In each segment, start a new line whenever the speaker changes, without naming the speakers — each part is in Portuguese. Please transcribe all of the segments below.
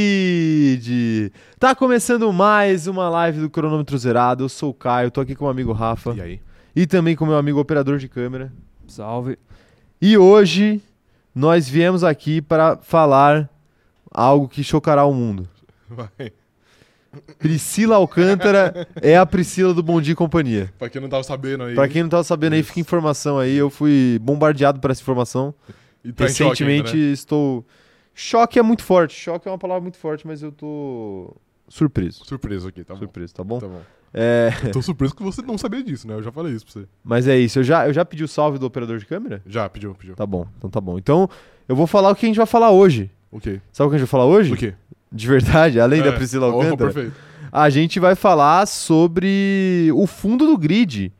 Grid! Tá começando mais uma live do Cronômetro Zerado. Eu sou o Caio, tô aqui com o amigo Rafa
E aí?
e também com o meu amigo operador de câmera.
Salve.
E hoje nós viemos aqui para falar algo que chocará o mundo.
Vai.
Priscila Alcântara é a Priscila do Bom Dia e Companhia.
Pra quem não tava sabendo aí.
Pra quem não tava sabendo aí,
Isso.
fica a informação aí. Eu fui bombardeado por essa informação.
e tá em choque ainda,
Recentemente estou. Choque é muito forte. Choque é uma palavra muito forte, mas eu tô surpreso.
né? Surpreso aqui, tá bom.
Surpreso, tá bom?
Tá bom.
É,
Eu Tô surpreso que você não sabia disso, né? Eu já falei isso pra você.
mas é isso. Eu já, eu já pedi o salve do operador de câmera?
Já, pediu, pediu.
Tá bom, então tá bom. Então, eu vou falar o que a gente vai falar hoje.
Ok.
Sabe o que a gente vai falar hoje?
O quê?
De verdade, além da
É.
Priscila
Opa,
Alcântara,
perfeito.
a gente vai falar sobre o fundo do grid,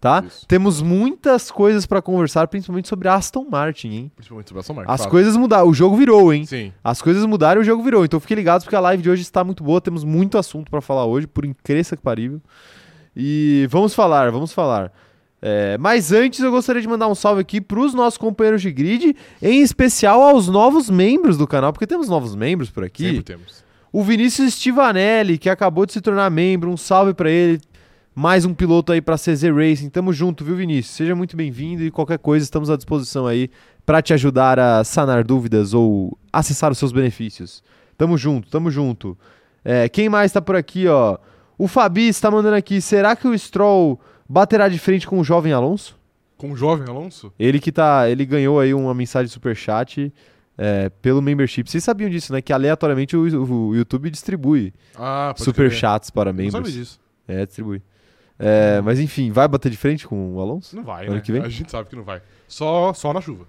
tá?
Isso.
Temos muitas coisas pra conversar, principalmente sobre a Aston Martin, hein?
Principalmente sobre a São Marcos.
As coisas mudaram, o jogo virou, hein?
Sim.
As coisas mudaram e o jogo virou. Então fiquem ligados porque a live de hoje está muito boa. Temos muito assunto para falar hoje, por incrível que parível. E vamos falar, vamos falar. É, mas antes eu gostaria de mandar um salve aqui para os nossos companheiros de grid, em especial aos novos membros do canal, porque temos novos membros por aqui.
Sempre temos.
O Vinícius Stivanelli, que acabou de se tornar membro, um salve pra ele. Mais um piloto aí pra CZ Racing. Tamo junto, viu, Vinícius? Seja muito bem-vindo e qualquer coisa, estamos à disposição aí pra te ajudar a sanar dúvidas ou acessar os seus benefícios. Tamo junto, tamo junto. É, quem mais tá por aqui, ó? O Fabi está mandando aqui. Será que o Stroll baterá de frente com o jovem Alonso?
Com o jovem Alonso?
Ele que tá, ele ganhou aí uma mensagem super chat pelo membership. Vocês sabiam disso, né? Que aleatoriamente o, o YouTube distribui
Ah, pode
super
crer.
chats para
Não sabe
membros.
disso.
É, distribui. É, mas enfim, vai bater de frente com o Alonso?
Não vai,
Ano
né?
que vem?
A gente sabe que não vai. Só, só na chuva.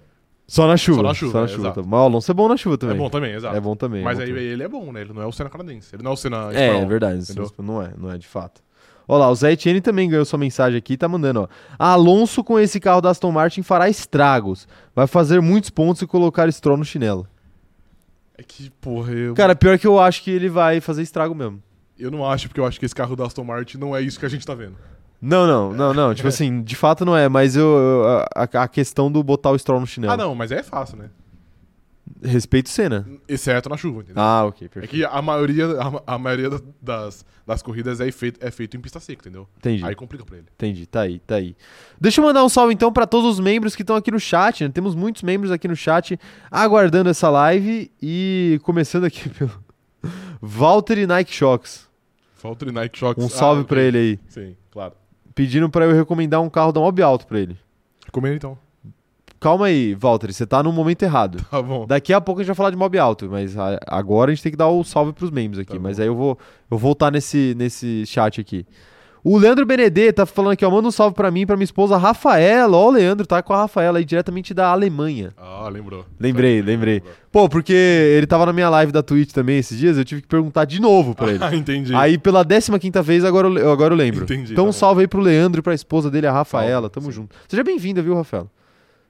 Só na chuva.
Só na chuva, é, exato.
tá. Mas o Alonso é bom na chuva também.
É bom também, exato.
É bom também. é
Mas
bom
aí
também.
ele é bom, né? Ele não é o Senna canadense. Ele não é o Senna
É,
espanhol.
é verdade. isso
entendeu?
Não é, não é de fato. Olha lá, o Zé Etienne também ganhou sua mensagem aqui e tá mandando, ó. Alonso com esse carro da Aston Martin fará estragos. Vai fazer muitos pontos e colocar Stroll no chinelo.
É que, porra, eu...
Cara, pior que eu acho que ele vai fazer estrago mesmo.
eu não acho, porque eu acho que esse carro da Aston Martin não é isso que a gente tá vendo.
Não, não, não, não. Tipo assim, de fato não é, mas eu, eu- a, a questão do botar o Stroll no chinelo.
Ah, não, mas é fácil, né?
Respeito cena.
Exceto na chuva, entendeu?
Ah, ok,
É
perfeito.
que a maioria, a, a maioria da- das, das corridas é feito, é feito em pista seca, entendeu?
Entendi,
Aí complica pra ele.
entendi. Tá aí, tá aí. Deixa eu mandar um salve então pra todos os membros que estão aqui no chat. Né? Temos muitos membros aqui no chat aguardando essa live e começando aqui pelo Walter e Nike Shocks.
Falta de Nike Shocks. Ah,
Um salve pra ele aí.
Sim, claro.
Pediram pra eu recomendar um carro da Mob Alto pra ele.
Comendo então.
Calma aí, Walter, você tá no momento errado.
Tá bom.
Daqui a pouco a gente vai falar de mob alto, mas a- agora a gente tem que dar o salve pros membros aqui.
Tá
mas
bom.
aí eu vou, eu vou voltar nesse, nesse chat aqui. O Leandro Benedetto tá falando aqui, ó, manda um salve pra mim, e pra minha esposa Rafaela. Ó, o Leandro tá com a Rafaela aí diretamente da Alemanha.
Ah, lembrou.
Lembrei,
Tá,
lembrei.
lembrou.
Pô, porque ele tava na minha live da Twitch também esses dias, eu tive que perguntar de novo pra ele.
Ah, entendi.
Aí pela 15 vez agora eu, agora eu lembro.
Entendi,
então
tá
um
bom.
salve aí pro Leandro e pra esposa dele, a Rafaela.
Salve,
Tamo
sim.
junto. Seja bem-vinda, viu, Rafaela?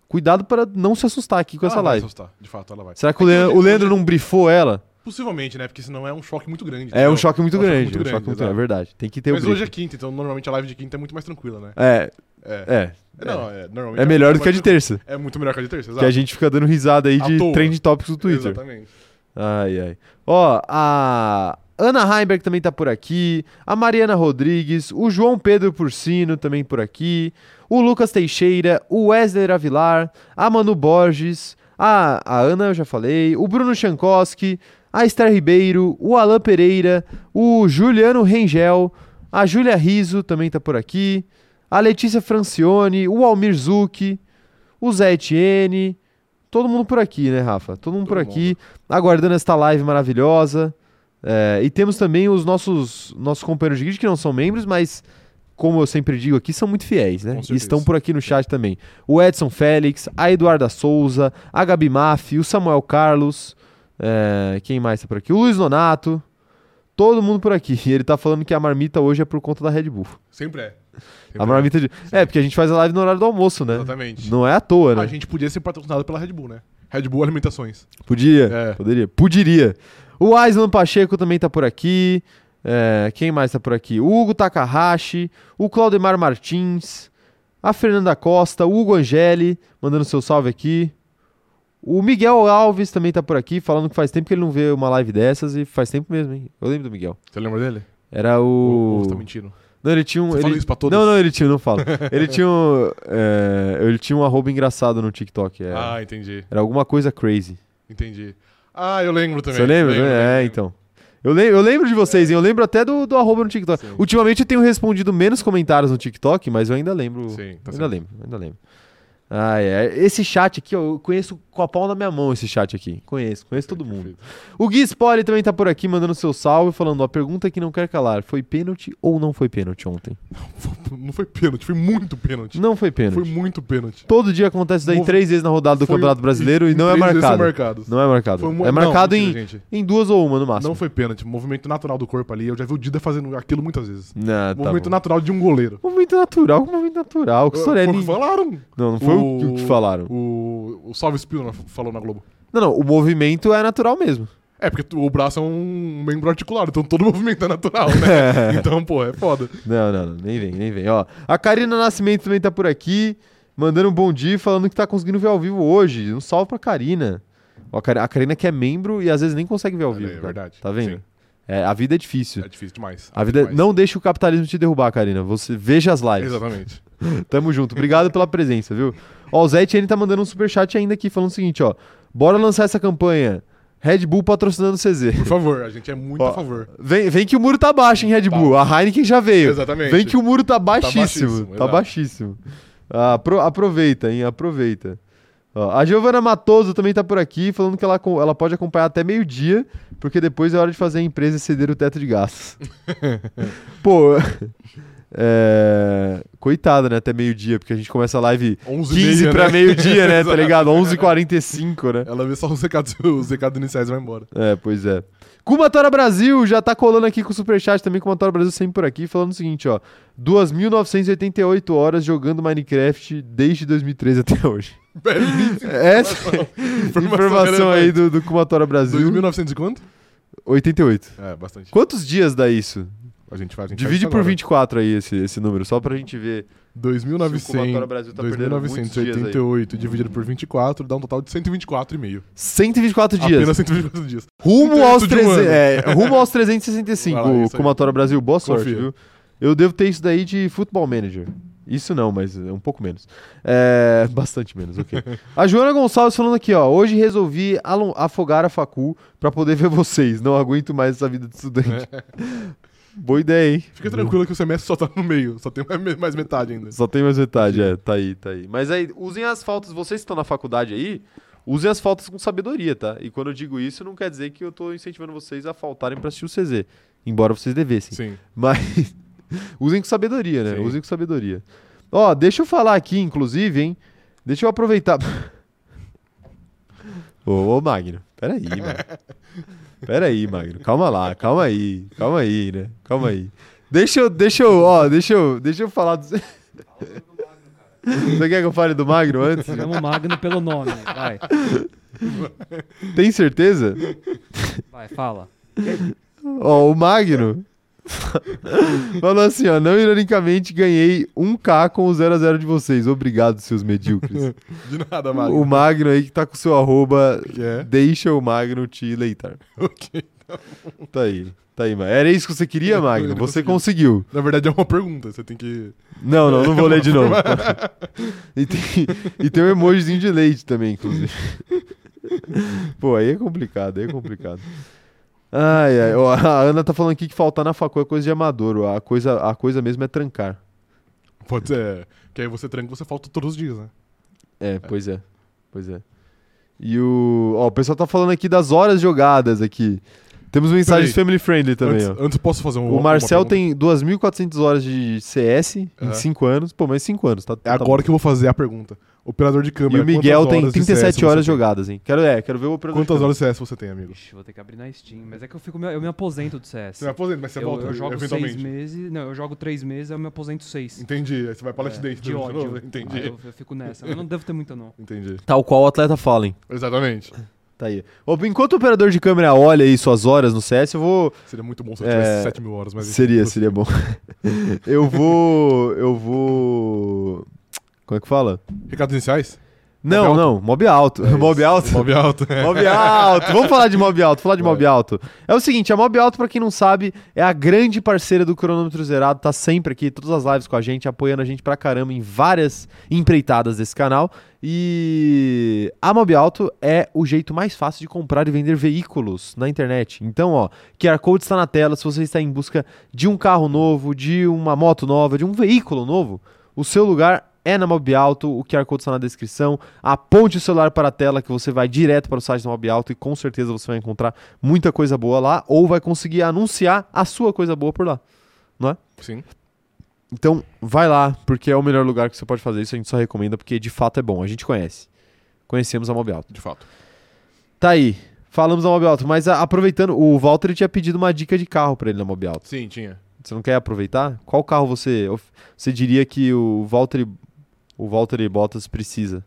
Cuidado pra não se assustar aqui com
Ela
essa
Ah, vai
live.
assustar, De fato, ela vai.
Será que o,
É que
Leandro,
hoje-
o Leandro não brifou ela?
Possivelmente, né? Porque senão é um choque muito grande.
É um
entendeu?
choque muito
É um choque
grande.
muito
um choque
grande,
muito grande, é
exato.
verdade. Tem que ter
Mas
o
hoje
briefing.
é quinta, então normalmente a live de quinta é muito mais tranquila, né?
É,
É.
é.
Não, é. Normalmente
É, melhor do que a
muito
de
mais
terça.
tranquila. É muito melhor que a de terça, exato.
Que a gente fica dando risada aí
À
de
toa.
trend topics do Twitter.
Exatamente.
Ai, ai. Ó, a Ana Heimberg também tá por aqui. A Mariana Rodrigues. O João Pedro Porcino também por aqui. O Lucas Teixeira. O Wesley Avilar. A Manu Borges. A, a Ana, eu já falei. O Bruno Chankowski. A Esther Ribeiro. O Alain Pereira. O Juliano Rengel. A Júlia Riso também tá por aqui. A Letícia Francione. O Almir Zucchi. O Zé Etienne. Todo mundo por aqui, né, Rafa? Todo mundo por
Todo
aqui aguardando esta live maravilhosa. É, e temos também os nossos, nossos companheiros de grid que não são membros, mas como eu sempre digo aqui, são muito fiéis, né?
Com
E
certeza.
estão por aqui no chat também. O Edson Félix, a Eduarda Souza, a Gabi Maffi, o Samuel Carlos, é, quem mais tá por aqui? O Luiz Nonato, todo mundo por aqui. E ele tá falando que a marmita hoje é por conta da Red Bull.
Sempre é. Sempre
A marmita de... É, porque a gente faz a live no horário do almoço, né?
Exatamente.
Não é à toa,
A
né?
gente podia ser patrocinado pela Red Bull, né? Red Bull Alimentações.
Podia.
É.
Poderia. Poderia. O Aislan Pacheco também tá por aqui. É, quem mais tá por aqui? O Hugo Takahashi, o Claudemar Martins, a Fernanda Costa, o Hugo Angeli, mandando seu salve aqui. O Miguel Alves também tá por aqui, falando que faz tempo que ele não vê uma live dessas e faz tempo mesmo, hein? Eu lembro do Miguel.
Você lembra dele?
Era
Ou-
o.
ou você tá mentindo.
Não, ele tinha um.
Você
ele-
fala isso pra todos?
Não, não, ele tinha, não falo. Ele tinha um. é, ele tinha um arroba engraçado no TikTok. é.
Ah, entendi.
Era alguma coisa crazy.
Entendi. Ah, eu lembro também.
Você lembra?
Lembro,
né? é,
lembro.
então. Eu, le- eu lembro de vocês, hein? Eu lembro até do, do arroba no TikTok.
Sim.
Ultimamente eu tenho respondido menos comentários no TikTok, mas eu ainda lembro.
Sim, tá
ainda
certo.
lembro, ainda lembro. Ah, é. Esse chat aqui, ó, eu conheço com a pau na minha mão esse chat aqui. Conheço, conheço todo mundo. O Gui Spoli também tá por aqui mandando seu salve, falando, ó, pergunta que não quer calar, foi pênalti ou não foi pênalti ontem?
Não foi pênalti, foi muito pênalti.
Não foi pênalti.
Foi muito pênalti.
Todo dia acontece isso daí
Mov-
três vezes na rodada do
Foi
Campeonato Brasileiro e não é
três vezes são
marcado.
marcados.
Não é marcado.
Foi um mo-
É
não,
marcado
mentira,
em,
gente.
em duas ou uma no
Não
máximo.
foi pênalti, movimento natural do corpo ali. Eu já vi o Dida fazendo aquilo muitas vezes.
Não, tá
movimento
bom.
natural de um goleiro.
Movimento natural, que movimento natural. Que história é
Foi o que
linda.
falaram.
Não, não foi o, que- o que falaram.
O, o Salve Spino falou na Globo.
Não, não, o movimento é natural mesmo.
É, porque tu- o braço é um membro articulado, então todo movimento é natural, né? então, pô, é foda.
Não, não, não, nem vem, nem vem. Ó, a Karina Nascimento também tá por aqui, mandando um bom dia, e falando que tá conseguindo ver ao vivo hoje. Um salve pra Karina. Ó, a Kari- a Karina que é membro e às vezes nem consegue ver ao
É,
vivo.
é
cara.
verdade.
Tá vendo?
Sim.
É, a vida é difícil.
É difícil demais.
A vida
Demais.
não deixa o capitalismo te derrubar, Karina. Você veja as lives.
Exatamente.
Tamo junto. Obrigado pela presença, viu? Ó, o Zé Etienne tá mandando um superchat ainda aqui, falando o seguinte, ó. Bora lançar essa campanha. Red Bull patrocinando o CZ.
Por favor, a gente é muito
Ó,
a favor.
Vem, vem que o muro tá baixo, hein, Red Bull? A Heineken já veio.
Exatamente.
Vem que o muro tá baixíssimo.
baixíssimo,
Tá
exato.
baixíssimo. Ah, apro- aproveita, hein? Aproveita. Ó, a Giovana Matoso também tá por aqui, falando que ela, co- ela pode acompanhar até meio-dia, porque depois é hora de fazer a empresa ceder o teto de gastos. Pô, é... coitado, né? Até meio-dia, porque a gente começa a live
11 e
15
meia,
pra
né?
meio-dia, né? tá
Exato.
ligado? 11h45, né?
Ela vê só os recados, os recados iniciais e vai embora.
É, pois é. Kumatora Brasil já tá colando aqui com o Superchat também, Kumatora Brasil sempre por aqui, falando o seguinte, ó. 2.988 horas jogando Minecraft desde 2013 até hoje.
É?
Essa informação, informação aí do, do Kumatora Brasil.
2.900 e quanto?
88.
É, bastante.
Quantos dias dá isso?
A gente faz, a gente faz
Divide
isso
por
agora.
24 aí esse, esse número, só pra gente ver. Se o Cubatória
2.900,
Brasil tá perdendo muitos dias aí.
2.988 dividido por 24 dá um total de 124,5.
124 dias.
Apenas 124 dias.
Rumo
Então,
aos,
isso de um
300
ano.
é, rumo aos
Vai lá,
365,
isso aí.
Kumatora Brasil. Boa sorte,
Confia.
viu? Eu devo ter isso daí de Football Manager. Isso não, mas é um pouco menos. É, bastante menos, ok. A Joana Gonçalves falando aqui, ó. Hoje resolvi alon- afogar a facu pra poder ver vocês. Não aguento mais essa vida de estudante. Boa ideia, hein?
Fica tranquilo que o semestre só tá no meio, só tem mais- mais metade ainda.
Só tem mais metade, é. Tá aí, tá aí. Mas aí, usem as faltas. Vocês que estão na faculdade aí, usem as faltas com sabedoria, tá? E quando eu digo isso, não quer dizer que eu tô incentivando vocês a faltarem pra assistir o CZ. Embora vocês devessem.
Sim.
Mas usem com sabedoria, né?
Sim.
Usem com sabedoria. Ó, deixa eu falar aqui, inclusive, hein? Deixa eu aproveitar. ô, ô, Magno, peraí, mano. Peraí, Magno. Calma lá, calma aí. Calma aí, né? Calma aí. Deixa eu, deixa eu, ó, deixa eu, deixa eu falar do. Você quer que eu fale do Magno antes?
Chama o Magno pelo nome. Vai,
Tem certeza?
vai, fala.
Ó, o Magno falou assim, ó, não ironicamente ganhei 1k com o 0x0 de vocês. Obrigado, seus medíocres.
De nada, Mário.
o Magno aí que tá com o seu arroba,
Que é?
deixa o Magno te leitar.
Ok.
Tá aí, tá aí, Magno. Era isso que você queria, Magno?
Ele
Você conseguiu.
conseguiu. Na verdade é uma pergunta, você tem que.
Não, não, não vou ler de novo. e, tem, e tem um emojizinho de leite também, inclusive. Pô, aí é complicado, aí é complicado. Ai, ai, ó, a Ana tá falando aqui que faltar na facul é coisa de amador, ó, a coisa, a coisa mesmo é trancar.
Pode ser. é, Que aí você tranca, você falta todos os dias, né?
É, pois é, pois é. E o... Ó, o pessoal tá falando aqui das horas jogadas aqui. Temos mensagens
Peraí.
family friendly também,
antes,
ó.
antes posso fazer um.
O Marcel tem 2.400 horas de CS em
Aham.
5 anos. Pô, mas 5 anos, tá,
É
tá
agora que eu vou fazer a pergunta. Operador de
E
câmera.
o Miguel
quantas
tem
horas de
37
CS você
horas
tem?
jogadas, hein? Quero, é, quero ver o operador. de
Quantas
câmera.
horas de CS você tem, amigo?
Ixi, vou ter que abrir na Steam. Mas é que eu fico, eu me aposento do CS.
Você me aposenta, mas você
eu,
volta
eu jogo seis
eventualmente. Então,
meses. Não, eu jogo três meses, eu me aposento seis.
Entendi. Aí você vai pra Last
É,
Dance
de ódio.
Entendi.
Aí eu, eu fico nessa. Eu não devo ter muita, não.
Entendi.
Tal qual o atleta Fallen.
Exatamente.
Tá aí. Ô, Enquanto o operador de câmera olha aí suas horas no CS, eu vou.
Seria muito bom se eu tivesse
É,
7 mil horas, mas. enfim,
seria,
você-
seria bom. eu vou. Eu vou. Como é que fala?
Recados iniciais?
Não,
alto? É
não, mob alto. mob alto?
Mob alto. é.
Mob Alto, vamos falar de Mob Alto, falar de Mob
Vai.
Alto. É o seguinte, a Mob Alto, pra quem não sabe, é a grande parceira do Cronômetro Zerado, tá sempre aqui, todas as lives com a gente, apoiando a gente pra caramba em várias empreitadas desse canal. E a Mob Alto é o jeito mais fácil de comprar e vender veículos na internet. Então, ó, QR Code está na tela, se você está em busca de um carro novo, de uma moto nova, de um veículo novo, o seu lugar é na Mob Alto, o QR Code está na descrição. Aponte o celular para a tela que você vai direto para o site da Mob Alto e com certeza você vai encontrar muita coisa boa lá ou vai conseguir anunciar a sua coisa boa por lá.
Sim.
Então, vai lá, porque é o melhor lugar que você pode fazer isso. A gente só recomenda porque de fato é bom. A gente conhece. Conhecemos a Mob Alto.
De fato.
Tá aí. Falamos da Mob Alto, mas a- aproveitando, o Walter tinha pedido uma dica de carro para ele na Mob Alto.
Sim, tinha.
Você não quer aproveitar? Qual carro você of- você diria que o Valtteri o Valtteri Bottas precisa?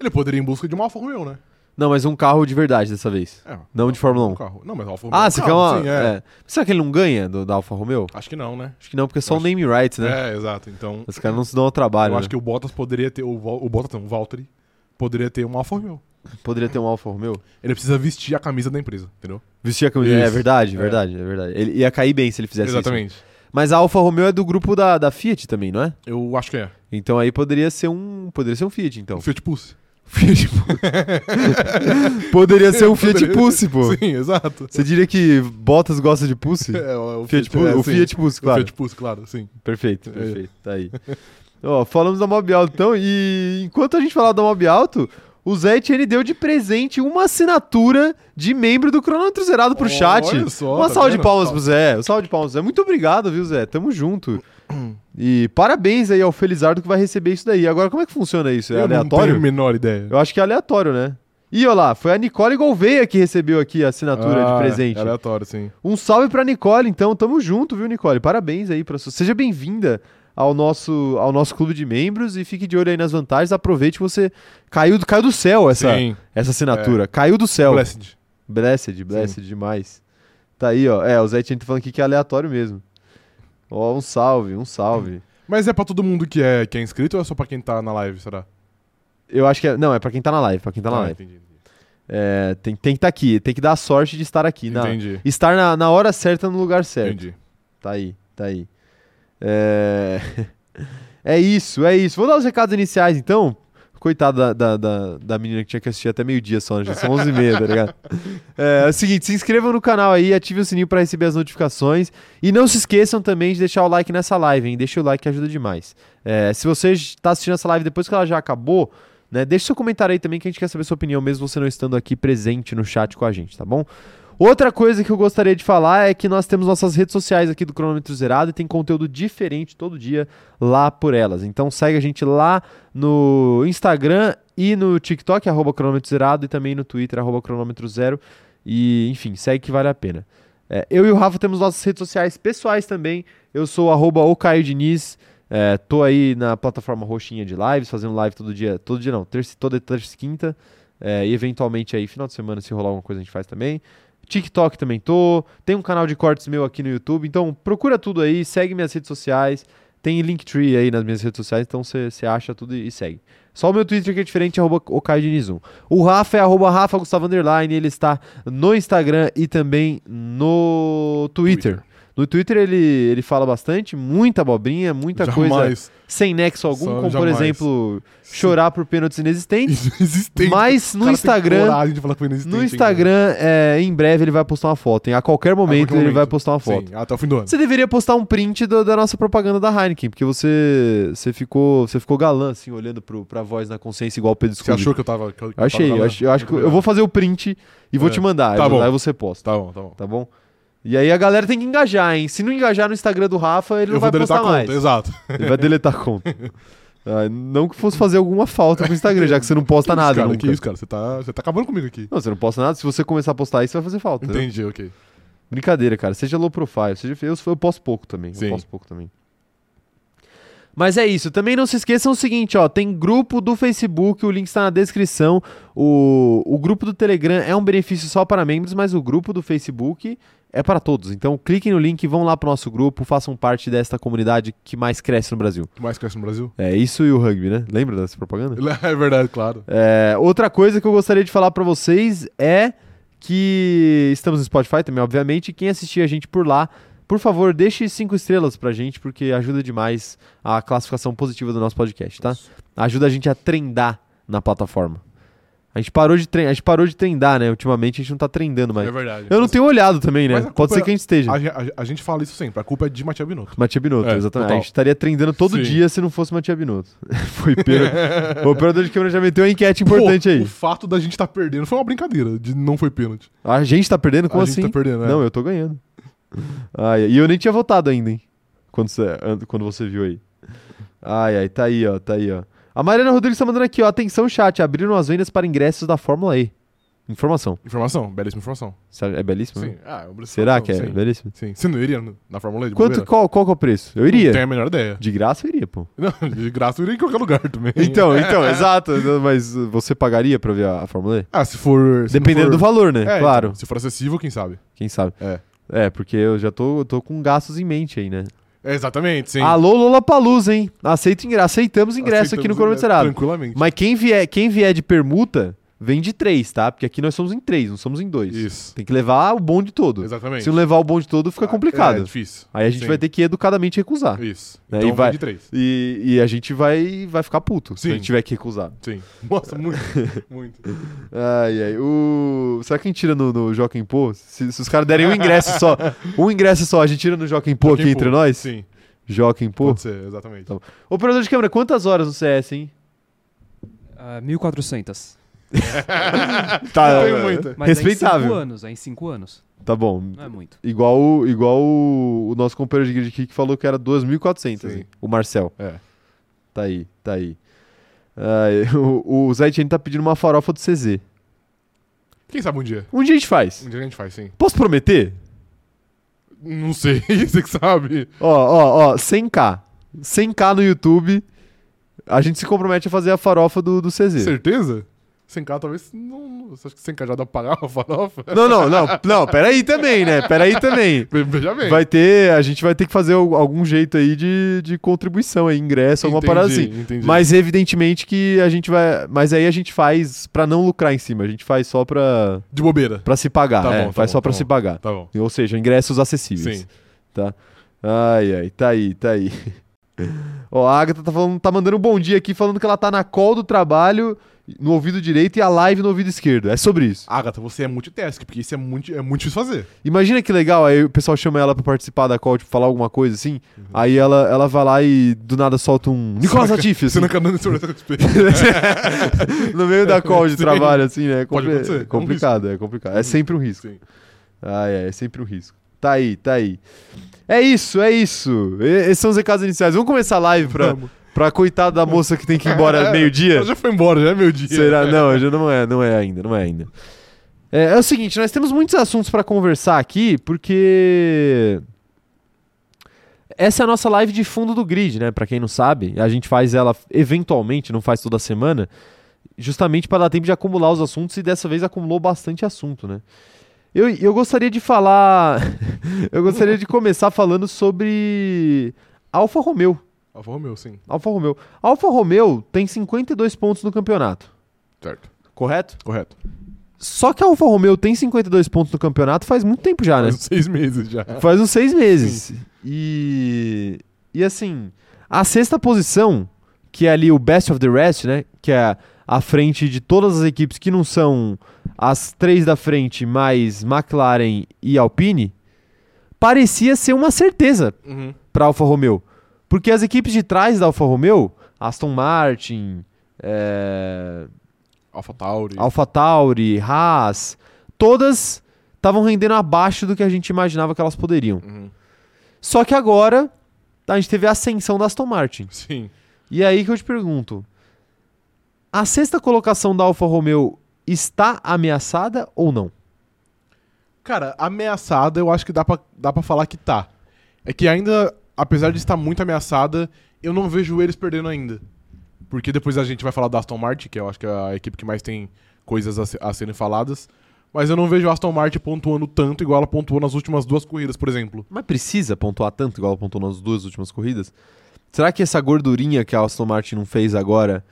Ele poderia ir em busca de uma Alfa Romeo, né?
Não, mas um carro de verdade dessa vez,
É.
não de Fórmula 1.
Um carro. Não, mas Alfa Romeo. é
Ah,
um
você quer
carro,
uma
Sim, é.
é. Será que ele não ganha do, da Alfa Romeo?
Acho que não, né?
Acho que não, porque é só o
Acho-
name right, né?
É, exato. Então,
Os caras não se dão ao trabalho.
eu
né?
acho que o Bottas poderia ter. O, Val- o Bottas não, o Valtteri poderia ter um Alfa Romeo.
Poderia ter um Alfa Romeo.
Ele precisa vestir a camisa da empresa, entendeu?
Vestir a camisa. É
Isso.
verdade,
É.
verdade, é verdade. Ele ia cair bem se ele fizesse isso.
Exatamente.
Mas a Alfa Romeo é do grupo da, da Fiat também, não é?
Eu acho que é.
Então aí poderia ser um, poderia ser um Fiat, então.
Um Fiat Pulse.
Fiat Poderia ser um Fiat
Poderia-
Pulse, pô.
Sim, exato.
Você diria que Bottas gosta de Pulse?
É, o, o
Fiat, Pulse,
é,
o
sim.
Fiat Pulse, claro.
O Fiat Pulse, claro, sim. É.
Perfeito, perfeito. Tá aí. Ó, falamos da Mob Alto, então, e enquanto a gente falava da Mob Alto, o Zé Etienne deu de presente uma assinatura de membro do Cronômetro Zerado pro
Olha
chat.
só,
uma
tá
salva de
vendo?
palmas pro Zé. Um salve de palmas, Zé. Muito obrigado, viu, Zé? Tamo junto. E parabéns aí ao Felizardo que vai receber isso daí. Agora, como é que funciona isso? É
Eu
aleatório?
não tenho a menor ideia.
Eu acho que é aleatório, né? E olha lá, foi a Nicole Gouveia que recebeu aqui a assinatura
Ah,
de presente.
é Aleatório, sim.
Um salve pra Nicole, então. Tamo junto, viu, Nicole? Parabéns aí pra sua. Seja bem-vinda ao nosso, ao nosso clube de membros e fique de olho aí nas vantagens. Aproveite, você caiu do, caiu do céu essa, é
Sim. É.
essa assinatura. Caiu do céu.
Blessed.
Blessed, blessed demais. Tá aí, ó. É, o Zé Tinha tá falando aqui que é aleatório mesmo. Ó, um salve, um salve.
Mas é pra todo mundo que é, que é inscrito ou é só pra quem tá na live, será?
Eu acho que é. Não, é pra quem tá na live, pra quem tá na
Ah,
live.
Entendi. entendi.
É, tem, tem que estar aqui, tem que dar a sorte de estar aqui. Na,
Entendi.
estar na, na hora certa, no lugar certo.
Entendi.
Tá aí, tá aí. É... é isso, é isso. Vou dar os recados iniciais, então. Coitado da, da, da, da menina que tinha que assistir até meio-dia só, né, gente? São 11 e meia, tá ligado? É, é o seguinte, se inscrevam no canal aí, ativem o sininho pra receber as notificações. E não se esqueçam também de deixar o like nessa live, hein? Deixa o like que ajuda demais. É, se você tá assistindo essa live depois que ela já acabou, né? Deixa seu comentário aí também que a gente quer saber sua opinião, mesmo você não estando aqui presente no chat com a gente, tá bom? Outra coisa que eu gostaria de falar é que nós temos nossas redes sociais aqui do Cronômetro Zerado e tem conteúdo diferente todo dia lá por elas. Então segue a gente lá no Instagram e no TikTok, arroba cronômetro zerado, e também no Twitter, arroba cronômetro zero. E, enfim, segue que vale a pena. É, eu e o Rafa temos nossas redes sociais pessoais também. Eu sou arroba o Caio Diniz. É, tô aí na plataforma roxinha de lives, fazendo live todo dia. Todo dia não, terça, toda terça e quinta. É, e eventualmente aí, final de semana, se rolar alguma coisa, a gente faz também. TikTok também tô. Tem um canal de cortes meu aqui no YouTube. Então procura tudo aí, segue minhas redes sociais. Tem Linktree aí nas minhas redes sociais, então você acha tudo e e segue. Só o meu Twitter que é diferente, arroba o Caio Diniz 1. O Rafa é arroba Rafa Gustavo Underline, ele está no Instagram e também no Twitter.
Twitter.
No Twitter ele, ele fala bastante, muita abobrinha, muita coisa
Jamais.
sem nexo algum,
Só
como por
jamais.
exemplo, chorar por pênaltis inexistentes.
Inexistente.
Mas
O
no
cara tem
Instagram,
coragem de falar que foi inexistente né?
no
ainda.
Instagram, é, em breve ele vai postar uma foto. Em, a qualquer momento ele
momento.
vai postar uma foto.
Sim, até Ah, tá o fim do ano.
Você deveria postar um print do- da nossa propaganda da Heineken, porque você, você, ficou, você ficou galã, assim, olhando pro, pra voz na consciência, igual o Pedro
Você
Scooby.
achou que eu tava. que eu- que eu
Achei,
tava
eu
lá?
acho, eu acho que eu vou fazer o print e vou
É.
te mandar.
Tá
aí,
bom.
aí você posta,
Tá bom, tá bom.
tá bom? E aí a galera tem que engajar, hein? Se não engajar no Instagram do Rafa, ele não
eu vou
vai
deletar
postar
a conta,
mais.
exato.
Ele vai deletar a conta. Ah, não que fosse fazer alguma falta pro Instagram, já que você não posta
Que isso,
Tá nada
cara,
nunca.
Que isso, cara? Você tá, você tá acabando comigo aqui.
Não, você não posta nada. Se você começar a postar isso, vai fazer falta. né?
Entendi, ok.
Brincadeira, cara. Seja low profile, seja eu, eu posso pouco também.
Sim.
Eu posso pouco também. Mas é isso. Também não se esqueçam o seguinte, ó. Tem grupo do Facebook, o link está na descrição. O, o grupo do Telegram é um benefício só para membros, mas o grupo do Facebook é para todos. Então cliquem no link, vão lá pro nosso grupo, façam parte desta comunidade que mais cresce no Brasil.
O que mais cresce no Brasil?
É isso e o rugby, né? Lembra dessa propaganda?
É verdade, claro.
É, outra coisa que eu gostaria de falar pra vocês é que estamos no Spotify também, obviamente. Quem assistir a gente por lá, por favor, deixe cinco estrelas pra gente, porque ajuda demais a classificação positiva do nosso podcast, tá? Ajuda a gente a trendar na plataforma. A gente parou de, tre a gente parou de trendar, né? Ultimamente a gente não tá trendando mais.
É verdade.
Eu não tenho olhado também, né?
Mas a
Pode
culpa é
ser que a gente esteja.
A, ge- a ge- a gente fala isso sempre. A culpa é de Matias Binotto.
Matia Binotto,
É,
exatamente.
total.
A gente estaria trendando todo
Sim.
dia se não fosse Matia Binotto. Foi pera. o operador de câmera já meteu uma enquete importante é
Pô,
aí.
O fato da gente tá perdendo foi uma brincadeira. De não foi pênalti.
A gente tá perdendo? Como
a
assim?
gente tá perdendo, né?
Não, eu tô ganhando. Ai, e eu nem tinha votado ainda, hein? Quando você, an- quando você viu aí. Ai, ai, tá aí, ó, tá aí, ó. A Mariana Rodrigues tá mandando aqui, ó. Atenção, chat. Abriram as vendas para ingressos da Fórmula E. Informação.
Informação, belíssima informação.
Será- É belíssimo? né?
Sim. Ah, é uma belíssima
Será
informação,
que é
Sim.
belíssimo?
Sim. Você não iria no- na Fórmula E de
Quanto,
bobeira?
qual, qual que é o preço? Eu
Não tenho
iria.
a menor ideia.
De graça eu iria, pô.
Não, de graça eu iria em qualquer lugar também.
Então, então, exato. Mas você pagaria pra ver a, a Fórmula E?
Ah, se for... se não
Dependendo
for-
do valor, né?
É,
claro.
então, se for acessível, quem sabe?
Quem sabe?
É.
É, porque eu já tô, tô com gastos em mente aí, né?
É, exatamente, sim.
Alô, Lollapalooza, hein? Aceito ingra- Aceitamos ingresso aqui no
Aceitamos
Coroa
ingresso,
Cerado.
Tranquilamente.
Mas quem vier, quem vier de permuta, vem de três, tá? Porque aqui nós somos em três, não somos em dois.
Isso.
Tem que levar o bonde todo.
Exatamente.
Se não levar o bonde todo, fica
É, é
complicado.
difícil.
Aí a gente
Sim.
vai ter que educadamente recusar.
Isso.
Né,
Então
e
vem
vai-
de três.
E, e a gente vai, vai ficar puto se
Sim.
a gente tiver que recusar.
Sim. Nossa,
Um
muito. muito.
Ai, ai. O... Será que a gente tira no, no Joaquim Pô? Se, se os caras derem um ingresso só, um ingresso só, a gente tira no Joaquim Pô aqui
Quem
entre
pô?
nós?
Sim.
Joaquim Pô.
Pode ser, exatamente.
Tá Operador de câmera, quantas horas no CS, hein?
Ah, 1.400.
Não tem muita.
Mas é em
Tá, Respeitável.
5 anos, é em 5 anos.
Tá bom.
Não é muito.
Igual, o- igual o, o nosso companheiro de grid aqui que falou que era 2.400,
Sim.
hein? o Marcel.
É.
Tá aí, tá aí. Ai, o, o Zé Etienne tá pedindo uma farofa do CZ.
Quem sabe um dia?
Um dia a gente faz.
Um dia a gente faz, sim.
Posso prometer?
Não sei, você que sabe.
Ó, ó, ó, 100k. 100k no YouTube. A gente se compromete a fazer a farofa do, do CZ.
Certeza? 100k talvez não. Você acha que 100k já dá pra pagar uma farofa?
Não, não, não, não, peraí também, né? Peraí também.
Ve- Veja bem.
Vai ter, a gente vai ter que fazer al- algum jeito aí de, de contribuição aí, ingresso, alguma
Entendi,
parada assim.
Entendi.
Mas evidentemente que a gente vai, mas aí a gente faz pra não lucrar em cima, a gente faz só pra
De bobeira.
para se pagar,
Tá
é,
bom, tá
faz
bom,
só
tá
pra
bom.
se pagar.
Tá bom.
Ou seja, ingressos acessíveis.
Sim.
Ai, ai, tá aí, tá aí. Ó, a Agatha tá, falando, tá mandando um bom dia aqui, falando que ela tá na call do trabalho no ouvido direito e a live no ouvido esquerdo. É sobre isso.
Agatha, você é multitask, porque isso é muito, é muito difícil fazer.
Imagina que legal, aí o pessoal chama ela pra participar da call, tipo, falar alguma coisa assim.
Uhum.
Aí ela, ela vai lá e do nada solta um Nicolas Latifi,
Você
assim,
não quer dando sobre
no meio da call de
Sim.
trabalho, assim, né? É
Pode
compli-
acontecer, é um
complicado, é complicado. É sempre um risco.
Sim.
Ah, é, é sempre um risco. Tá aí, tá aí. É isso, é isso. E- esses são os recados iniciais. Vamos começar a live pra,
Vamos.
pra coitada da moça que tem que ir embora meio-dia?
Ela já foi embora, já é meu dia.
Será? Não, já não é, não é ainda, não é ainda. É, é o seguinte, nós temos muitos assuntos pra conversar aqui, porque essa é a nossa live de fundo do grid, né? Pra quem não sabe, a gente faz ela eventualmente, não faz toda semana, justamente para dar tempo de acumular os assuntos e dessa vez acumulou bastante assunto, né? Eu, eu gostaria de falar, eu gostaria de começar falando sobre Alfa Romeo.
Alfa Romeo, sim.
Alfa Romeo. Alfa Romeo tem 52 pontos no campeonato,
Certo.
correto?
Correto.
Só que a Alfa Romeo tem 52 pontos no campeonato faz muito tempo já, né?
Faz uns seis meses já.
Faz uns seis meses. E. E assim, a sexta posição, que é ali o best of the rest, né? Que é a frente de todas as equipes que não são as três da frente, mais McLaren e Alpine, parecia ser uma certeza
Uhum.
para Alfa Romeo. Porque as equipes de trás da Alfa Romeo, Aston Martin, é,
Alfa Tauri.
Alpha Tauri, Haas, todas estavam rendendo abaixo do que a gente imaginava que elas poderiam.
Uhum.
Só que agora a gente teve a ascensão da Aston Martin.
Sim.
E é aí que eu te pergunto: a sexta colocação da Alfa Romeo está ameaçada ou não?
Cara, ameaçada eu acho que dá pra, dá pra falar que tá. É que ainda, apesar de estar muito ameaçada, eu não vejo eles perdendo ainda. Porque depois a gente vai falar da Aston Martin, que eu acho que é a equipe que mais tem coisas a, se- a serem faladas. Mas eu não vejo a Aston Martin pontuando tanto igual ela pontuou nas últimas duas corridas, por exemplo.
Mas precisa pontuar tanto igual ela pontuou nas duas últimas corridas? Será que essa gordurinha que a Aston Martin não fez agora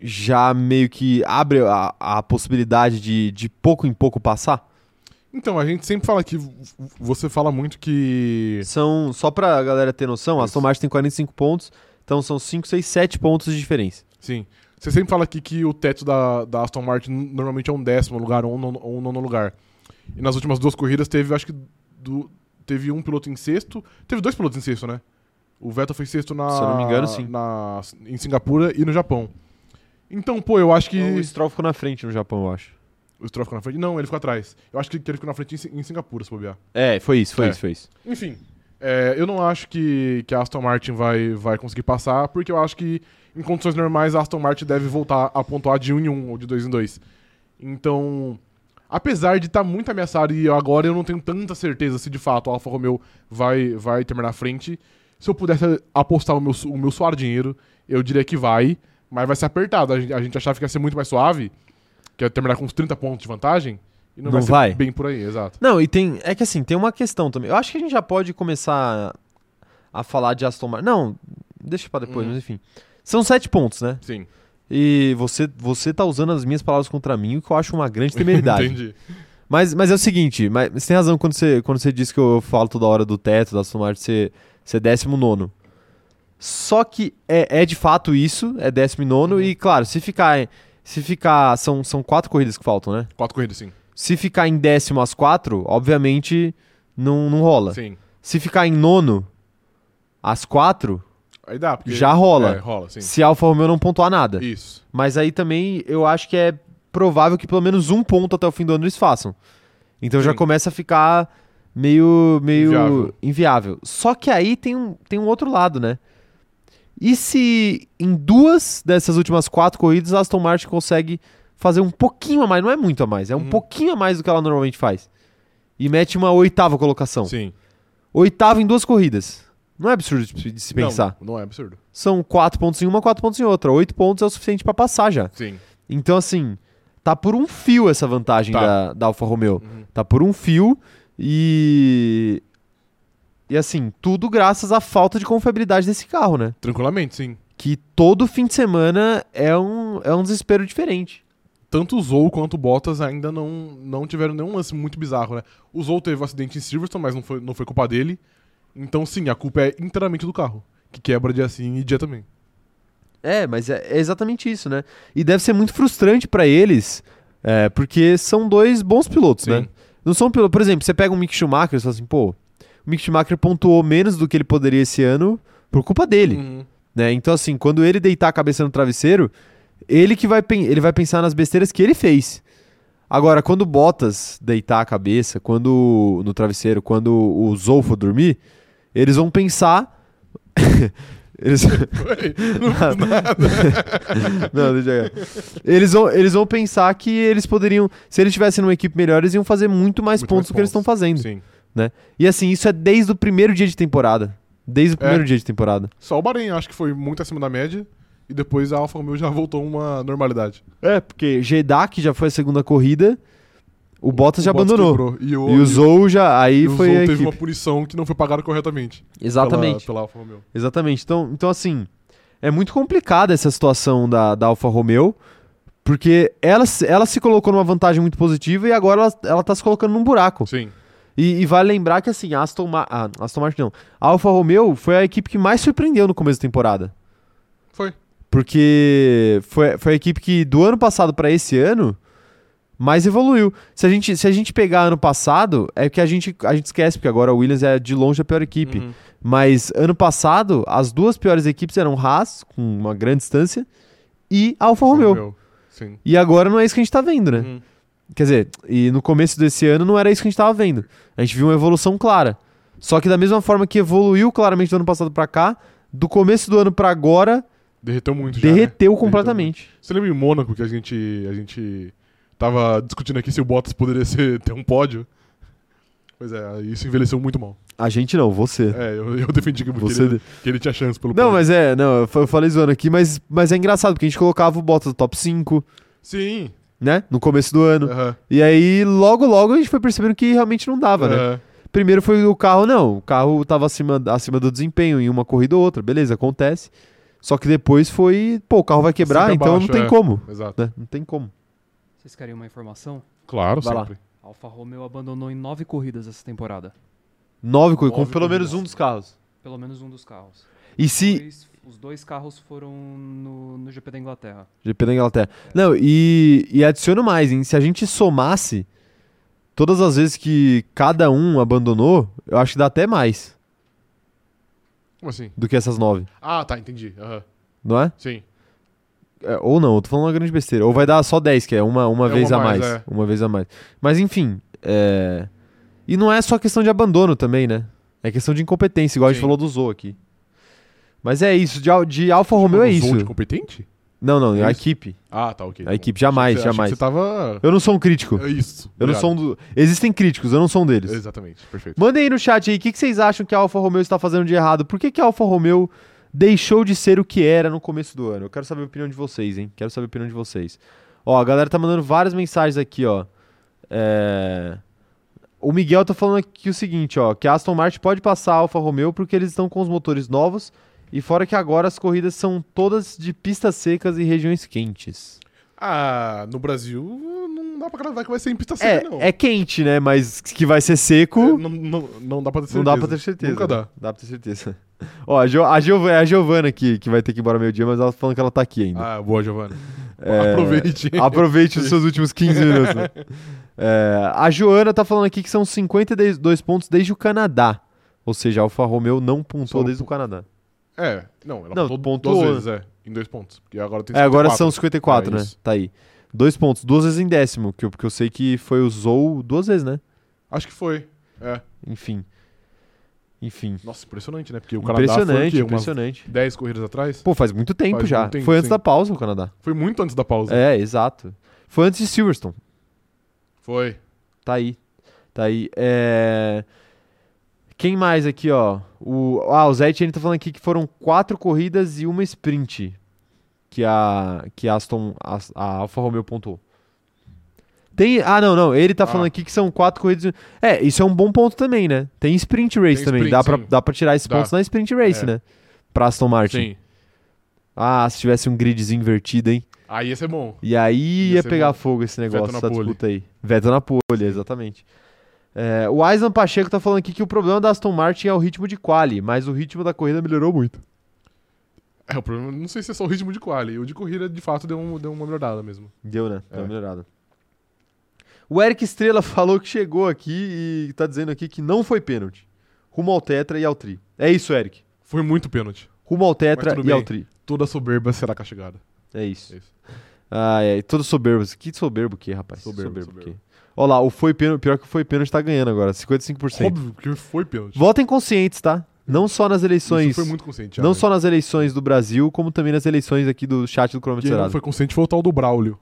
já meio que abre a, a possibilidade de, de pouco em pouco passar?
Então, a gente sempre fala que v- v- você fala muito que
São, só pra galera ter noção, a Aston
Isso.
Martin tem 45 pontos, então são 5, 6, 7 pontos de diferença.
Sim. Você sempre fala aqui que o teto da, da Aston Martin normalmente é um décimo lugar ou um, nono, ou um nono lugar. E nas últimas duas corridas teve, acho que, do- teve um piloto em sexto. Teve dois pilotos em sexto, né? O Vettel foi sexto na,
Se eu não me engano, sim.
na, em Singapura e no Japão. Então, pô, eu acho que.
É O Stroll ficou na frente no Japão, eu acho.
O Stroll ficou na frente? Não, ele ficou atrás. Eu acho que que ele ficou na frente em, Si- em Singapura, se bobear.
É, foi isso, foi
É.
isso, foi isso.
Enfim, é, eu não acho que, que a Aston Martin vai, vai conseguir passar, porque eu acho que em condições normais a Aston Martin deve voltar a pontuar de 1 em 1 ou de 2 em 2. Então, apesar de estar muito ameaçado e agora eu não tenho tanta certeza se de fato a Alfa Romeo vai, vai terminar na frente, se eu pudesse apostar o meu, su- o meu suar dinheiro, eu diria que vai, mas vai ser apertado. A gente, a gente achava que ia ser muito mais suave, que ia terminar com uns 30 pontos de vantagem, e não,
Não
vai,
vai.
ser bem por aí, exato.
Não, e tem. É que assim, tem uma questão também. Eu acho que a gente já pode começar a falar de Aston Martin. Não, deixa pra depois,
Hum.
mas enfim. São sete pontos, né?
Sim,
E você, você tá usando as minhas palavras contra mim, o que eu acho uma grande temeridade.
entendi.
mas, mas é o seguinte, mas você tem razão quando você, quando você diz que eu falo toda hora do teto, da Aston Martin ser, ser é décimo nono. Só que é, é de fato isso, é décimo e nono,
Uhum.
e claro, se ficar. em- Se ficar. São, são quatro corridas que faltam, né?
Quatro corridas, sim.
Se ficar em décimo às quatro, obviamente não, não rola.
Sim.
Se ficar em nono às quatro,
Aí dá, porque.
já
É,
rola.
rola, sim.
se a Alfa Romeo não pontuar nada.
Isso.
Mas aí também eu acho que é provável que pelo menos um ponto até o fim do ano eles façam. Então já
Sim.
começa a ficar meio, meio inviável.
Inviável.
Só que aí tem um, tem um outro lado, né? E se em duas dessas últimas quatro corridas a Aston Martin consegue fazer um pouquinho a mais, não é muito a mais, é um
Uhum.
pouquinho a mais do que ela normalmente faz. E mete uma oitava colocação.
Sim.
Oitava em duas corridas. Não é absurdo de de se pensar.
Não, não é absurdo.
São quatro pontos em uma, quatro pontos em outra. Oito pontos é o suficiente pra passar já.
Sim.
Então, assim, tá por um fio essa vantagem
Tá.
da, da Alfa Romeo.
Uhum.
Tá por um fio e. E assim, tudo graças à falta de confiabilidade desse carro, né?
Tranquilamente, sim.
Que todo fim de semana é um, é um desespero diferente.
Tanto o Zou quanto o Bottas ainda não, não tiveram nenhum lance muito bizarro, né? O Zou teve um acidente em Silverstone, mas não foi, não foi culpa dele. Então, sim, a culpa é inteiramente do carro. Que quebra dia sim e dia também.
É, mas é, é exatamente isso, né? E deve ser muito frustrante pra eles, é, porque são dois bons pilotos,
Sim.
né? Não são pilotos. Por exemplo, você pega um Mick Schumacher e você fala assim, pô, o Mick Schumacher pontuou menos do que ele poderia esse ano por culpa dele.
Uhum.
né? Então, assim, quando ele deitar a cabeça no travesseiro, ele que vai, pen- ele vai pensar nas besteiras que ele fez. Agora, quando o Bottas deitar a cabeça, quando no travesseiro, quando o Zou for dormir, eles vão pensar. eles...
não fiz
Não, deixa eu... eles, vão, eles vão pensar que eles poderiam. Se eles tivessem numa equipe melhor, eles iam fazer muito mais
Muito
pontos
mais
do que eles
pontos.
estão fazendo.
sim.
E assim, isso é desde o primeiro dia de temporada. Desde o
É.
primeiro dia de temporada.
Só o Bahrein acho que foi muito acima da média. E depois a Alfa Romeo já voltou a uma normalidade.
É, porque Jeddah, que já foi a segunda corrida, o Bottas já
Bottas
abandonou.
quebrou. E o,
E o Zou já. Aí
e o
foi
Zou
a
teve
equipe.
uma punição que não foi pagada corretamente.
Exatamente.
Pela, pela Alfa Romeo.
Exatamente. Então, então, assim, é muito complicada essa situação da, da Alfa Romeo, porque ela, se- ela se colocou numa vantagem muito positiva e agora ela, ela tá se colocando num buraco.
Sim.
E, e vale lembrar que, assim, a Aston, Ma ah, Aston Martin não. A Alfa Romeo foi a equipe que mais surpreendeu no começo da temporada.
Foi.
Porque foi, foi a equipe que do ano passado para esse ano mais evoluiu. Se a, gente, se a gente pegar ano passado, é que a gente, a gente esquece, porque agora a Williams é de longe a pior equipe.
Uhum.
Mas ano passado, as duas piores equipes eram Haas, com uma grande distância, e Alfa Romeo.
Sim.
E agora não é isso que a gente tá vendo, né?
Uhum.
Quer dizer, e no começo desse ano não era isso que a gente tava vendo. A gente viu uma evolução clara. Só que da mesma forma que evoluiu claramente do ano passado para cá, do começo do ano para agora,
Derreteu muito já, né?
derreteu completamente.
Você lembra em Mônaco que a gente, a gente tava discutindo aqui se o Bottas poderia ser, ter um pódio? Pois é, isso envelheceu muito mal.
A gente não, você.
É, eu, eu defendi que, que
Você-
ele, que ele tinha chance pelo
Não,
pódio.
mas é, não, eu fa- eu falei zoando aqui, mas, mas é engraçado, porque a gente colocava o Bottas no top 5,
Sim,
né? No começo do ano.
Aham,
E aí, logo, logo, a gente foi percebendo que realmente não dava, né?
aham.
Primeiro foi o carro, não. O carro tava acima, acima do desempenho em uma corrida ou outra, beleza, acontece. Só que depois foi, pô, o carro vai quebrar,
Sempre
então
abaixo,
não tem
é.
como.
Exato.
né? Não tem como.
Vocês querem uma informação?
Claro,
Vai lá.
sempre.
Alfa Romeo abandonou em nove corridas essa temporada.
Nove, co- com
Nove
pelo menos
corridas.
um dos carros.
Pelo menos um dos carros.
E se.
Dois- os dois carros foram no, no GP da Inglaterra.
GP da Inglaterra. Não, e, e adiciono mais, hein? Se a gente somasse todas as vezes que cada um abandonou, eu acho que dá até mais
Como assim?
do que essas nove,
Ah, tá, entendi. Aham,
não é?
Sim.
É, ou não, eu tô falando uma grande besteira. Ou vai dar só 10, que é uma, uma
É
vez
uma
a mais.
mais, é.
Uma vez a mais. Mas enfim. é, E não é só questão de abandono também, né? É questão de incompetência, igual a gente
Sim.
falou do Zou aqui. Mas é isso, de, Al- de Alfa Romeo é
Um Zold
isso.
competente?
Não, não,
É
a
isso?
equipe.
Ah, tá, ok.
A equipe, jamais, jamais.
Você tava...
Eu não sou um crítico.
É isso.
Eu não
obrigado.
sou um do... Existem críticos, eu não sou um deles.
Exatamente, perfeito.
Mandem aí no chat aí, o que, que vocês acham que a Alfa Romeo está fazendo de errado? Por que, que a Alfa Romeo deixou de ser o que era no começo do ano? Eu quero saber a opinião de vocês, hein? Quero saber a opinião de vocês. Ó, a galera tá mandando várias mensagens aqui, ó. É... O Miguel tá falando aqui o seguinte, ó, que a Aston Martin pode passar a Alfa Romeo porque eles estão com os motores novos e fora que agora as corridas são todas de pistas secas e regiões quentes.
Ah, no Brasil não dá pra gravar que vai ser em pista
É,
seca, não.
é quente, né? Mas que vai ser seco.
É, não, não, não dá pra ter certeza.
Não dá pra ter certeza. né?
Nunca dá.
Dá pra ter certeza. Ó, a, jo a, Giov a Giovana aqui, que vai ter que ir embora meio-dia, mas ela tá falando que ela tá aqui ainda.
Ah, boa, Giovana.
É,
Aproveite.
Aproveite os seus últimos 15 minutos. né? É, a Joana tá falando aqui que são 52 pontos desde o Canadá. Ou seja, a Alfa Romeo não pontuou
Só
desde o Canadá.
É, não, ela
Não,
pontuou
pontuou,
duas vezes, é, em dois pontos. E agora tem
É, agora são
54.
54,
É
né?
isso.
Tá aí. Dois pontos, duas vezes em décimo, que eu, porque eu sei que foi o Zou duas vezes, né?
Acho que foi. É.
Enfim. Enfim.
Nossa, impressionante, né? Porque o Canadá foi o
Impressionante,
quê? umas
impressionante.
10 corridas atrás.
Pô, faz muito tempo
Faz
já.
muito tempo,
foi antes
sim.
da pausa o Canadá.
Foi muito antes da pausa.
É, exato. Foi antes de Silverstone.
Foi.
Tá aí. Tá aí. É... Quem mais aqui, ó? O... Ah, o Zé Etienne tá falando aqui que foram quatro corridas e uma sprint que a, que a Aston, a, a Alfa Romeo pontuou. Tem... Ah, não, não. Ele tá
Ah.
falando aqui que são quatro corridas. e- É, isso é um bom ponto também, né? Tem sprint race
Tem
também.
sprint,
dá, pra,
sim.
dá pra tirar esses
Dá.
pontos na sprint race,
É.
né? Pra Aston Martin.
Sim.
Ah, se tivesse um gridzinho invertido, hein?
Aí ia ser bom.
E aí
Ia
ia,
ser
pegar
bom.
fogo esse negócio,
Veto na
essa
pole.
disputa aí. Veto na polha, exatamente. É, o Aislan Pacheco tá falando aqui que o problema da Aston Martin é o ritmo de quali, mas o ritmo da corrida melhorou muito.
É, o problema, não sei se é só o ritmo de quali. O de corrida, de fato, deu, um, deu uma melhorada mesmo.
Deu, né? Deu
É.
uma melhorada. O Eric Estrela falou que chegou aqui e tá dizendo aqui que não foi pênalti. Rumo ao Tetra e ao Tri. É isso, Eric.
Foi muito pênalti.
Rumo ao Tetra
tudo
e ao
bem.
Tri.
Toda soberba será castigada.
É isso.
É isso.
Ah, é. Todo soberbo. Que soberbo que, é, rapaz?
Soberbo,
que. é.
soberbo.
Olha lá, o foi pênalti, pior que o foi pênalti tá ganhando agora, 55%.
Óbvio que foi pênalti.
Votem conscientes, tá? Não só nas eleições.
Isso foi muito né? consciente.
não
Alan.
só nas eleições do Brasil, como também nas eleições aqui do chat do Cronômetro
Quem não
Zerado.
foi consciente foi o tal do Braulio.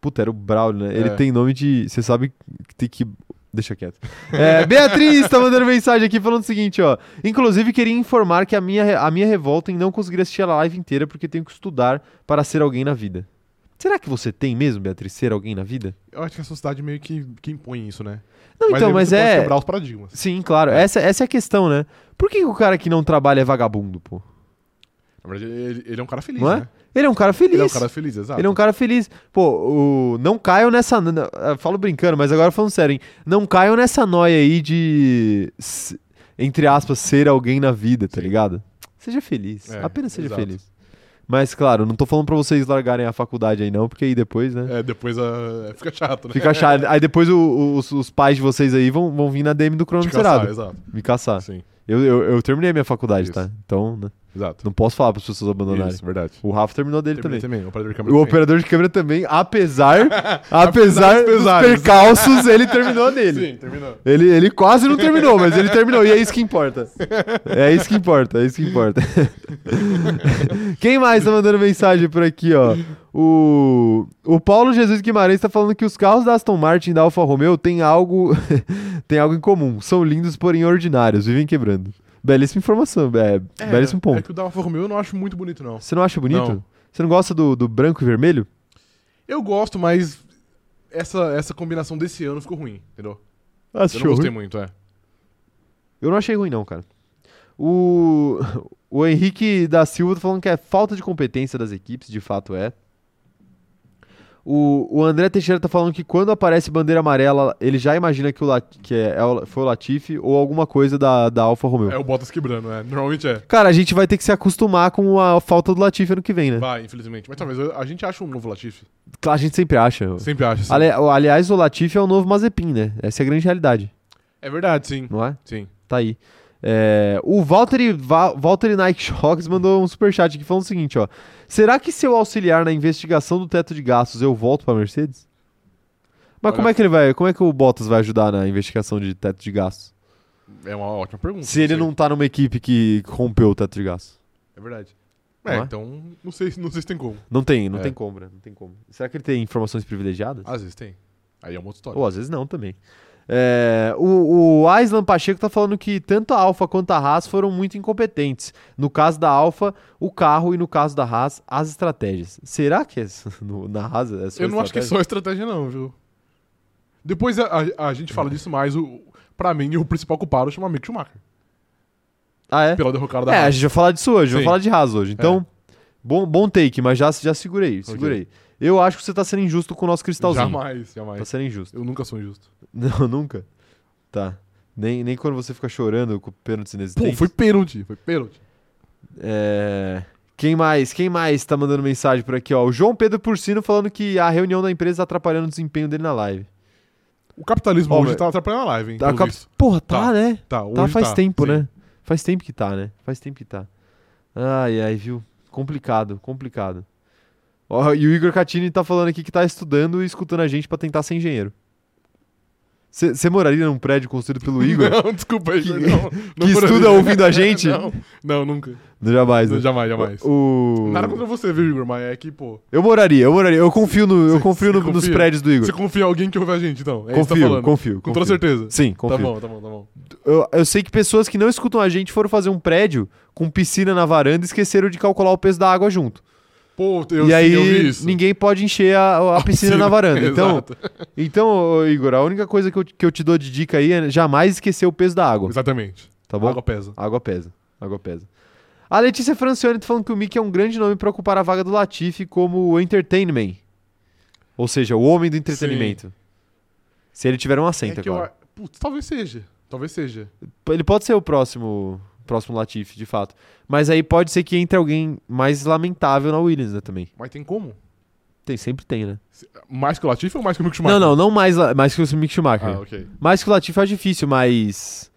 Puta, era o Braulio, né? Ele
É.
tem nome de. Você sabe que tem que. Deixa quieto. É, Beatriz tá mandando mensagem aqui falando o seguinte, ó. Inclusive, queria informar que a minha, re- a minha revolta em não conseguir assistir a live inteira porque tenho que estudar para ser alguém na vida. Será que você tem mesmo, Beatriz, ser alguém na vida?
Eu acho que a sociedade meio que, que impõe isso, né?
Não, então,
aí
mas
você pode
é.
quebrar os paradigmas.
Sim, claro. Essa, essa é a questão, né? Por que que o cara que não trabalha é vagabundo, pô?
Na verdade, ele, ele é um cara feliz,
Não é?
né?
Ele é um cara feliz.
Ele é um cara feliz, exato.
Ele é um cara feliz. Pô, o... não caiam nessa. n- n- ah, Falo brincando, mas agora falando sério, hein? Não caiam nessa noia aí de. s- Entre aspas, ser alguém na vida, tá
Sim.
ligado? Seja feliz.
É,
Apenas seja
exato.
feliz. Mas, claro, não tô falando pra vocês largarem a faculdade aí, não, porque aí depois, né?
É, depois ah, fica chato, né?
Fica chato. aí depois o- o- os, os pais de vocês aí vão, vão vir na DM do
Te
Crono
caçar,
Cerado.
Exato.
Me caçar.
Sim,
Eu, eu, eu terminei a minha faculdade,
Isso.
tá? Então, né,
exato.
não posso falar pras pessoas abandonarem.
Isso, verdade.
O Rafa terminou dele também.
Terminei também. O operador de câmera.
O
também.
operador de câmera também, apesar, apesar dos
pesares.
percalços, ele terminou nele.
Sim, terminou.
Ele, ele quase não terminou, mas ele terminou, e é isso que importa. É isso que importa, é isso que importa. Quem mais tá mandando mensagem por aqui, ó? O, o Paulo Jesus Guimarães tá falando que os carros da Aston Martin e da Alfa Romeo têm algo, têm algo em comum. São lindos, porém ordinários, vivem quebrando. Belíssima informação, é, belíssimo ponto.
É que o da Alfa Romeo eu não acho muito bonito, não.
Você não acha bonito?
Não.
Você não gosta do, do branco e vermelho?
Eu gosto, mas essa, essa combinação desse ano ficou ruim, entendeu? Eu
Assistiu
não gostei muito, é.
Eu não achei ruim, não, cara. O, o Henrique da Silva tá falando que é falta de competência das equipes, de fato é. O, o André Teixeira tá falando que quando aparece bandeira amarela, ele já imagina que, o Lat- que é, é o- foi o Latifi ou alguma coisa da, da Alfa Romeo.
É o Bottas quebrando, é. Normalmente é.
Cara, a gente vai ter que se acostumar com a falta do Latifi ano que vem, né?
Vai, infelizmente. Mas talvez eu- a gente ache um novo Latifi.
A gente sempre acha.
Sempre acha. assim? sim.
Ali- aliás, o Latifi é o novo Mazepin, né? Essa é a grande realidade,
É verdade, sim.
não é?
Sim.
Tá aí. É, o Valtteri, Va Valtteri Nike Shocks mandou um superchat aqui falando o seguinte, ó. Será que se eu auxiliar na investigação do teto de gastos, eu volto pra Mercedes? Mas
Olha-
como é que ele vai. Como é que o Bottas vai ajudar na investigação de teto de gastos?
É uma ótima pergunta.
Se ele
sei.
não tá numa equipe que rompeu o teto de gastos.
É verdade.
Não
É,
é?
então não sei, não sei se tem como.
Não tem, não
É.
tem como, né? Não tem como. Será que ele tem informações privilegiadas?
Às vezes tem. Aí é uma outra história.
Ou às vezes não também. É, o, o Aislan Pacheco tá falando que tanto a Alfa quanto a Haas foram muito incompetentes. No caso da Alfa, o carro e no caso da Haas, as estratégias. Será que é s- no- na Haas é só
eu não acho que
estratégia?
é só estratégia, não, viu? Depois a, a, a gente fala disso mais. O, pra mim, o principal culpado chama Mick Schumacher.
Ah, é?
Pela derrocada da
É, a
Haas.
gente vai falar disso hoje, vamos
Sim. É.
falar de Haas hoje. Então, bom, bom take, mas já, já segurei, segurei. Eu acho que você tá sendo injusto com o nosso cristalzinho.
Jamais,
Tá
jamais.
sendo injusto.
Eu nunca sou injusto.
Não, nunca. Tá. Nem, nem quando você fica chorando com pênaltis
Pô,
inexistentes.
foi pênalti, foi pênalti.
É, Quem mais? Quem mais tá mandando mensagem por aqui, ó? O João Pedro Porcino falando que a reunião da empresa tá atrapalhando o desempenho dele na live.
O capitalismo
Ó,
hoje
mas-
tá atrapalhando a live, hein?
Tá,
pelo
cap-
visto.
Porra, tá,
Tá.
né?
Tá, hoje
Tá faz
tá,
tempo,
sim.
né? Faz tempo que tá, né? Faz tempo que tá. Ai, ai, viu? Complicado, complicado. Ó, e o Igor Catini tá falando aqui que tá estudando e escutando a gente pra tentar ser engenheiro. Você moraria num prédio construído pelo Igor?
Não, desculpa, Igor,
Que-
não. Não
que
por
estuda
ali.
ouvindo a gente?
não, não, nunca.
Jamais, né?
Jamais, jamais.
O...
Nada contra você, viu, Igor, mas é que, pô...
Eu moraria, eu moraria. Eu confio, no, eu
Cê-
confio
cê
no- nos
confia?
prédios do Igor.
Você confia em alguém que ouve a gente, então? É isso que tá
confio,
falando.
confio,
Com
confio.
toda certeza.
Sim, confio.
Tá bom, tá bom, tá bom.
Eu, eu sei que pessoas que não escutam a gente foram fazer um prédio com piscina na varanda e esqueceram de calcular o peso da água junto.
Pô, eu,
e
sim,
aí
eu vi isso.
ninguém pode encher a, a piscina na varanda. Então,
Exato.
então, ô, Igor, a única coisa que eu, que eu te dou de dica aí é jamais esquecer o peso da água,
Exatamente.
tá bom?
Água pesa.
Água pesa. Água pesa. A Letícia Francione tá falando que o Mickey é um grande nome para ocupar a vaga do Latifi como o Entertainment. Ou seja, o homem do entretenimento. Se ele tiver um assento,
É
é
que eu
claro.
a- Putz, talvez seja. Talvez seja.
Ele pode ser o próximo próximo Latifi, de fato. Mas aí pode ser que entre alguém mais lamentável na Williams, né, também.
Mas tem como?
Tem, sempre tem, né?
Mais que o Latifi ou mais que o Mick
não,
Schumacher?
não, não mais, la- mais que o Mick Schumacher.
Ah, ok.
Mais que o Latifi é difícil, mas...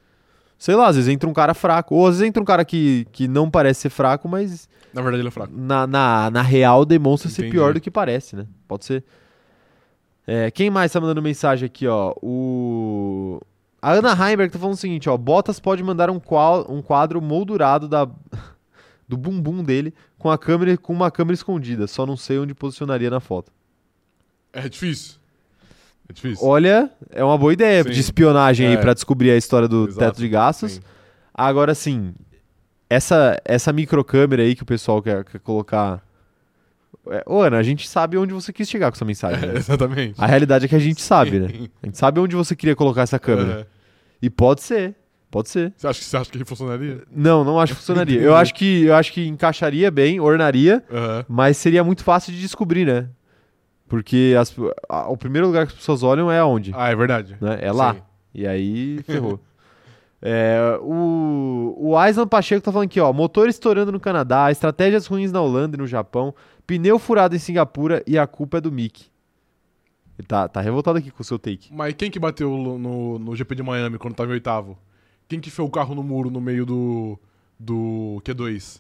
Sei lá, às vezes entra um cara fraco. Ou às vezes entra um cara que, que não parece ser fraco, mas
Na verdade ele é fraco.
na, na, na real demonstra ser
Entendi.
pior do que parece, né? Pode ser. É, quem mais tá mandando mensagem aqui, ó? O. A Ana Heimberg tá falando o seguinte, ó. Bottas pode mandar um, qual, um quadro moldurado da, do bumbum dele com a câmera com uma câmera escondida. Só não sei onde posicionaria na foto.
É difícil. É difícil.
Olha, é uma boa ideia
Sim.
de espionagem aí
É.
pra descobrir a história do
Exato,
teto de gastos.
Sim.
Agora sim, essa essa microcâmera aí que o pessoal quer, quer colocar. É, Ô, Ana, a gente sabe onde você quis chegar com essa mensagem.
É,
né?
exatamente.
A realidade é que a gente sabe, né? A gente sabe onde você queria colocar essa câmera.
É.
E pode ser, pode ser.
Você acha que você acha que ele funcionaria?
Não, não acho que funcionaria. Eu acho que eu acho que encaixaria bem, ornaria,
Aham.
mas seria muito fácil de descobrir, né? Porque as- a- o primeiro lugar que as pessoas olham é onde?
Ah, é verdade.
né? É lá.
Sim.
E aí, ferrou. É, o, o Aislan Pacheco tá falando aqui, ó. Motor estourando no Canadá, estratégias ruins na Holanda e no Japão, pneu furado em Singapura e a culpa é do Mick. Ele tá, tá revoltado aqui com o seu take.
Mas quem que bateu no, no- no GP de Miami quando tava em oitavo? Quem que fez o carro no muro no meio do, do Q2?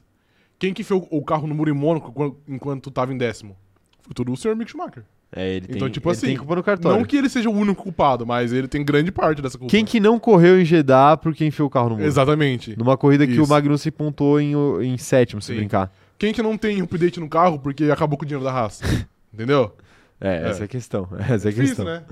Quem que fez o, o carro no muro em Mônaco quan- enquanto tava em décimo? Foi tudo o senhor Mick Schumacher.
É, ele
Então, tipo
ele
assim,
tem culpa no cartório.
Não que ele seja o único culpado, mas ele tem grande parte dessa culpa.
Quem que não correu em Jeddah por quem enfiou o carro no muro?
Exatamente.
Numa corrida que o
Isso.
Magnussen pontou em, o- em sétimo, se
Sim.
brincar.
Quem que não tem update no carro porque acabou com o dinheiro da raça? Entendeu?
É, essa é a questão. Essa é a
Difícil,
questão.
né?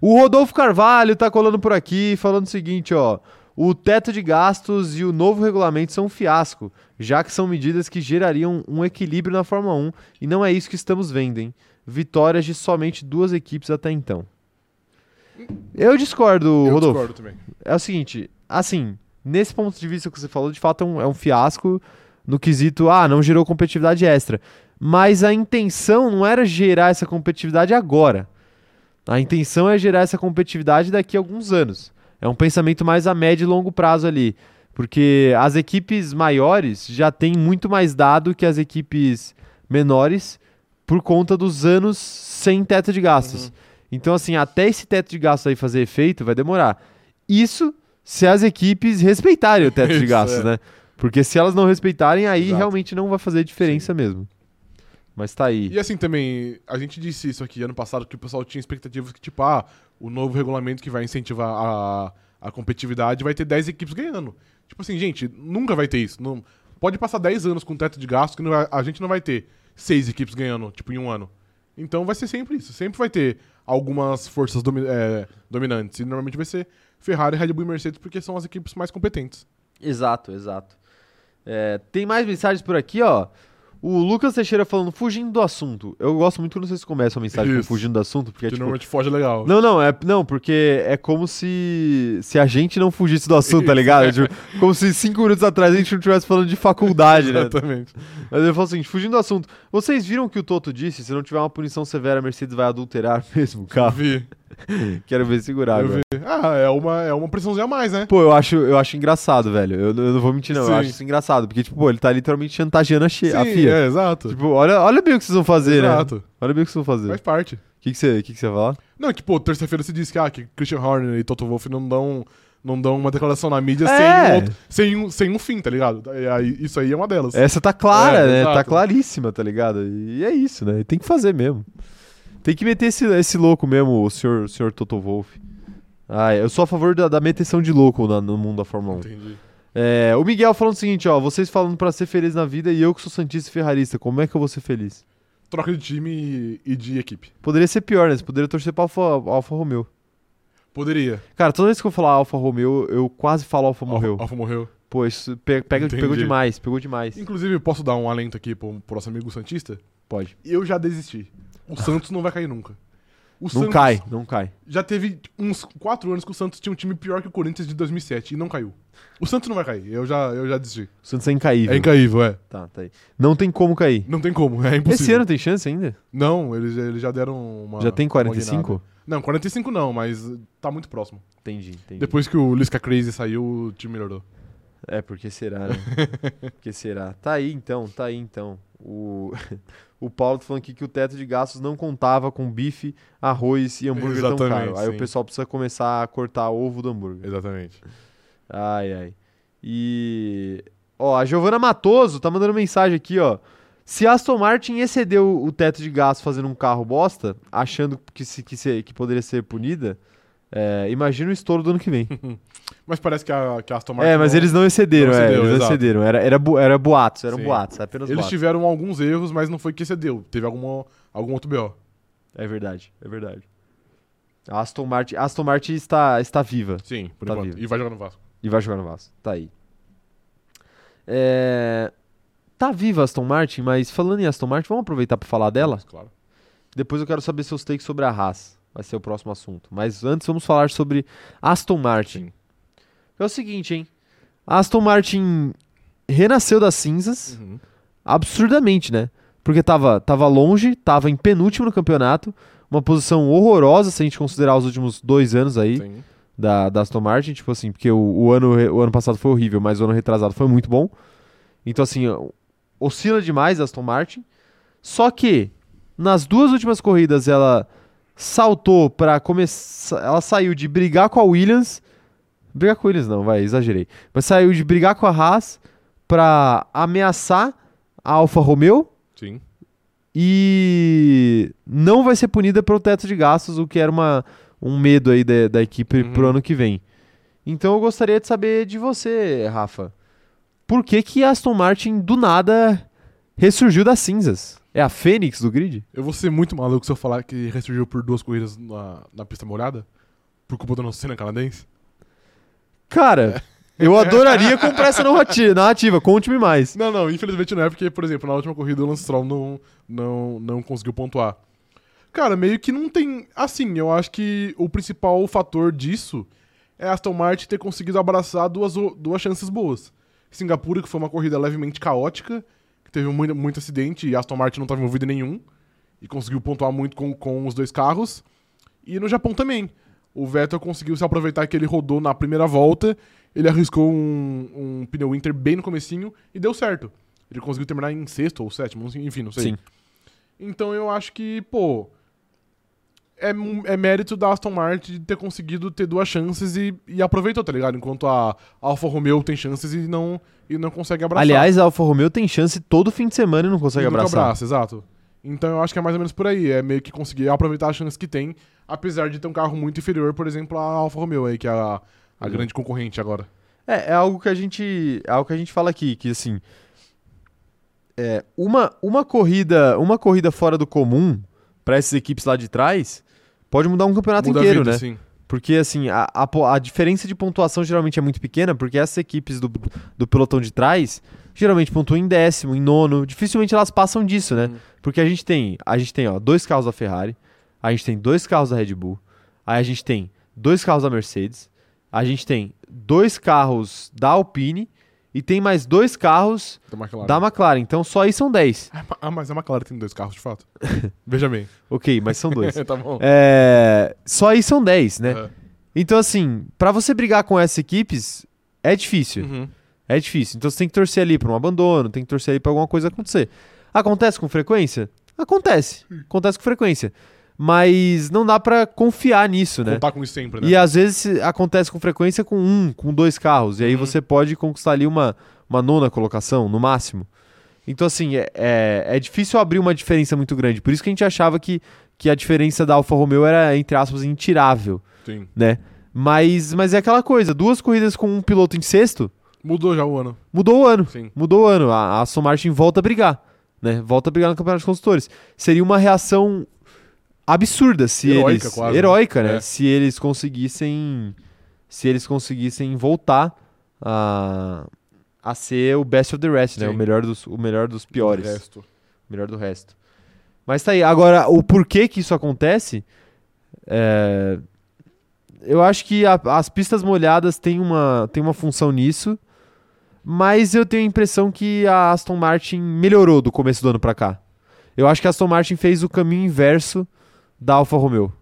O Rodolfo Carvalho tá colando por aqui, falando o seguinte, ó. O teto de gastos e o novo regulamento são um fiasco. já que são medidas que gerariam um equilíbrio na Fórmula 1 e não é isso que estamos vendo, hein? Vitórias de somente duas equipes até então. Eu discordo,
eu
Rodolfo.
discordo também.
É o seguinte, assim, nesse ponto de vista que você falou, de fato é um, é um fiasco no quesito, ah, não gerou competitividade extra. Mas a intenção não era gerar essa competitividade agora. A intenção é gerar essa competitividade daqui a alguns anos. É um pensamento mais a médio e longo prazo ali. Porque as equipes maiores já têm muito mais dado que as equipes menores por conta dos anos sem teto de
Uhum.
gastos. Então, assim, até esse teto de gastos aí fazer efeito vai demorar. Isso se as equipes respeitarem o teto de
Isso,
gastos,
é.
né? Porque se elas não respeitarem, aí
Exato.
realmente não vai fazer diferença mesmo. Mas tá aí.
E assim também, a gente disse isso aqui ano passado, que o pessoal tinha expectativas que, tipo, ah, o novo regulamento que vai incentivar a, a competitividade vai ter 10 equipes ganhando. Tipo assim, gente, nunca vai ter isso. Não, pode passar 10 anos com teto de gasto que não vai- a gente não vai ter 6 equipes ganhando, tipo, em um ano. Então vai ser sempre isso. Sempre vai ter algumas forças domi- é, dominantes. E normalmente vai ser Ferrari, Red Bull e Mercedes, porque são as equipes mais competentes.
Exato, exato. É, tem mais mensagens por aqui, ó. O Lucas Teixeira falando, fugindo do assunto. Eu gosto muito quando vocês começam a mensagem com
Isso.
fugindo do assunto, porque é
que
tipo.
normalmente foge legal.
Não, não, é, não, porque é como se, se a gente não fugisse do assunto, tá
Isso,
ligado? Tipo, como se cinco minutos atrás a gente não estivesse falando de faculdade, né?
Exatamente.
Mas eu falo o seguinte, fugindo do assunto, vocês viram o que o Toto disse? Se não tiver uma punição severa, a Mercedes vai adulterar mesmo o carro.
Vi.
Quero ver segurar
Eu
Ah, tá, agora.
vi. Ah, é uma, é uma pressãozinha a mais, né?
Pô, eu acho, eu acho engraçado, velho. Eu, eu não vou mentir, não.
Sim.
Eu acho isso engraçado. Porque, tipo, pô, ele tá literalmente chantageando a, che- a
Sim,
FIA.
É, exato.
Tipo, olha, olha bem o que vocês vão fazer, né?
exato.
Olha bem o que vocês vão fazer.
Faz
O
parte.
que, que você que que você vai falar?
Não, tipo, terça-feira se diz que, ah, que Christian Horner e Toto Wolff não dão, não dão uma declaração na mídia
É.
sem, um outro- sem, um, sem um fim, tá ligado? E aí, isso aí é uma delas.
Essa tá clara,
É,
né?
exato.
Tá claríssima, tá ligado? E é isso, né? Tem que fazer mesmo. Tem que meter esse, esse louco mesmo, o senhor, o senhor Toto Wolff. Ah, eu sou a favor da, da meteção de louco na- no mundo da Fórmula 1.
Entendi.
É, o Miguel falando o seguinte, ó. Vocês falando pra ser feliz na vida e eu que sou santista e ferrarista. Como é que eu vou ser feliz?
Troca de time e, e de equipe.
Poderia ser pior, né? Você poderia torcer pra Alfa, Alfa Romeo.
Poderia.
Cara, toda vez que eu falar Alfa Romeo, eu quase falo Alfa morreu.
Alfa morreu.
Pô, isso pe- pega,
Entendi.
pegou demais, pegou demais.
Inclusive, posso dar um alento aqui pro, pro nosso amigo Santista?
Pode.
Eu já desisti. O Santos não vai cair nunca. O
Ah. Não
Santos
cai, não cai.
Já teve uns quatro anos que o Santos tinha um time pior que o Corinthians de 2007 e não caiu. O Santos não vai cair. Eu já, eu já desisti.
O Santos é incaível.
É incaível, é.
Tá, tá aí. Não tem como cair.
Não tem como, é impossível. Ah,
Esse ano tem chance ainda?
Não, eles, eles já deram uma.
Já tem
uma
45?
guinada. não, 45 não, mas uh, tá muito próximo.
Entendi, entendi.
Depois que o Lisca Crazy saiu, o time melhorou.
É, porque será, né? porque será. Tá aí então, tá aí então. O, o Paulo tá falando aqui que o teto de gastos não contava com bife, arroz e hambúrguer tão caro.
Exatamente,
Aí o
sim.
pessoal precisa começar a cortar ovo do hambúrguer.
Exatamente.
Ai, ai. E. Ó, a Giovana Matoso tá mandando mensagem aqui, ó. Se a Aston Martin excedeu o teto de gasto fazendo um carro bosta, achando que, se, que, se- que poderia ser punida, é, imagina o estouro do ano que vem.
Mas parece que a, que a Aston Martin.
é, mas
não-
eles não excederam,
não
é,
excedeu,
eles não
exato.
excederam. Era, era, bo- era boatos, eram
Sim.
boatos, apenas
Eles
boatos.
tiveram alguns erros, mas não foi que excedeu. Teve alguma, algum outro BO.
É verdade, é verdade. A Aston Martin, a Aston Martin está, está viva.
Sim, por
Tá
enquanto.
vivo.
E vai jogar no Vasco.
E vai jogar no Vasco. Tá aí. É... Tá viva a Aston Martin, mas falando em Aston Martin, vamos aproveitar pra falar dela?
Claro.
Depois eu quero saber seus takes sobre a Haas. Vai ser o próximo assunto. Mas antes vamos falar sobre Aston Martin.
Sim.
É o seguinte, hein? A Aston Martin renasceu das cinzas
Uhum.
absurdamente, né? Porque tava, tava longe, tava em penúltimo no campeonato, uma posição horrorosa se a gente considerar os últimos dois anos aí
Sim.
da, da Aston Martin, tipo assim, porque o, o ano, re- o ano passado foi horrível, mas o ano retrasado foi muito bom. Então, assim, ó, oscila demais a Aston Martin. Só que nas duas últimas corridas ela saltou pra começar. Ela saiu de brigar com a Williams. Brigar com a Williams não, vai, exagerei. Mas saiu de brigar com a Haas pra ameaçar a Alfa Romeo
Sim.
e não vai ser punida pelo teto de gastos, o que era uma, um medo aí da, da equipe
Uhum.
pro ano que vem. Então eu gostaria de saber de você, Rafa. Por que que a Aston Martin do nada ressurgiu das cinzas? É a Fênix do grid?
Eu vou ser muito maluco se eu falar que ressurgiu por duas corridas na, na pista molhada. Por culpa do nosso cena canadense.
Cara, Eu adoraria comprar essa narrati- narrativa, conte-me mais.
Não, não, infelizmente não é, porque, por exemplo, na última corrida o Lance Stroll não, não, não conseguiu pontuar. Cara, meio que não tem. Assim, eu acho que o principal fator disso é a Aston Martin ter conseguido abraçar duas, o- duas chances boas. Singapura, que foi uma corrida levemente caótica, que teve muito, muito acidente e a Aston Martin não estava envolvida em nenhum, e conseguiu pontuar muito com, com os dois carros. E no Japão também. O Vettel conseguiu se aproveitar que ele rodou na primeira volta, ele arriscou um, um pneu Inter bem no comecinho e deu certo. Ele conseguiu terminar em sexto ou sétimo, não sei- enfim, não sei.
Sim.
Então eu acho que, pô, é, mu- é mérito da Aston Martin de ter conseguido ter duas chances e, e aproveitou, tá ligado? Enquanto a Alfa Romeo tem chances e não, e não consegue abraçar.
Aliás, a Alfa Romeo tem chance todo fim de semana e não
E
consegue
nunca
abraçar.
abraça, exato. Então eu acho que é mais ou menos por aí. É meio que conseguir aproveitar as chances que tem, apesar de ter um carro muito inferior, por exemplo, à Alfa Romeo aí, que é a, a
Uhum.
grande concorrente agora.
É, é algo que a gente, é algo que a gente fala aqui, que assim, é, uma, uma corrida, uma corrida fora do comum para essas equipes lá de trás pode mudar um campeonato
Muda a
inteiro,
vida,
né?
sim.
Porque assim, a, a po- a diferença de pontuação geralmente é muito pequena, porque essas equipes do, do pelotão de trás geralmente pontuam em décimo, em nono, dificilmente elas passam disso, né?
Uhum.
Porque a gente tem, a gente tem, ó, dois carros da Ferrari, a gente tem dois carros da Red Bull, aí a gente tem dois carros da Mercedes, a gente tem dois carros da Alpine e tem mais dois carros
Da McLaren.
da McLaren. Então só aí são 10.
Ah, mas a McLaren tem dois carros, de fato. Veja bem.
OK, mas são dois.
tá bom.
É, só aí são 10, né?
É.
Então, assim, pra você brigar com essas equipes, é difícil.
Uhum.
É difícil. Então você tem que torcer ali pra um abandono, tem que torcer ali pra alguma coisa acontecer. Acontece com frequência? Acontece.
Hum.
Acontece com frequência. Mas não dá pra confiar nisso, né?
Contar com isso sempre, né?
E às vezes se- acontece com frequência com um, com dois carros. E aí
Uhum.
você pode conquistar ali uma, uma nona colocação, no máximo. Então, assim, é, é, é difícil abrir uma diferença muito grande. Por isso que a gente achava que, que a diferença da Alfa Romeo era, entre aspas, intirável
Sim.
né? Mas, mas é aquela coisa, duas corridas com um piloto em sexto,
Mudou já o ano.
mudou o ano.
Sim.
Mudou o ano. A, a Aston Martin volta a brigar, né? Volta a brigar no Campeonato de Construtores. Seria uma reação absurda se
Heroica,
eles...
quase, né?
Heroica, né?
É.
Se eles conseguissem... Se eles conseguissem voltar a, a ser o best of the rest, né?
Sim.
O melhor dos, o melhor dos piores.
O resto.
Melhor do resto. Mas tá aí. Agora, o porquê que isso acontece. é, Eu acho que a- as pistas molhadas têm uma, têm uma função nisso. Mas eu tenho a impressão que a Aston Martin melhorou do começo do ano pra cá. Eu acho que a Aston Martin fez o caminho inverso da Alfa Romeo.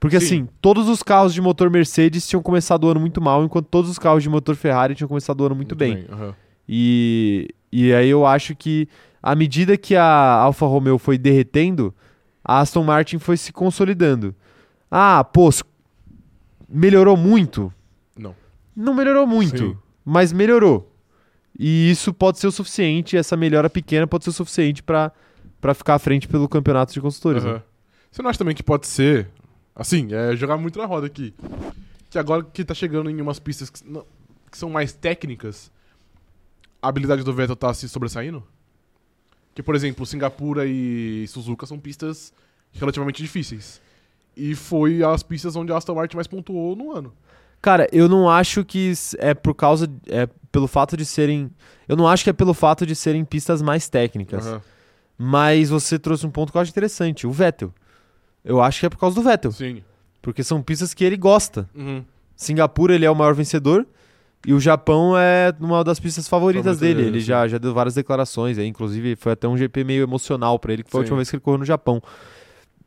Porque
Sim.
assim, todos os carros de motor Mercedes tinham começado o ano muito mal, enquanto todos os carros de motor Ferrari tinham começado o ano muito, bem.
aham.
E, e aí eu acho que à medida que a Alfa Romeo foi derretendo, a Aston Martin foi se consolidando. Ah, pô, s- melhorou muito?
Não.
Não melhorou muito,
Sim.
mas melhorou. E isso pode ser o suficiente, essa melhora pequena pode ser o suficiente pra pra ficar à frente pelo campeonato de construtores. né?
Aham. Você não acha também que pode ser. Assim, é jogar muito na roda aqui. Que agora que tá chegando em umas pistas que, não- que são mais técnicas, a habilidade do Vettel tá se sobressaindo? Que, por exemplo, Singapura e Suzuka são pistas relativamente difíceis. E foi as pistas onde a Aston Martin mais pontuou no ano.
Cara, eu não acho que s- é por causa é pelo fato de serem, eu não acho que é pelo fato de serem pistas mais técnicas.
Aham.
Mas você trouxe um ponto que eu acho interessante, o Vettel. Eu acho que é por causa do Vettel,
Sim.
porque são pistas que ele gosta.
Uhum.
Singapura ele é o maior vencedor e o Japão é uma das pistas favoritas
Favorito
dele.
dele,
Ele
sim.
já, já deu várias declarações, aí, inclusive foi até um GP meio emocional pra ele, que foi a
Sim.
última vez que ele correu no Japão.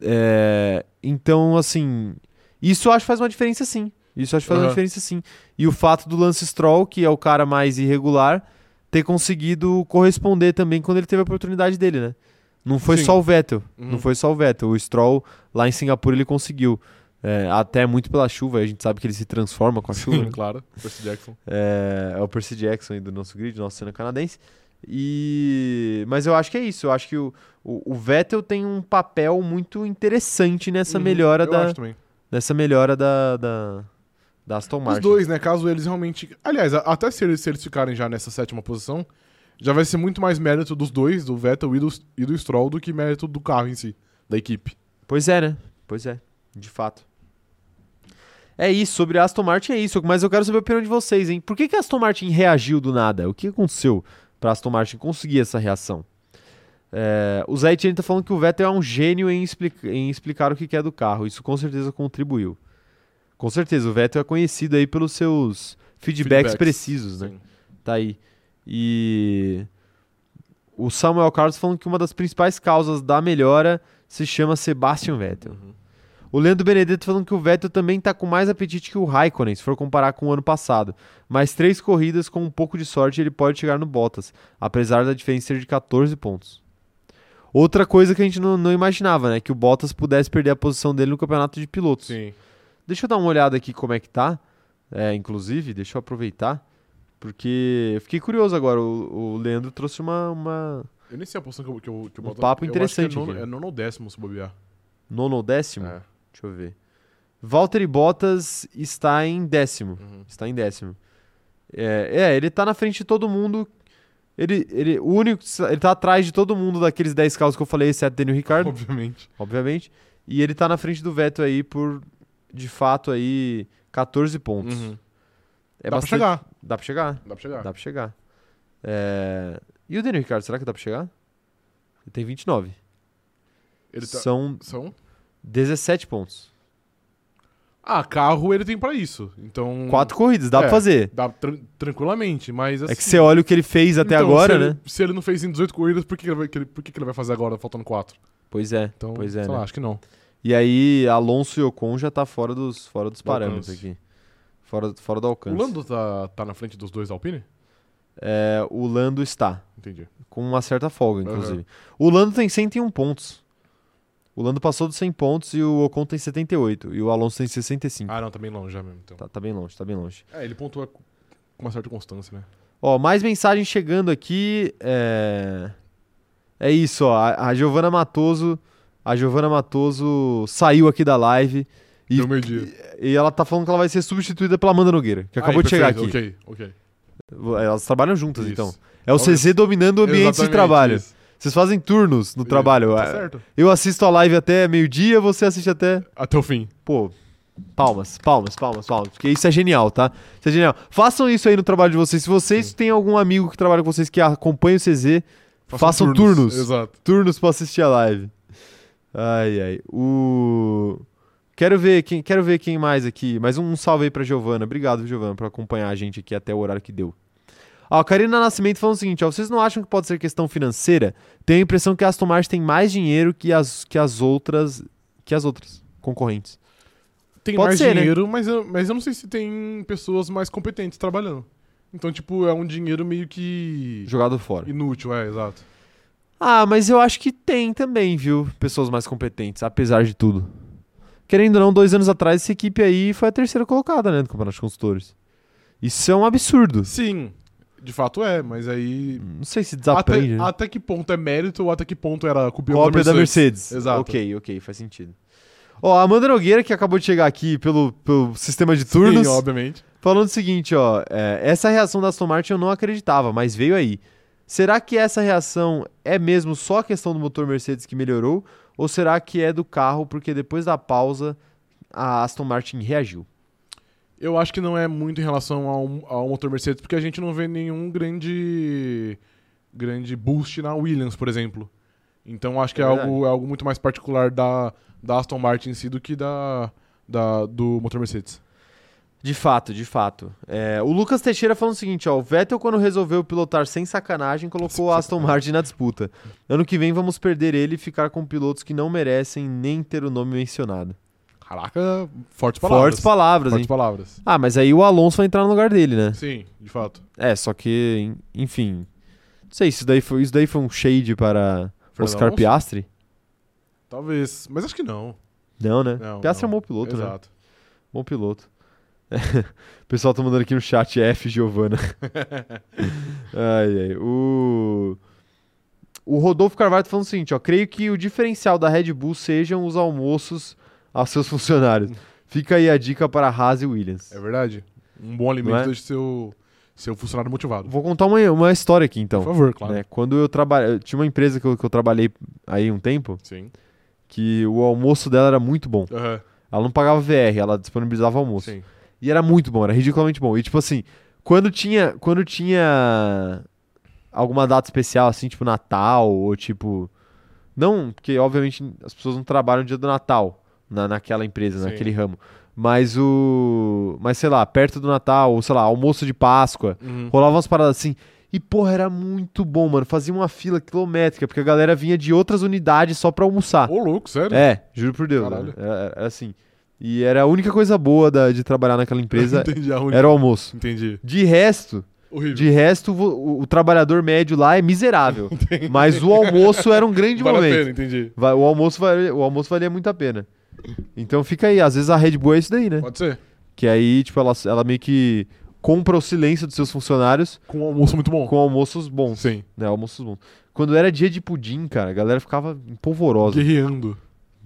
É, então, assim, isso eu acho que faz uma diferença sim. Isso eu acho que faz uma
Aham.
diferença sim. E o fato do Lance Stroll, que é o cara mais irregular, ter conseguido corresponder também quando ele teve a oportunidade dele, né? Não foi
Sim.
só o Vettel. Não
Uhum.
foi só o Vettel. O Stroll lá em Singapura ele conseguiu. É, até muito pela chuva, a gente sabe que ele se transforma com a chuva. né?
claro. Percy Jackson.
É, é o Percy Jackson aí do nosso grid, nosso cena canadense. E... Mas eu acho que é isso. Eu acho que o, o, o Vettel tem um papel muito interessante nessa
Uhum.
melhora,
Eu
da,
acho também.
nessa melhora da, da, da Aston Martin.
Os dois, né? Caso eles realmente. Aliás, a- até se eles, se eles ficarem já nessa sétima posição, já vai ser muito mais mérito dos dois, do Vettel e do, e do Stroll, do que mérito do carro em si, da equipe.
Pois é, né? Pois é, de fato. É isso, sobre a Aston Martin é isso, mas eu quero saber a opinião de vocês, hein? Por que, que a Aston Martin reagiu do nada? O que aconteceu para Aston Martin conseguir essa reação? É, o Zé Etienne tá falando que o Vettel é um gênio em, explica- em explicar o que quer do carro, isso com certeza contribuiu. Com certeza, o Vettel é conhecido aí pelos seus feedbacks,
Feedbacks.
precisos, né?
Sim.
Tá aí. E o Samuel Carlos falando que uma das principais causas da melhora se chama Sebastian Vettel. O Leandro Benedetto falando que o Vettel também tá com mais apetite que o Raikkonen, se for comparar com o ano passado. Mais três corridas, com um pouco de sorte, ele pode chegar no Bottas, apesar da diferença ser de 14 pontos. Outra coisa que a gente não, não imaginava, né? Que o Bottas pudesse perder a posição dele no campeonato de pilotos.
Sim.
Deixa eu dar uma olhada aqui como é que tá. É, inclusive, deixa eu aproveitar. Porque eu fiquei curioso agora. O, o Leandro trouxe uma, uma
Eu nem sei a posição que eu, que eu, que eu
Um papo
eu
interessante
Acho que é nono-
aqui.
é nono ou décimo se bobear.
nono ou décimo.
É.
Deixa eu ver. Valtteri Bottas está em décimo.
Uhum.
Está em décimo. É, é, ele tá na frente de todo mundo. Ele, ele, o único, que sa- ele tá atrás de todo mundo daqueles 10 carros que eu falei, exceto Daniel Ricardo,
Obviamente.
obviamente. E ele tá na frente do Vettel aí por, de fato, aí 14 pontos.
Uhum.
É
dá
bastante-
pra chegar.
Dá pra chegar.
Dá pra chegar.
Dá pra chegar. É, E o Daniel Ricardo, será que dá pra chegar? Ele tem 29.
Ele tá...
São
São?
17 pontos.
Ah, carro ele tem pra isso. Então.
Quatro corridas, dá pra
É.
fazer.
Dá tran- tranquilamente, mas assim.
É que você olha o que ele fez até
Então,
agora,
se ele-
né?
Se ele não fez em 18 corridas, por que, que ele vai, que ele- por que, que ele vai fazer agora, faltando 4?
Pois é,
Então,
pois é,
sei
né?
lá, acho que não.
E aí, Alonso e Ocon já tá fora dos, fora dos
Do
parâmetros
alcance.
aqui. Fora, fora do
O
alcance.
Lando tá, tá na frente dos dois da Alpine?
É, o Lando está,
Entendi.
com uma certa folga,
Aham.
inclusive. O Lando tem 101 pontos. O Lando passou dos 100 pontos e o Ocon tem 78. E o Alonso tem 65.
Ah, não, tá bem longe já mesmo. Então.
Tá, tá bem longe, tá bem longe.
É, ele pontua com uma certa constância, né?
Ó, mais mensagem chegando aqui. É, é isso, ó. A, a Giovana Matoso. A Giovana Matoso saiu aqui da live. E-
Deu meio dia.
E ela tá falando que ela vai ser substituída pela Amanda Nogueira, que acabou de chegar aqui.
Ok, Ah, ok.
Elas trabalham juntas,
Isso.
então. É o
Olha-
CZ dominando o ambiente de
Exatamente,
trabalho.
isso.
Vocês fazem turnos no
Isso,
trabalho.
Tá
Ah,
certo.
Eu assisto a live até meio-dia, você assiste até.
Até o fim.
Pô, palmas, palmas, palmas, palmas. Porque isso é genial, tá? Isso é genial. Façam isso aí no trabalho de vocês. Se vocês têm algum amigo que trabalha com vocês que acompanha o CZ, Façam turnos.
Exato.
turnos pra assistir a live. Ai, ai. O. Quero ver quem, quero ver quem mais aqui. Mais um, um salve aí pra Giovana. Obrigado, Giovana, por acompanhar a gente aqui até o horário que deu. Ó, a Karina Nascimento falando o seguinte: ó, vocês não acham que pode ser questão financeira? Tenho a impressão que a Aston Martin tem mais dinheiro que as, que as outras. Que as outras concorrentes.
Tem
Pode
mais
ser, né?
dinheiro, mas, eu, mas eu não sei se tem pessoas mais competentes trabalhando. Então, tipo, é um dinheiro meio que.
Jogado fora.
Inútil, é, exato.
Ah, mas eu acho que tem também, viu? Pessoas mais competentes, apesar de tudo. Querendo ou não, dois anos atrás, essa equipe aí foi a terceira colocada, né? Do Campeonato de Construtores. Isso é um absurdo.
Sim, de fato é, mas aí.
Não sei se
Até,
desaprende. né?
até que ponto é mérito ou até que ponto era cupom
Cópia da Mercedes.
Exato.
Ok, ok, faz sentido. Ó, a Amanda Nogueira, que acabou de chegar aqui pelo, pelo sistema de turnos,
Sim, obviamente.
falando o seguinte, ó. é, essa reação da Aston Martin eu não acreditava, mas veio aí. Será que essa reação é mesmo só a questão do motor Mercedes que melhorou? Ou será que é do carro, porque depois da pausa a Aston Martin reagiu?
Eu acho que não é muito em relação ao, ao motor Mercedes, porque a gente não vê nenhum grande grande boost na Williams, por exemplo. Então acho que
É
é,
verdade.
algo, é algo muito mais particular da, da Aston Martin em si do que da, da- do motor Mercedes.
De fato, de fato. É, o Lucas Teixeira falando o seguinte, ó, o Vettel quando resolveu pilotar sem sacanagem colocou a Aston Martin na disputa. Ano que vem vamos perder ele e ficar com pilotos que não merecem nem ter o nome mencionado.
Caraca, fortes palavras.
Fortes palavras,
Fortes
hein?
palavras.
Ah, mas aí o Alonso vai entrar no lugar dele, né?
Sim, de fato.
É, só que, en- enfim. Não sei, isso daí foi, isso daí foi um shade para
Fernando
Oscar
Alonso?
Piastri?
Talvez, mas acho que não.
Não, né?
Não,
Piastri
não.
é um bom piloto, né?
Exato.
Bom piloto. o pessoal tá mandando aqui no chat F, Giovana. ai, ai. O... o Rodolfo Carvalho tá falando o seguinte, ó. Creio que o diferencial da Red Bull sejam os almoços aos seus funcionários. Fica aí a dica para Haas e Williams.
É verdade. Um bom
Não é?
alimento deixa seu, seu funcionário motivado.
Vou contar uma, uma história aqui,
Por
então.
favor, claro.
né? Quando eu trabalhei... Tinha uma empresa que eu, que eu trabalhei aí um tempo
Sim.
que o almoço dela era muito bom.
Aham.
Ela não pagava VR, ela disponibilizava almoço.
Sim.
E era muito bom, era ridiculamente bom. E tipo assim, quando tinha, quando tinha alguma data especial assim, tipo Natal ou tipo não, porque obviamente as pessoas não trabalham no dia do Natal na, naquela empresa,
Sim.
naquele ramo. Mas o, mas sei lá, perto do Natal ou sei lá, almoço de Páscoa,
Uhum.
rolava umas paradas assim. E porra, era muito bom, mano. Fazia uma fila quilométrica, porque a galera vinha de outras unidades só pra almoçar.
Ô, louco, sério?
É, juro por Deus.
Caralho.
né? Era, era assim. E era a única coisa boa da- de trabalhar naquela empresa
Entendi a única.
era o almoço.
Entendi.
De resto,
Horrível.
de resto, vo- o, o trabalhador médio lá é miserável. Mas o almoço era um grande
vale a
momento.
pena, entendi.
Vai- o, almoço valia, o almoço valia muito a pena. Então fica aí, às vezes a Red Bull é isso daí, né?
Pode ser.
Que aí, tipo, ela, ela meio que compra o silêncio dos seus funcionários
Com um almoço muito bom.
com almoços bons,
Sim.
né? Almoços bons. Quando era dia de pudim, cara, a galera ficava empolvorosa.
Guerreando.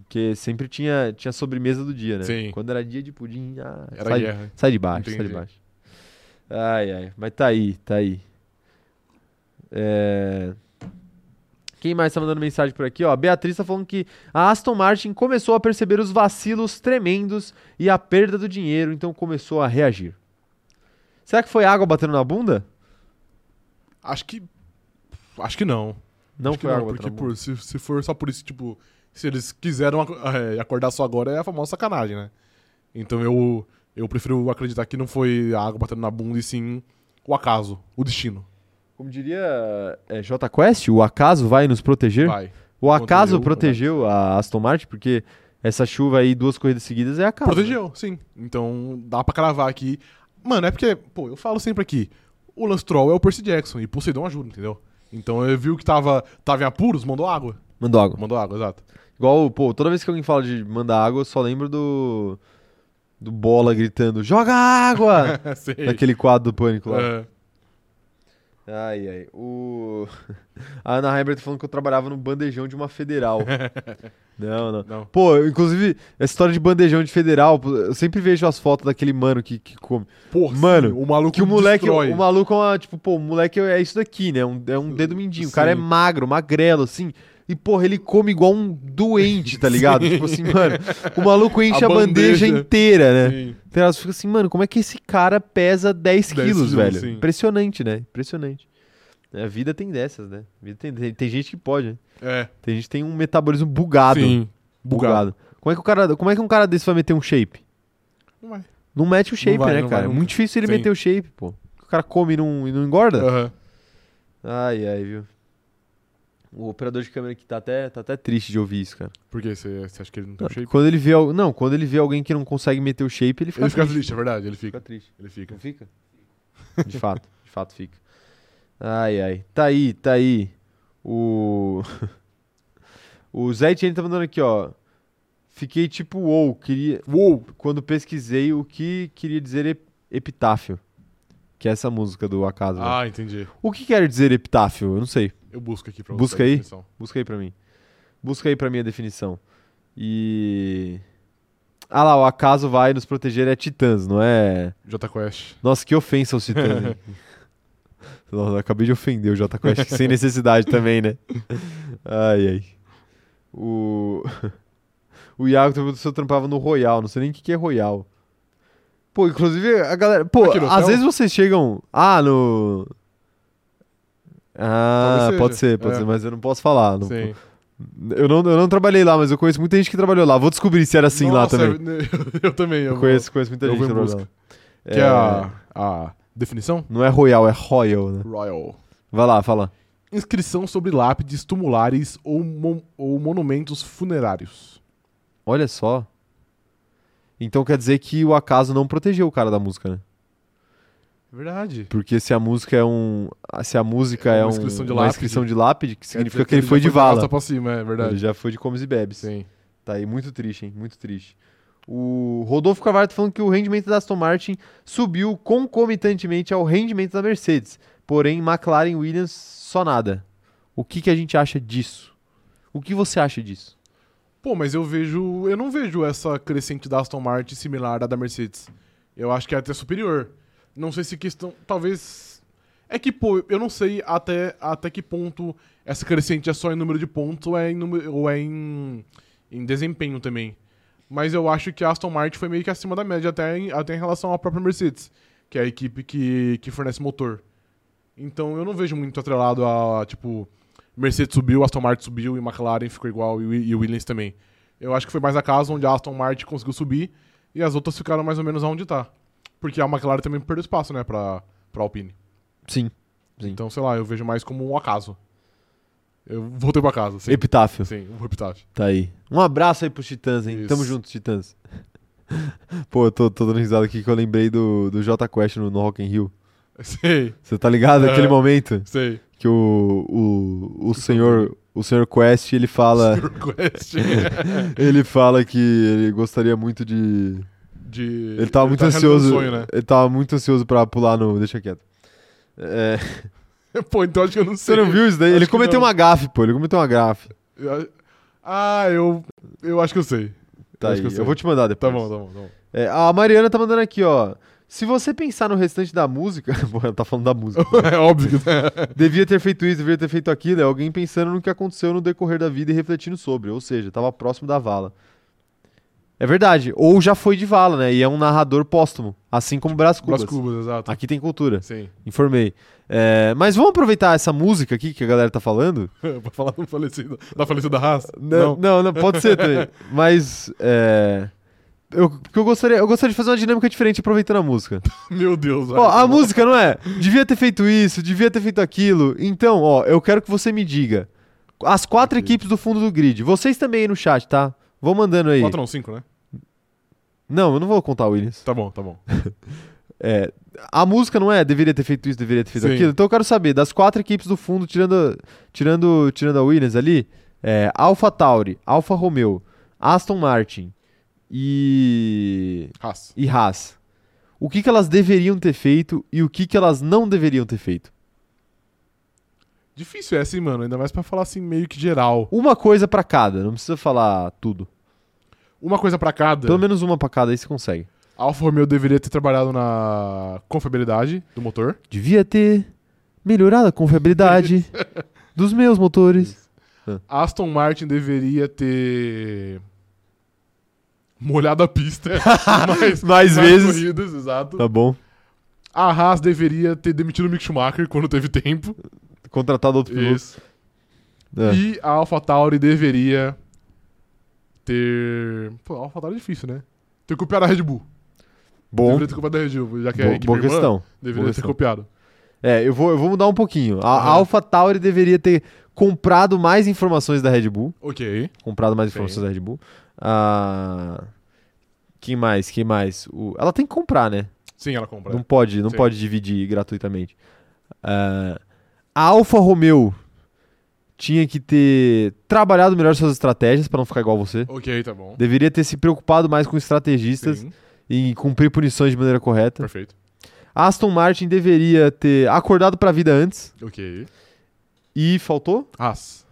Porque sempre tinha, tinha sobremesa do dia, né?
Sim.
Quando era dia de pudim, ah,
Era
sai,
guerra.
sai de baixo, sai
Entendi.
de baixo. Ai, ai. Mas tá aí, tá aí. É... Quem mais tá mandando mensagem por aqui? Ó, a Beatriz tá falando que a Aston Martin começou a perceber os vacilos tremendos e a perda do dinheiro, então começou a reagir. Será que foi água batendo na bunda?
Acho que. Acho que não.
Não
Acho que
foi água tá
porque
batendo na bunda.
por, se, se for só por isso, tipo, se eles quiseram ac- é, acordar só agora, é a famosa sacanagem, né? Então eu, eu prefiro acreditar que não foi a água batendo na bunda e sim o acaso, o destino.
Como diria é, J Quest, o acaso vai nos proteger?
Vai.
O acaso
Contra o-
protegeu a Aston Martin, porque essa chuva aí, duas corridas seguidas, é acaso. né?
Protegeu, sim. Então dá pra cravar aqui. Mano, é porque, pô, eu falo sempre aqui, o Lance Troll é o Percy Jackson e Poseidon ajuda, entendeu? Então ele viu que tava, tava em apuros, mandou água.
né? Mandou água.
Mandou água, exato.
Igual, pô, toda vez que alguém fala de mandar água, eu só lembro do. do Bola gritando: joga água!
É, Sei.
Daquele quadro do pânico lá.
É.
Ai, ai. O. A Ana Heimberg tá falando que eu trabalhava no bandejão de uma federal. não, não.
Não.
Pô, eu, inclusive, essa história de bandejão de federal, pô, eu sempre vejo as fotos daquele mano que, que come.
Porra,
Mano,
sim, o maluco
Que o moleque,
destrói.
o maluco é uma, tipo, pô, o moleque é isso daqui, né? Um- é um dedo mindinho. O cara é
Sim.
magro, magrelo, assim. E, porra, ele come igual um doente, tá ligado? tipo assim, mano, o maluco enche a,
A
bandeja.
bandeja.
inteira, né?
Sim.
Então elas ficam assim, mano, como é que esse cara pesa 10,
10
quilos,
quilos,
velho?
sim.
Impressionante, né? Impressionante. É, A vida tem dessas, né? A vida tem, tem, tem gente que pode, né?
É.
Tem gente que tem um metabolismo bugado.
Sim.
bugado. Como é, que o cara, como é que um cara desse vai meter um shape?
Não vai.
Não mete o shape,
vai,
né,
não
cara?
vai
É
nunca.
muito difícil ele
Sim. É.
meter o shape, pô. O cara come e não, e não engorda?
Aham.
Ai, ai, viu? O operador de câmera aqui tá até, tá até triste de ouvir isso, cara.
Por que você, você acha que ele não tem um Tá shape?
Quando ele vê, al- não, quando ele vê alguém que não consegue meter o shape, ele fica,
Ele fica
triste.
triste, é verdade, ele
Fica
fica.
triste.
Ele fica.
Não fica? De fato, de fato fica. Ai, ai. Tá aí, tá aí. O. o Zé Etienne tá mandando aqui, ó. Fiquei tipo, wow, queria.
Uou!
quando pesquisei o que queria dizer ep- epitáfio. Que é essa música do Acaso. né?
Ah, entendi.
O que quer dizer epitáfio? Eu não sei.
Eu busco aqui pra
Busca
você. a
aí.
definição.
Busca aí pra mim. Busca aí pra mim a definição. E. Ah lá, o acaso vai nos proteger é titãs, não é?
Jota Quest.
Nossa, que ofensa aos titãs. hein? Nossa, eu acabei de ofender o Jota Quest, sem necessidade também, né? Ai, ai. O. O Iago tá perguntando se eu trampava no Royal, não sei nem o que, que é Royal. Pô, inclusive a galera. Pô,
Aqui no
às
hotel?
vezes vocês chegam. Ah, no. Ah,
Talvez
pode
seja,
ser, pode
é.
ser, mas eu não posso falar. não-
Sim.
eu, não, eu não trabalhei lá, mas eu conheço muita gente que trabalhou lá. Vou descobrir se era assim lá
Nossa,
também.
Eu, eu também. Eu
Eu conheço, conheço muita
eu
gente
vou
que
em
trabalhou lá.
busca. Que é a, a definição?
Não é Royal, é Royal, né?
Royal.
Vai lá, fala.
Inscrição sobre lápides, tumulares ou, mon- ou monumentos funerários.
Olha só. Então quer dizer que o acaso não protegeu o cara da música, né?
Verdade.
Porque se a música é um. ah, Se a música é,
É uma
um-
inscrição de
uma
lápide.
inscrição de lápide, que significa
Quer dizer
que ele foi
já
de
raça
vala.
Pra cima, é
Ele
verdade.
já foi de comes e bebes.
Sim.
Tá aí, muito triste, hein? Muito triste. O Rodolfo Carvalho tá falando que o rendimento da Aston Martin subiu concomitantemente ao rendimento da Mercedes. Porém, McLaren e Williams só nada. O que, que a gente acha disso? O que você acha disso?
Pô, mas eu vejo. Eu não vejo essa crescente da Aston Martin similar à da Mercedes. Eu acho que é até superior. Não sei se questão. Talvez. É que, pô, eu não sei até, até que ponto essa crescente é só em número de pontos ou é em, número- ou é em, em desempenho também. mas eu acho que a Aston Martin foi meio que acima da média até em, até em relação à própria Mercedes, que é a equipe que, que fornece motor. Então eu não vejo muito atrelado a, tipo, Mercedes subiu, Aston Martin subiu e McLaren ficou igual e, Wi- e Williams também. Eu acho que foi mais a casa onde a Aston Martin conseguiu subir e as outras ficaram mais ou menos onde tá. Porque a McLaren também perdeu espaço, né, pra, pra Alpine.
Sim. Sim.
Então, sei lá, eu vejo mais como um acaso. Eu voltei pra casa, sim.
Epitáfio.
Sim, um epitáfio.
Tá aí. Um abraço aí pros Titãs, hein?
Isso.
Tamo junto, Titãs. Pô, eu tô, tô dando risada aqui que eu lembrei do, do J Quest no, no Rock in Rio.
Sei,
Você tá ligado?
Aham.
Aquele momento
sei.
que o, o, o
é
senhor... O senhor Quest, ele fala,
Quest. é
ele fala que ele gostaria muito de...
De...
Ele tava muito
realizando
ansioso.
um sonho, né?
Ele tava muito ansioso pra pular no. Deixa quieto. É,
Pô, então acho que eu não sei.
você não viu isso daí?
Acho
Ele
que
cometeu
não.
uma gafe, pô. Ele cometeu uma gafe.
Eu- Ah, eu... Eu acho que eu sei.
Tá
Acho
aí.
que eu
Eu,
sei.
vou te mandar
Tá
depois.
bom, tá bom, tá bom.
É, a Mariana tá mandando aqui, ó. Se você pensar no restante da música. Pô, ela tá falando da música.
é óbvio, né?
devia ter feito isso, devia ter feito aquilo. É alguém pensando no que aconteceu no decorrer da vida e refletindo sobre. Ou seja, tava próximo da vala. É verdade. Ou já foi de vala, né? E é um narrador póstumo. Assim como Brás Cubas. Ah.
Las Cubas, exato.
Aqui tem cultura.
Sim.
Informei. É, mas vamos aproveitar essa música aqui que a galera tá falando?
pra falar do falecido, da falecida raça?
Não, não, não, pode ser também. Mas. É, eu, porque eu, gostaria, eu gostaria de fazer uma dinâmica diferente aproveitando a música.
Meu Deus.
Ó,
ai,
a
tá bom.
música, não é? Devia ter feito isso, devia ter feito aquilo. Então, ó, eu quero que você me diga. As quatro
Ok.
equipes do fundo do grid. Vocês também aí no chat, tá? Vão mandando aí.
Quatro não, cinco, né?
Não, eu não vou contar o Williams.
Tá bom, tá bom.
É, a música não é deveria ter feito isso, deveria ter feito
Sim.
aquilo. Então eu quero saber, das quatro equipes do fundo, tirando, tirando, tirando a Williams ali, é, Alpha Tauri, Alfa Romeo, Aston Martin e,
Raça.
e Haas. O que, que elas deveriam ter feito e o que, que elas não deveriam ter feito?
Difícil é assim, mano. Ainda mais pra falar assim, meio que geral.
Uma coisa pra cada, não precisa falar tudo.
Uma coisa pra cada.
Pelo menos uma pra cada aí você consegue.
A Alfa Romeo deveria ter trabalhado na confiabilidade do motor.
Devia ter melhorado a confiabilidade dos meus motores.
A Aston Martin deveria ter molhado a pista mais,
Mais vezes.
corridas, exato.
Tá bom.
A Haas deveria ter demitido o Mick Schumacher quando teve tempo.
Contratado outro piloto.
Isso.
É.
E a AlphaTauri deveria ter. Pô, a AlphaTauri é difícil, né? Ter copiado a Red Bull.
Bom,
Deveria ter copiado a Red Bull, já que é a
Bo-
equipe
boa
irmã,
questão.
Deveria
boa
ter
questão.
copiado.
É, eu vou, eu vou mudar um pouquinho. A, a
Aham.
Alpha Tauri deveria ter comprado mais informações da Red Bull.
Ok.
Comprado mais
Sim.
informações da Red Bull. Ah, quem mais? Quem mais? O- ela tem que comprar, né?
Sim, ela compra.
Não pode, não
Sim.
pode dividir gratuitamente. Ah, a Alfa Romeo tinha que ter trabalhado melhor suas estratégias para não ficar igual você.
Ok, tá bom.
Deveria ter se preocupado mais com estrategistas
Sim,
e cumprir punições de maneira correta.
perfeito.
Aston Martin deveria ter acordado para a vida antes.
Ok.
E faltou?
Haas.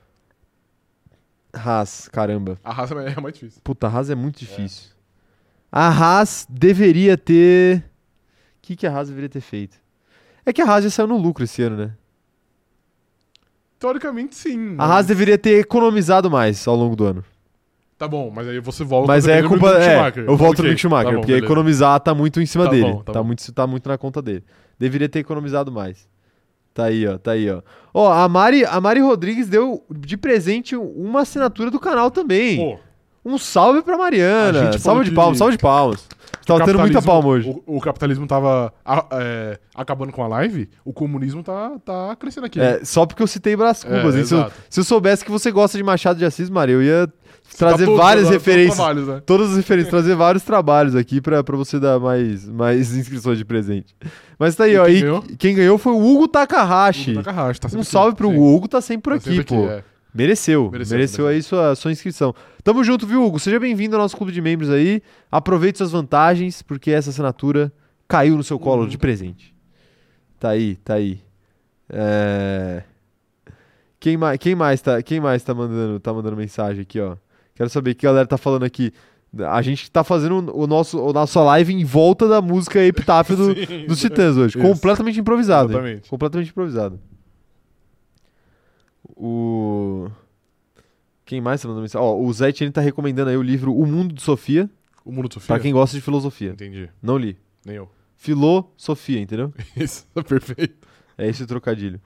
Haas, caramba.
A Haas é a mais difícil.
Puta, Haas é muito difícil. A Haas deveria ter. O que, que a Haas deveria ter feito? É que a Haas já saiu no lucro esse ano, né?
Teoricamente, sim.
A Haas deveria ter economizado mais ao longo do ano.
Tá bom, mas aí você volta
Mas
pra
é
aquele
culpa.
número do
É,
Schumacher.
eu volto
Ok,
no Mick Schumacher,
tá bom,
porque
beleza.
economizar tá muito em cima
Tá
dele.
bom, tá
tá,
bom.
muito, tá muito na conta dele. Deveria ter economizado mais. Tá aí, ó. Tá aí, ó. Ó, a Mari, a Mari Rodrigues deu de presente uma assinatura do canal também.
Pô,
Um salve pra
A
Mariana. Salve
gente falou
de
que-
palmas, salve de palmas. Tava tá tendo muita
capitalismo-
palma hoje.
O, o capitalismo tava a- é, acabando com a live, o comunismo tá, tá crescendo aqui.
É, só porque eu citei Brás
É,
Cubas. hein? se, eu,
exato.
se eu soubesse que você gosta de Machado de Assis, Maria, eu ia
Você tá
trazer
todo-
várias
todo- todo
referências.
trabalhos, né?
Todas as referências, trazer vários trabalhos aqui pra, pra você dar mais, mais inscrições de presente. Mas tá aí,
E
ó.
quem
e
ganhou?
quem ganhou foi o Hugo Takahashi.
Hugo Takahashi, tá
Um
sempre
salve
aqui.
pro
Sim,
Hugo. O Hugo tá sempre por
tá
aqui,
sempre
pô.
é.
Mereceu, mereceu,
Mereceu,
aí sua, sua inscrição. Tamo junto, viu, Hugo? Seja bem-vindo ao nosso clube de membros aí. Aproveite suas vantagens, porque essa assinatura caiu no seu colo
Uhum.
de presente. Tá aí, tá aí. É... Quem, mais, quem, mais tá, quem mais tá mandando, tá mandando mensagem aqui, ó? Quero saber o que a galera tá falando aqui. A gente tá fazendo o nosso, o nossa live em volta da música Epitáfio do,
Sim,
dos Titãs hoje.
Isso.
Completamente improvisado. hein?
Exatamente.
Completamente improvisado. O. Quem mais tá mandando mensagem? Ó, o Zé Etienne tá recomendando aí o livro O Mundo de Sofia,
O mundo de Sofia?
pra quem gosta de filosofia.
Entendi.
Não li.
Nem eu.
Filosofia, entendeu?
Isso, perfeito.
É esse o trocadilho.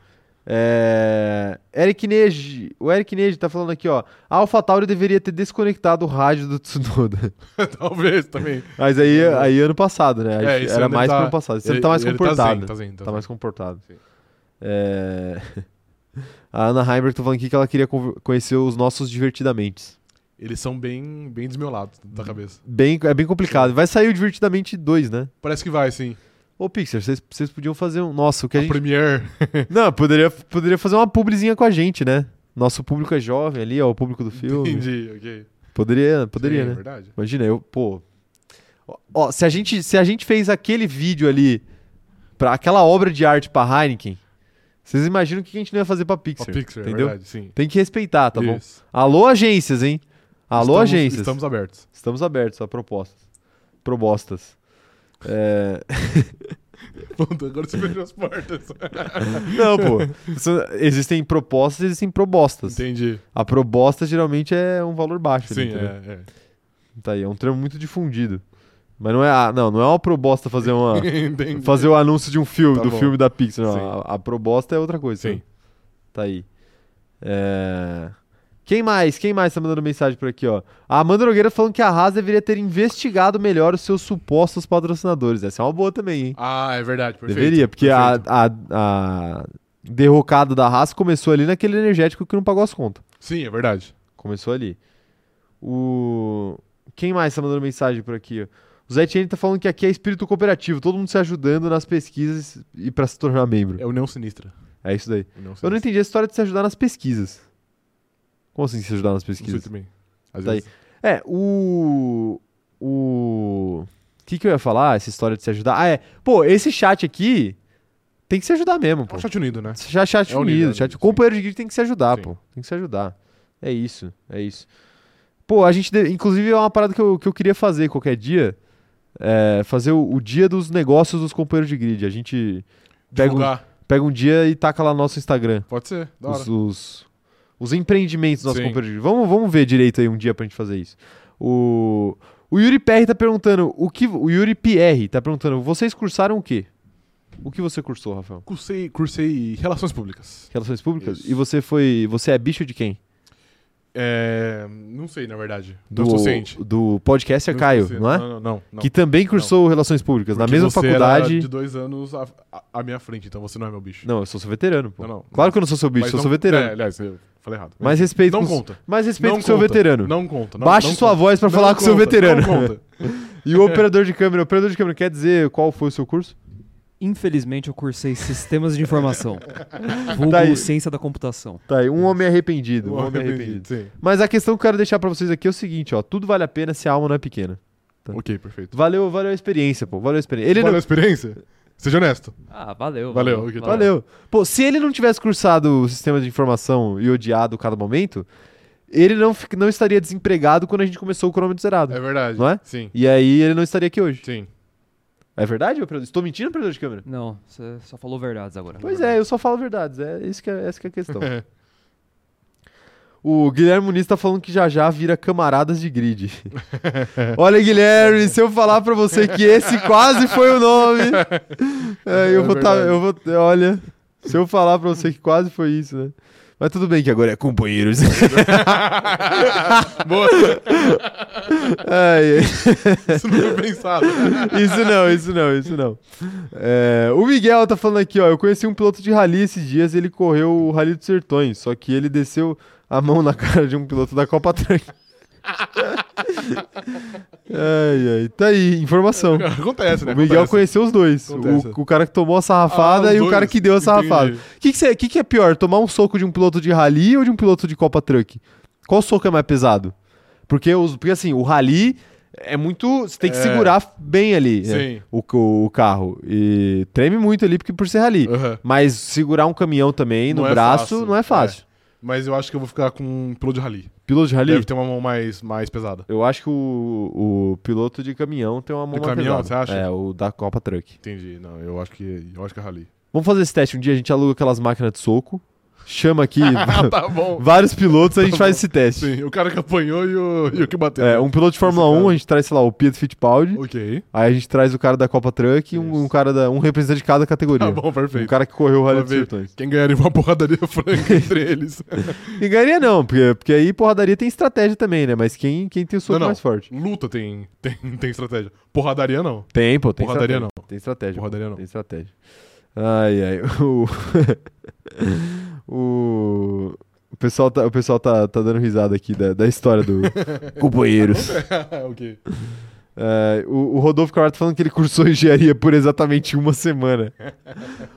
É... Eric Neji, o Eric Neji tá falando aqui, ó. A AlphaTauri deveria ter desconectado o rádio do Tsunoda.
Talvez também.
Mas aí, aí ano passado, né?
É, esse
Era
ano
mais
ele
pro
tá-
ano passado. Você
Ele-
tá mais
ele
comportado.
Tá zen, tá zen,
Tá mais comportado.
Sim.
É... A Ana Heimberg tá falando aqui que ela queria conv- conhecer os nossos divertidamente.
Eles são bem, bem desmiolados da cabeça.
Bem, é bem complicado. Vai sair o Divertidamente 2, né?
Parece que vai, sim.
Ô, Pixar, vocês- vocês podiam fazer um. Nossa, o que a,
a
gente.
Premiere.
Não, poderia, poderia fazer uma publizinha com a gente, né? Nosso público é jovem ali, ó, o público do filme.
Entendi, ok.
Poderia, poderia,
Sim, é
né?
verdade.
Imagina, eu, pô. Ó, Ó, se a gente, se a gente fez aquele vídeo ali pra aquela obra de arte pra Heineken, vocês imaginam o que a gente não ia fazer pra
Pra
Pixar,
Pixar,
entendeu?
é verdade, sim.
Tem que respeitar, tá bom?
Isso.
Alô agências, hein? Alô
Estamos-
agências.
Estamos abertos.
Estamos abertos a propostas. Propostas. É,
Pronto, agora você fechou as portas.
Não, pô. Isso- Existem propostas, existem propostas.
Entendi.
A proposta geralmente é um valor baixo. ali,
Sim,
entendeu?
é, é.
Tá aí, é um termo muito difundido. Mas não é, a, não, não é uma proposta fazer uma
é. Entendi.
fazer o anúncio de um filme,
Tá
do
bom.
filme da Pixar.
Sim.
Não, a, a proposta é outra coisa.
Sim.
né? Tá aí. É, Quem mais? Quem mais tá mandando mensagem por aqui, ó? A Amanda Nogueira falando que a Haas deveria ter investigado melhor os seus supostos patrocinadores. Essa é uma boa também, hein?
Ah, é verdade, perfeito.
Deveria, porque a,
perfeito.
a, a derrocada da Haas começou ali naquele energético que não pagou as contas.
Sim, é verdade.
Começou ali. O. Quem mais tá mandando mensagem por aqui? ó? O Zé Etienne tá falando que aqui é espírito cooperativo, todo mundo se ajudando nas pesquisas e pra se tornar membro.
É União Sinistra.
É isso daí.
União Sinistra.
Eu não entendi a história de se ajudar nas pesquisas. Como assim se ajudar nas
Não sei
pesquisas?
também. Às
Tá aí.
vezes.
É, o. O. O que, que eu ia falar? Essa história de se ajudar. Ah, é. Pô, esse chat aqui tem que se ajudar mesmo,
É
pô.
um chat unido, né?
Chat, chat
É unido,
unido,
é
chat.
unido,
Companheiro de grid tem que se ajudar,
Sim.
pô. Tem que se ajudar. É isso, é isso. Pô, a gente. de- Inclusive, é uma parada que eu, que eu queria fazer qualquer dia. É, fazer o, o dia dos negócios dos companheiros de grid. A gente pega um,
Divulgar.
pega um dia e taca lá no nosso Instagram.
Pode ser, da hora.
Os, os, os empreendimentos dos nossos
Sim.
companheiros de grid. Vamos, vamos ver direito aí um dia pra gente fazer isso. O. O Yuri PR tá perguntando. O, que, o Yuri PR tá perguntando. Vocês cursaram o quê? O que você cursou, Rafael?
Cursei, cursei Relações Públicas.
Relações públicas?
Isso.
E você foi. Você é bicho de quem?
É, não sei, na verdade. não estou ciente.
do podcaster
Não
Caio,
estou ciente.
não é?
Não, não, não.
Que também cursou Relações Públicas, na
Porque
mesma
você era
faculdade.
de dois anos à, à- à minha frente, então você não é meu bicho.
Não, eu sou seu veterano, pô.
Não, não.
Claro que eu não sou seu bicho,
Mas
eu sou
não-
seu veterano.
É, aliás, eu falei errado.
Mas respeito.
não
com,
conta.
Mas respeito
Não
com o seu
conta.
veterano.
Não conta. Não,
Baixe
não
sua
conta.
voz pra
Não
falar com o seu
conta,
veterano.
Não conta.
E o operador de câmera? O operador de câmera quer dizer qual foi o seu curso?
Infelizmente, eu cursei sistemas de informação. Vulgo
Tá aí.
ciência da computação.
Tá aí, um homem arrependido. Um homem arrependido.
arrependido, sim.
Mas a questão que eu quero deixar pra vocês aqui é o seguinte, ó. Tudo vale a pena se a alma não é pequena. Tá.
Ok, perfeito.
Valeu, valeu a experiência, pô. Valeu a experiência. Ele
Valeu
não-
a experiência? Seja honesto.
Ah, valeu.
Valeu, ok, tá.
Valeu. Pô, se ele não tivesse cursado o sistema de informação e odiado cada momento, ele não, fi- não estaria desempregado quando a gente começou o cronômetro zerado.
É verdade.
Não é?
Sim.
E aí ele não estaria aqui hoje.
Sim.
É verdade, operador? Estou mentindo, operador de câmera?
Não, você só falou verdades agora.
Pois é, eu só falo verdades. É isso que é, essa que é a questão. o Guilherme Muniz tá falando que já já vira camaradas de grid. Olha, Guilherme, se eu falar pra você que esse quase foi o nome, é, eu
É
vou tá,
verdade.
eu vou, olha, se eu falar pra você que quase foi isso, né? Mas tudo bem que agora é companheiros.
Boa.
Ai, ai.
Isso não foi pensado. né?
Isso não, isso não, isso não. É, o Miguel tá falando aqui, ó. Eu conheci um piloto de rally esses dias e ele correu o Rally dos Sertões, só que ele desceu a mão na cara de um piloto da Copa Truck. ai, ai, tá aí, informação.
Acontece, né?
O Miguel
Acontece.
conheceu os dois.
Acontece.
O, o cara que tomou a sarrafada
Ah, os
e o cara
dois.
que deu a sarrafada.
Entendi.
O que, que, cê- que que é pior, tomar um soco de um piloto de rally ou de um piloto de Copa Truck? Qual soco é mais pesado? Porque, os, porque assim, o rally é muito. Você tem que
É.
segurar bem ali né,
Sim.
o, c- o carro. E treme muito ali porque por ser rally.
Aham.
Mas segurar um caminhão também no
É. Não é
braço
fácil,
não é fácil.
Mas eu acho que eu vou ficar com um piloto de rally.
Piloto de rally?
Deve ter uma mão mais, mais pesada.
Eu acho que o, o piloto de caminhão tem uma mão
De
mais
caminhão,
pesada.
você acha?
É, o da Copa Truck.
Entendi. Não, eu acho que eu acho que é rally.
Vamos fazer esse teste um dia, a gente aluga aquelas máquinas de soco. chama aqui
Ah, tá bom.
vários pilotos, a gente
Tá
faz
bom.
esse teste.
Sim, o cara que apanhou e o, e o que bateu.
É, um piloto de Fórmula
Esse cara.
1, a gente traz, sei lá, o Pietro Fittipaldi.
Ok.
Aí a gente traz o cara da Copa Truck e um, um cara da, um representante de cada categoria.
Tá bom,
um
perfeito.
cara que correu o Rally
Pra
dos
ver
Sertões.
Quem ganharia uma porradaria franca entre eles?
E ganharia não, porque, porque aí porradaria tem estratégia também, né? Mas quem, quem tem o soco
Não, não.
mais forte?
Luta tem, tem, tem estratégia. Porradaria não.
Tem, pô, tem
Porradaria
estratégia. Tem estratégia. pô,
Porradaria não.
Tem estratégia. Ai, ai. O, o... o pessoal, tá, o pessoal tá, tá dando risada aqui da, da história do companheiros.
Tá ok.
É, o, o Rodolfo Carvalho tá falando que ele cursou engenharia por exatamente uma semana.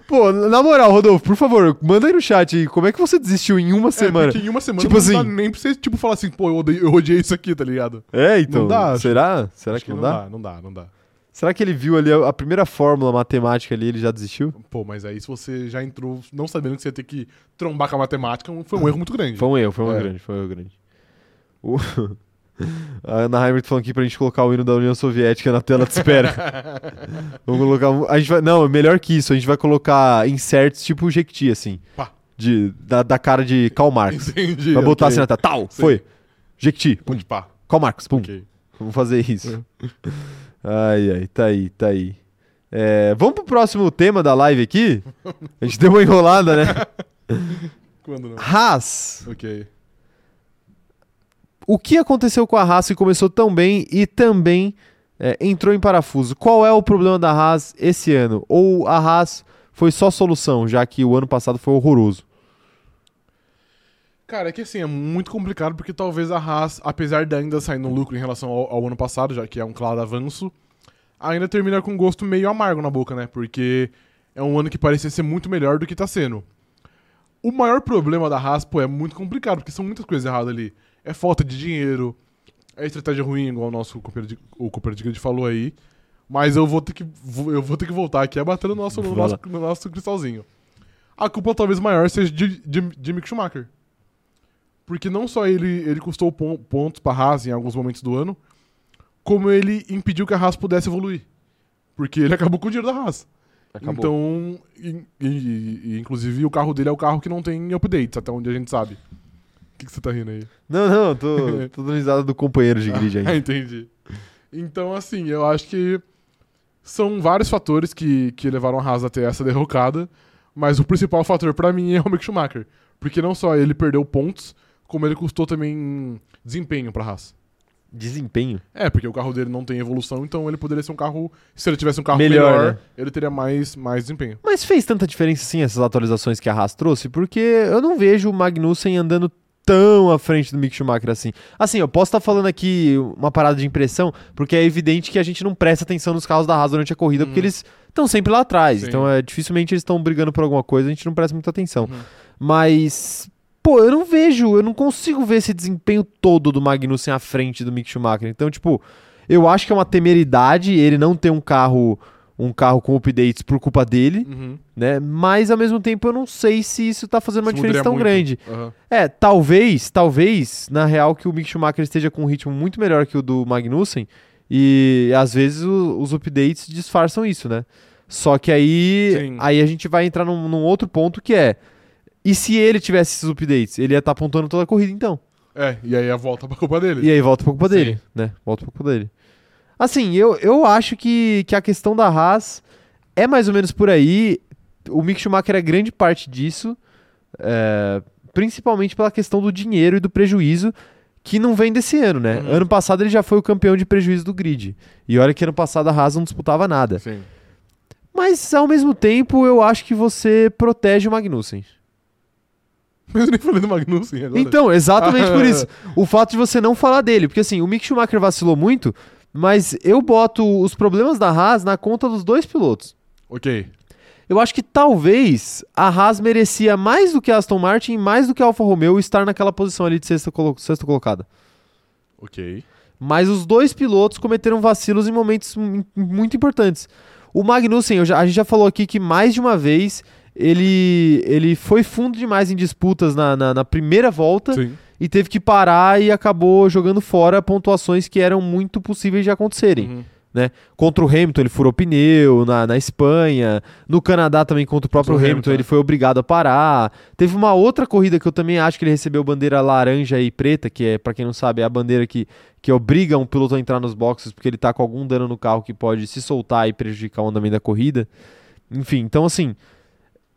Pô, na moral, Rodolfo, por favor, manda aí no chat aí, como é que você desistiu em uma semana?
É, porque em uma semana
Tipo
não dá
assim-
nem pra você tipo, falar assim, pô, eu odeio, eu odiei isso aqui, tá ligado?
É, então.
Não dá, acho-
será? Será
Acho
que, não, dá?
Não dá, não dá.
Será que ele viu ali a, a primeira fórmula matemática ali e ele já desistiu?
Pô, mas aí se você já entrou não sabendo que você ia ter que trombar com a matemática, um- foi um erro muito grande.
Foi um erro, foi um erro
É.
grande, foi um erro grande. O- A Ana Heimert falando aqui pra gente colocar o hino da União Soviética na tela de espera. Vamos colocar. um- A gente vai... Não, é melhor que isso. A gente vai colocar inserts tipo o Jequiti, assim.
Pá.
De, da, da cara de Karl Marx.
Entendi.
um Vai botar
ok.
assim na tela. Tal,
Sim.
foi. Jequiti, pum.
Onde pá.
Karl Marx, pum.
Ok. É.
Vamos fazer isso. Ai, ai, tá aí, tá aí. É, vamos pro próximo tema da live aqui? A gente deu uma enrolada, né?
Quando não?
Haas.
Ok.
O que aconteceu com a Haas que começou tão bem e também é, entrou em parafuso? Qual é o problema da Haas esse ano? Ou a Haas foi só solução, já que o ano passado foi horroroso?
Cara, é que assim, é muito complicado porque talvez a Haas, apesar de ainda sair no lucro em relação ao, ao ano passado, já que é um claro avanço, ainda termina com um gosto meio amargo na boca, né? Porque é um ano que parecia ser muito melhor do que tá sendo. O maior problema da Haas, pô, é muito complicado, porque são muitas coisas erradas ali. É falta de dinheiro, é estratégia ruim, igual o nosso companheiro de, o companheiro de grid falou aí. Mas eu vou ter que, vou- eu vou ter que voltar aqui a bater no nosso, no
Vai
nosso,
lá.
no nosso cristalzinho. A culpa talvez maior seja de, de, de Mick Schumacher. Porque não só ele, ele custou pon- pontos pra Haas em alguns momentos do ano, como ele impediu que a Haas pudesse evoluir. Porque ele acabou com o dinheiro da Haas. Então, e, e- e, inclusive, o carro dele é o carro que não tem updates, até onde a gente sabe. O que, que você tá rindo aí?
Não, não, tô, tô dando risada do companheiro de grid
Ah,
aí.
entendi. Então, assim, eu acho que são vários fatores que, que levaram a Haas até essa derrocada, mas o principal fator pra mim é o Mick Schumacher, porque não só ele perdeu pontos, como ele custou também desempenho pra Haas.
Desempenho.
É, porque o carro dele não tem evolução, então ele poderia ser um carro. Se ele tivesse um carro
Melhor,
melhor,
né?
ele teria mais, mais desempenho.
Mas fez tanta diferença sim essas atualizações que a Haas trouxe, porque eu não vejo o Magnussen andando tão à frente do Mick Schumacher assim. Assim, eu posso estar falando aqui uma parada de impressão, porque é evidente que a gente não presta atenção nos carros da Haas durante a corrida, porque
Uhum.
eles estão sempre lá atrás.
Sim.
Então, é, dificilmente eles estão brigando por alguma coisa, a gente não presta muita atenção.
Uhum.
Mas pô, eu não vejo, eu não consigo ver esse desempenho todo do Magnussen à frente do Mick Schumacher. Então, tipo, eu acho que é uma temeridade ele não ter um carro um carro com updates por culpa dele
Uhum.
né? Mas ao mesmo tempo eu não sei se isso tá fazendo uma
Isso
diferença
mudaria
tão
muito.
grande.
Aham.
É, talvez, talvez, na real, que o Mick Schumacher esteja com um ritmo muito melhor que o do Magnussen. E às vezes o- os updates disfarçam isso, né? Só que aí,
Sim.
aí a gente vai entrar num, num outro ponto que é. E se ele tivesse esses updates, ele ia estar apontando toda a corrida, então.
É, e aí a volta pra culpa dele.
E aí volta pra culpa
Sim.
dele, né? Volta pra culpa dele. Assim, eu, eu acho que, que a questão da Haas é mais ou menos por aí. O Mick Schumacher é grande parte disso, é, principalmente pela questão do dinheiro e do prejuízo que não vem desse ano, né?
Uhum.
Ano passado ele já foi o campeão de prejuízo do grid. E olha que ano passado a Haas não disputava nada.
Sim.
Mas ao mesmo tempo eu acho que você protege o Magnussen.
Mas eu nem falei do Magnussen agora.
Então, exatamente por isso. O fato de você não falar dele. Porque assim, o Mick Schumacher vacilou muito, mas eu boto os problemas da Haas na conta dos dois pilotos.
Ok.
Eu acho que talvez a Haas merecia mais do que a Aston Martin, e mais do que a Alfa Romeo estar naquela posição ali de sexta, colo- sexta colocada.
Ok.
Mas os dois pilotos cometeram vacilos em momentos mu- muito importantes. O Magnussen, eu já- a gente já falou aqui que mais de uma vez ele, ele foi fundo demais em disputas na, na- na primeira volta
Sim.
e teve que parar e acabou jogando fora pontuações que eram muito possíveis de acontecerem.
Uhum.
né? Contra o Hamilton ele furou pneu na, na Espanha, no Canadá também contra o próprio
o
Hamilton,
Hamilton,
ele
né?
foi obrigado a parar. Teve uma outra corrida que eu também acho que ele recebeu bandeira laranja e preta, que é, para quem não sabe, é a bandeira que, que obriga um piloto a entrar nos boxes porque ele tá com algum dano no carro que pode se soltar e prejudicar o andamento da corrida. Enfim, então assim,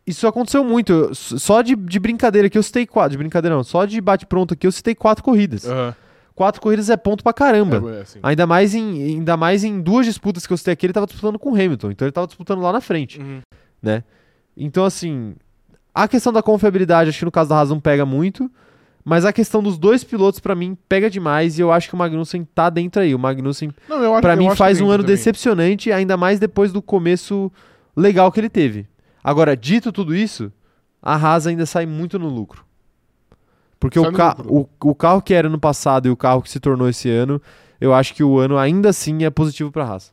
isso aconteceu muito. Eu- s- Só de, de brincadeira que eu citei quatro. De brincadeira não, só de bate-pronto aqui eu citei quatro corridas.
Aham.
Quatro corridas é ponto pra caramba.
É, é, assim.
Ainda mais, em, ainda mais em duas disputas que eu citei aqui, ele tava disputando com o Hamilton, então ele tava disputando lá na frente.
Uhum.
Então, assim, a questão da confiabilidade, acho que no caso da Razão pega muito, mas a questão dos dois pilotos, pra mim, pega demais e eu acho que o Magnussen tá dentro aí. O Magnussen,
Não, eu acho
pra
eu
mim,
acho
faz
que
um
tem
ano
também.
decepcionante, ainda mais depois do começo legal que ele teve. Agora, dito tudo isso, a Haas ainda sai muito no lucro. Porque
Sai
o,
no
ca
lucro.
o- o carro que era no passado e o carro que se tornou esse ano, eu acho que o ano ainda assim é positivo pra Haas.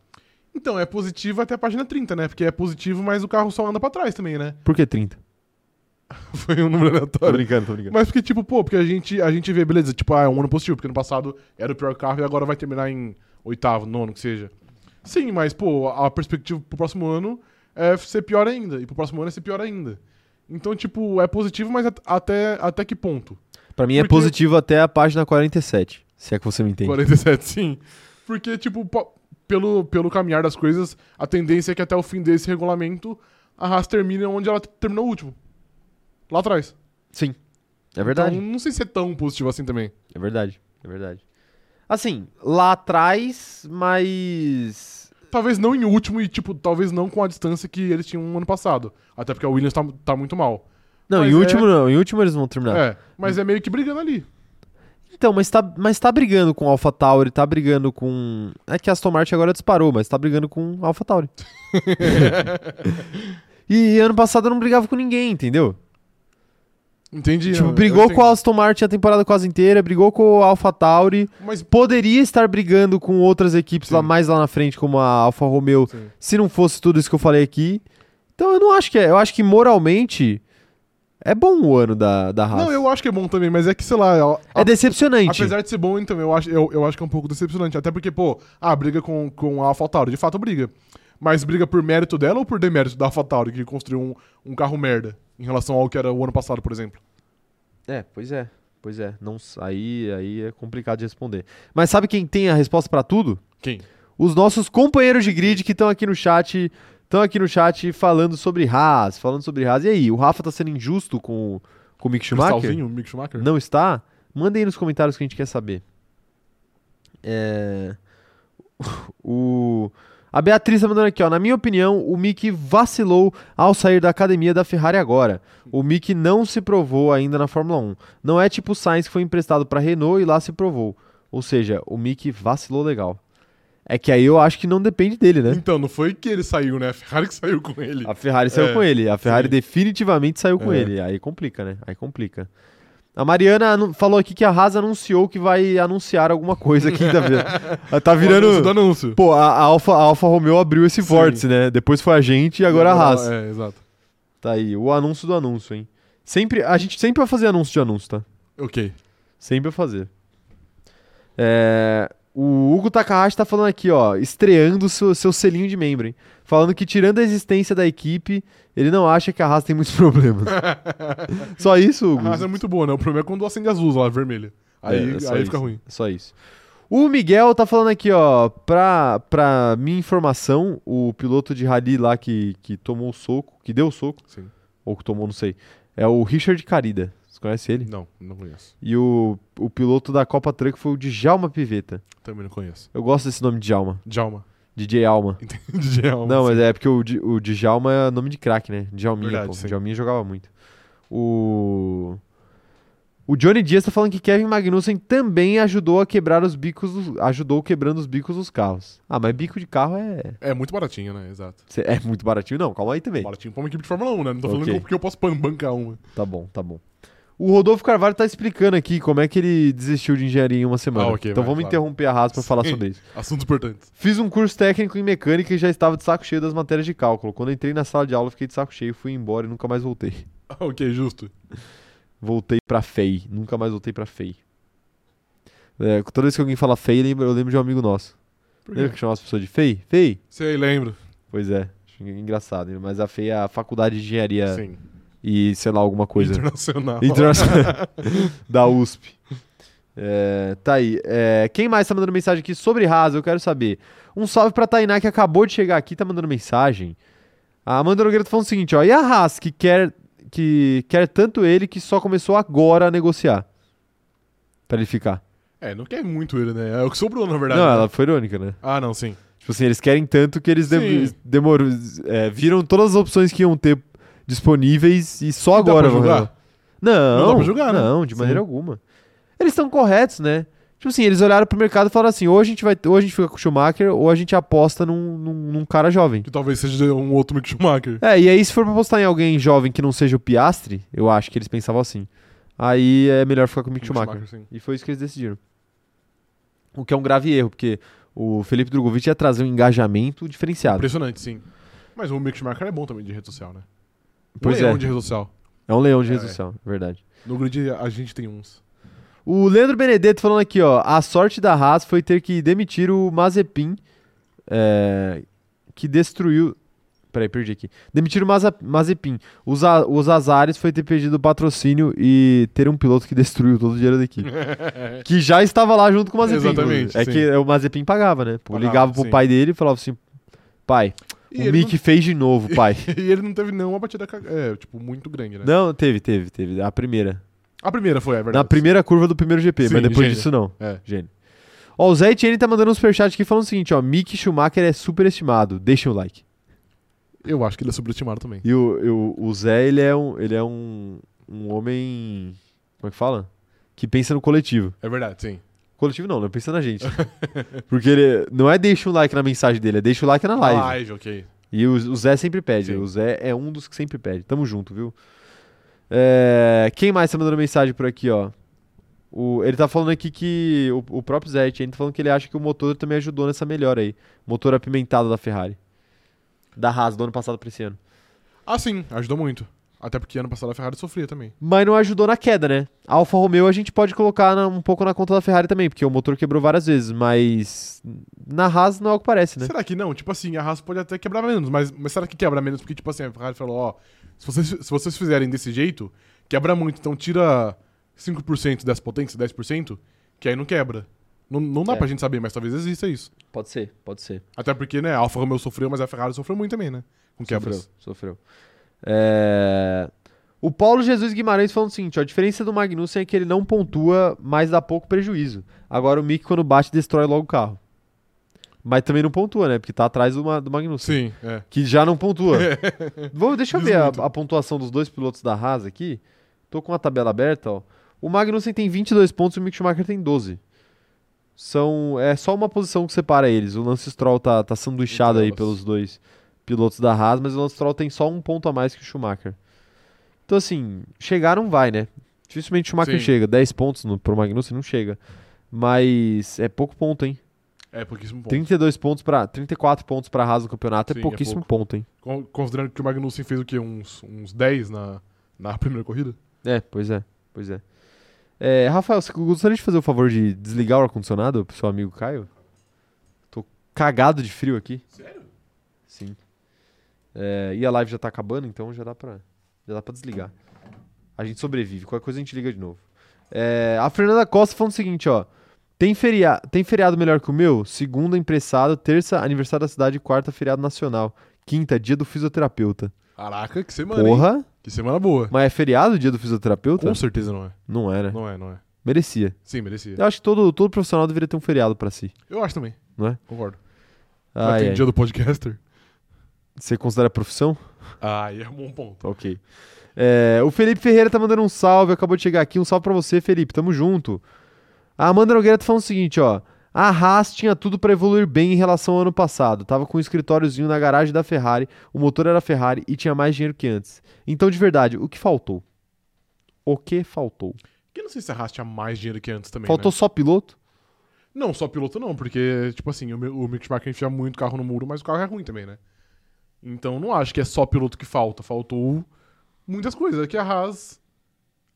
Então, é positivo até a página 30, né? Porque é positivo, mas o carro só anda pra trás também, né?
Por que 30?
Foi um número aleatório.
brincando, tô brincando.
Mas porque, tipo, pô, porque a gente, a gente vê, beleza, tipo, ah, é um ano positivo, porque no passado era o pior carro e agora vai terminar em oitavo, nono, que seja. Sim, mas, pô, a perspectiva pro próximo ano é ser pior ainda, e pro próximo ano é ser pior ainda. Então, tipo, é positivo, mas at- até, até que ponto?
Pra mim é
Porque-
positivo até a página 47, se é que você me entende.
47, sim. Porque, tipo, po- pelo, pelo caminhar das coisas, a tendência é que até o fim desse regulamento a Haas termine onde ela t- terminou o último. Lá atrás.
Sim. É verdade.
Então, não sei se é tão positivo assim também.
É verdade. É verdade. Assim, lá atrás, mas.
Talvez não em último e, tipo, talvez não com a distância que eles tinham no ano passado. Até porque a Williams tá, tá muito mal.
Não,
Mas
em
é-
último não. Em último eles vão terminar.
É, mas é meio que brigando ali.
Então, mas tá, mas tá brigando com Alpha Tauri, tá brigando com. É que a Aston Martin agora disparou, mas tá brigando com Alpha Tauri. e ano passado eu não brigava com ninguém, entendeu?
Entendi.
tipo,
né?
brigou
Eu
com a
entendo.
Aston Martin a temporada quase inteira, brigou com a Alpha Tauri.
Mas,
Poderia estar brigando com outras equipes lá
Sim.
mais lá na frente, como a Alfa Romeo,
Sim.
se não fosse tudo isso que eu falei aqui. Então eu não acho que é. Eu acho que moralmente é bom o ano da, da Haas.
não, eu acho que é bom também, mas é que, sei lá... a-
É decepcionante.
Apesar de ser bom, então, eu acho, eu, eu acho que é um pouco decepcionante. Até porque, pô, ah, briga com, com a AlphaTauri. De fato, briga. Mas briga por mérito dela ou por demérito da AlphaTauri, que construiu um, um carro merda em relação ao que era o ano passado, por exemplo?
É, pois é. Pois é. Não, s- aí, aí é complicado de responder. Mas sabe quem tem a resposta pra tudo?
Quem?
Os nossos companheiros de grid que estão aqui no chat. Estão aqui no chat falando sobre Haas, falando sobre Haas. E aí, o Rafa tá sendo injusto com, com o Mick Schumacher?
Cristalzinho, Mick Schumacher?
Não está? Mandem aí nos comentários que a gente quer saber. É... O... A Beatriz tá mandando aqui, ó. Na minha opinião, o Mick vacilou ao sair da academia da Ferrari agora. O Mick não se provou ainda na Fórmula 1. Não é tipo o Sainz que foi emprestado pra Renault e lá se provou. Ou seja, o Mick vacilou legal. É que aí eu acho que não depende dele, né?
Então, não foi que ele saiu, né? A Ferrari que saiu com ele.
A Ferrari saiu
É,
com ele. A Ferrari
sim.
definitivamente saiu com
É.
ele. Aí complica, né? Aí complica. A Mariana anu- falou aqui que a Haas anunciou que vai anunciar alguma coisa aqui. Tá, vi- tá
O anúncio do
virando.
anúncio.
Pô, a, a Alfa, a Alfa Romeo abriu esse
Sim.
vórtice, né? Depois foi a gente e agora a Haas.
É, exato.
Tá aí, o anúncio do anúncio, hein? Sempre, a gente sempre vai fazer anúncio de anúncio, tá?
Ok.
Sempre a fazer. É, o Hugo Takahashi tá falando aqui, ó, estreando seu, seu selinho de membro, hein? Falando que tirando a existência da equipe, ele não acha que a Haas tem muitos problemas. Só isso,
A
Hugo?
Haas é muito boa, né? O problema é quando acende as luzes lá, vermelha. Aí,
É, é só
aí
isso.
fica ruim.
É Só isso. O Miguel tá falando aqui, ó, pra, pra minha informação, o piloto de rally lá que, que tomou o soco, que deu o soco,
Sim.
ou que tomou, não sei, é o Richard Carida. Você conhece ele?
Não, não conheço.
E o, o piloto da Copa Truck foi o Djalma Piveta.
Também não conheço.
Eu gosto desse nome Djalma.
Djalma.
DJ Alma.
DJ Alma.
Não, mas é porque o, Di- o Djalma é nome de craque, né? Djalminha,
Verdade,
pô.
sim.
Djalminha jogava muito. O... O Johnny Dias tá falando que Kevin Magnussen também ajudou a quebrar os bicos, dos- ajudou quebrando os bicos dos carros. Ah, mas bico de carro é
É muito baratinho, né? Exato.
cê- é muito baratinho não, calma aí também.
Baratinho pra uma equipe de Fórmula 1, né? Não tô falando
Ok.
que eu- porque eu posso pan- bancar uma.
Tá bom, tá bom. O Rodolfo Carvalho tá explicando aqui como é que ele desistiu de engenharia em uma semana.
Ah, ok,
então
vai,
vamos
claro.
interromper a Haas pra falar
Sim.
sobre isso.
Assuntos importantes.
Fiz um curso técnico em mecânica e já estava de saco cheio das matérias de cálculo. Quando entrei na sala de aula, fiquei de saco cheio, fui embora e nunca mais voltei.
ok, justo.
Voltei pra FEI. Nunca mais voltei pra FEI. É, toda vez que alguém fala FEI, eu lembro, eu lembro de um amigo nosso.
Por
Lembra
quê?
que chamava as pessoas de FEI? FEI?
Sei, lembro.
Pois é. Acho Engraçado, hein? mas a FEI é a faculdade de engenharia
Sim.
e sei lá, alguma coisa.
Internacional.
Internacional. da USP. É, tá aí. É, quem mais tá mandando mensagem aqui sobre Haas? Eu quero saber. Um salve pra Tainá que acabou de chegar aqui, tá mandando mensagem. A Amanda Nogueira tá falando o seguinte, ó. E a Haas que quer, que quer tanto ele que só começou agora a negociar? Pra ele ficar.
É, não quer muito ele, né? É o que sobrou, na verdade.
Não,
né?
ela foi irônica, né?
Ah, não, sim.
Tipo assim, eles querem tanto que eles dem-
Sim.
demoram, é, viram todas as opções que iam ter disponíveis e só
E dá
agora
pra
vão
julgar?
revelar. Não,
Não dá pra julgar, né?
Não, de
Sim.
maneira alguma. Eles estão corretos, né? Tipo assim, eles olharam pro mercado e falaram assim: ou a gente, vai, ou a gente fica com o Schumacher, ou a gente aposta num, num, num cara jovem.
Que talvez seja um outro Mick Schumacher.
É, e aí se for pra apostar em alguém jovem que não seja o Piastre, eu acho que eles pensavam assim. Aí é melhor ficar com o Mick Schumacher.
sim.
E foi isso que eles decidiram. O que é um grave erro, porque o Felipe Drogovic ia trazer um engajamento diferenciado.
Impressionante, sim. Mas o Mick Schumacher é bom também de rede social, né?
Pois
um
é,
leão de rede social.
é um leão de rede
É.
social, é verdade.
No grid a gente tem uns.
O Leandro Benedetto falando aqui, ó. A sorte da Haas foi ter que demitir o Mazepin, é, que destruiu. Peraí, perdi aqui. Demitir o Maza- Mazepin. Os, a- os azares foi ter perdido o patrocínio e ter um piloto que destruiu todo o dinheiro da equipe. que já estava lá junto com o Mazepin.
Exatamente,
inclusive. É
sim.
que o Mazepin pagava, né? Pô,
Pagava,
ligava pro
sim.
pai dele e falava assim: pai,
E
o
ele
Mick fez de novo, pai.
não- E ele não teve nenhuma batida, ca- é, tipo, muito grande, né?
não, teve, teve, teve. A primeira.
A primeira foi, é verdade.
Na primeira curva do primeiro GP, mas
Sim,
depois
gênio.
disso não.
É.
Gênio. Ó, o Zé Etienne tá mandando um superchat aqui falando o seguinte, ó. Mick Schumacher é superestimado. Deixem o like.
Eu acho que ele é sobreestimado também.
E o, e o- o Zé, ele é, um, ele é um, um homem... Como é que fala? Que pensa no coletivo.
É verdade, sim.
Coletivo não, não pensa na gente. Porque ele não é deixa um like na mensagem dele, é deixa o like na live.
Tá Live, ok.
E o, o Zé sempre pede.
Sim.
O Zé é um dos que sempre pede. Tamo junto, viu? É, quem mais tá mandando mensagem por aqui, ó? O, ele tá falando aqui que. O, o próprio Zé Etienne tá falando que ele acha que o motor também ajudou nessa melhora aí. Motor apimentado da Ferrari. Da Haas do ano passado pra esse ano.
Ah, sim, ajudou muito. Até porque ano passado a Ferrari sofria também.
Mas não ajudou na queda, né? A Alfa Romeo a gente pode colocar na- um pouco na conta da Ferrari também, porque o motor quebrou várias vezes, mas. Na Haas não é o que parece, né?
Será que não? Tipo assim, a Haas pode até quebrar menos, mas, mas será que quebra menos? Porque, tipo assim, a Ferrari falou, ó, se vocês, se vocês fizerem desse jeito, quebra muito, então tira 5% dessa potência, 10%, que aí não quebra. Não, não dá
É.
pra gente saber, mas talvez exista isso.
Pode ser, pode ser.
Até porque, né, a Alfa Romeo sofreu, mas a Ferrari sofreu muito também, né? Com quebras.
Sofreu, sofreu. É, O Paulo Jesus Guimarães falando o seguinte: ó, a diferença do Magnussen é que ele não pontua, mas dá pouco prejuízo. Agora o Mick, quando bate, destrói logo o carro. Mas também não pontua, né? Porque tá atrás do, Ma- do Magnussen.
Sim, é.
Que já não pontua. Vou, deixa eu
Diz
ver a,
muito.
a pontuação dos dois pilotos da Haas aqui. Tô com a tabela aberta, ó. O Magnussen tem 22 pontos e o Mick Schumacher tem 12. São, é só uma posição que separa eles. O Lance Stroll tá, tá sanduichado
Entre
aí
elas.
pelos dois pilotos da Haas, mas o Lance Stroll tem só um ponto a mais que o Schumacher. Então, assim, chegar não vai, né? Dificilmente o Schumacher
Sim.
chega. 10 pontos no, pro Magnussen não chega. Mas é pouco ponto, hein?
É pouquíssimo ponto.
32 pontos para 34 pontos pra Haas no campeonato
Sim,
é
é
pouquíssimo ponto, hein?
Con- Considerando que o Magnussen fez o quê? Uns, uns 10 na, na primeira corrida?
É, pois é, pois é. É, Rafael, você gostaria de fazer o favor de desligar o ar-condicionado pro seu amigo Caio? Tô cagado de frio aqui. Sério? Sim. É, e a live já tá acabando, então já dá pra, já dá pra desligar. A gente sobrevive, qualquer coisa a gente liga de novo. É, a Fernanda Costa falando o seguinte, ó. Tem, feria tem feriado melhor que o meu? Segunda, emprestado. Terça, aniversário da cidade. Quarta, feriado nacional. Quinta, dia do fisioterapeuta.
Caraca, que semana, hein?
Porra!
Que semana boa.
Mas é feriado o dia do fisioterapeuta?
Com certeza não é.
Não é, né?
Não é, não é.
Merecia.
Sim, merecia.
Eu acho que todo, todo profissional deveria ter um feriado pra si.
Eu acho também.
Não é?
Concordo. Mas
Ai,
tem
ai.
dia do podcaster?
Você considera profissão?
Ah, aí é um bom ponto.
Ok. É, o Felipe Ferreira tá mandando um salve, acabou de chegar aqui. Um salve pra você, Felipe. Tamo junto. A Amanda Nogueira tá falando o seguinte, ó. A Haas tinha tudo pra evoluir bem em relação ao ano passado. Tava com um escritóriozinho na garagem da Ferrari, o motor era Ferrari e tinha mais dinheiro que antes. Então, de verdade, o que faltou? O que faltou?
Que não sei se a Haas tinha mais dinheiro que antes também.
faltou
né?
só piloto?
Não, só piloto não, porque, tipo assim, o, Mi- o Mick Schumacher enfia muito carro no muro, mas o carro é ruim também, né? Então não acho que é só piloto que falta. Faltou muitas coisas. É que a Haas.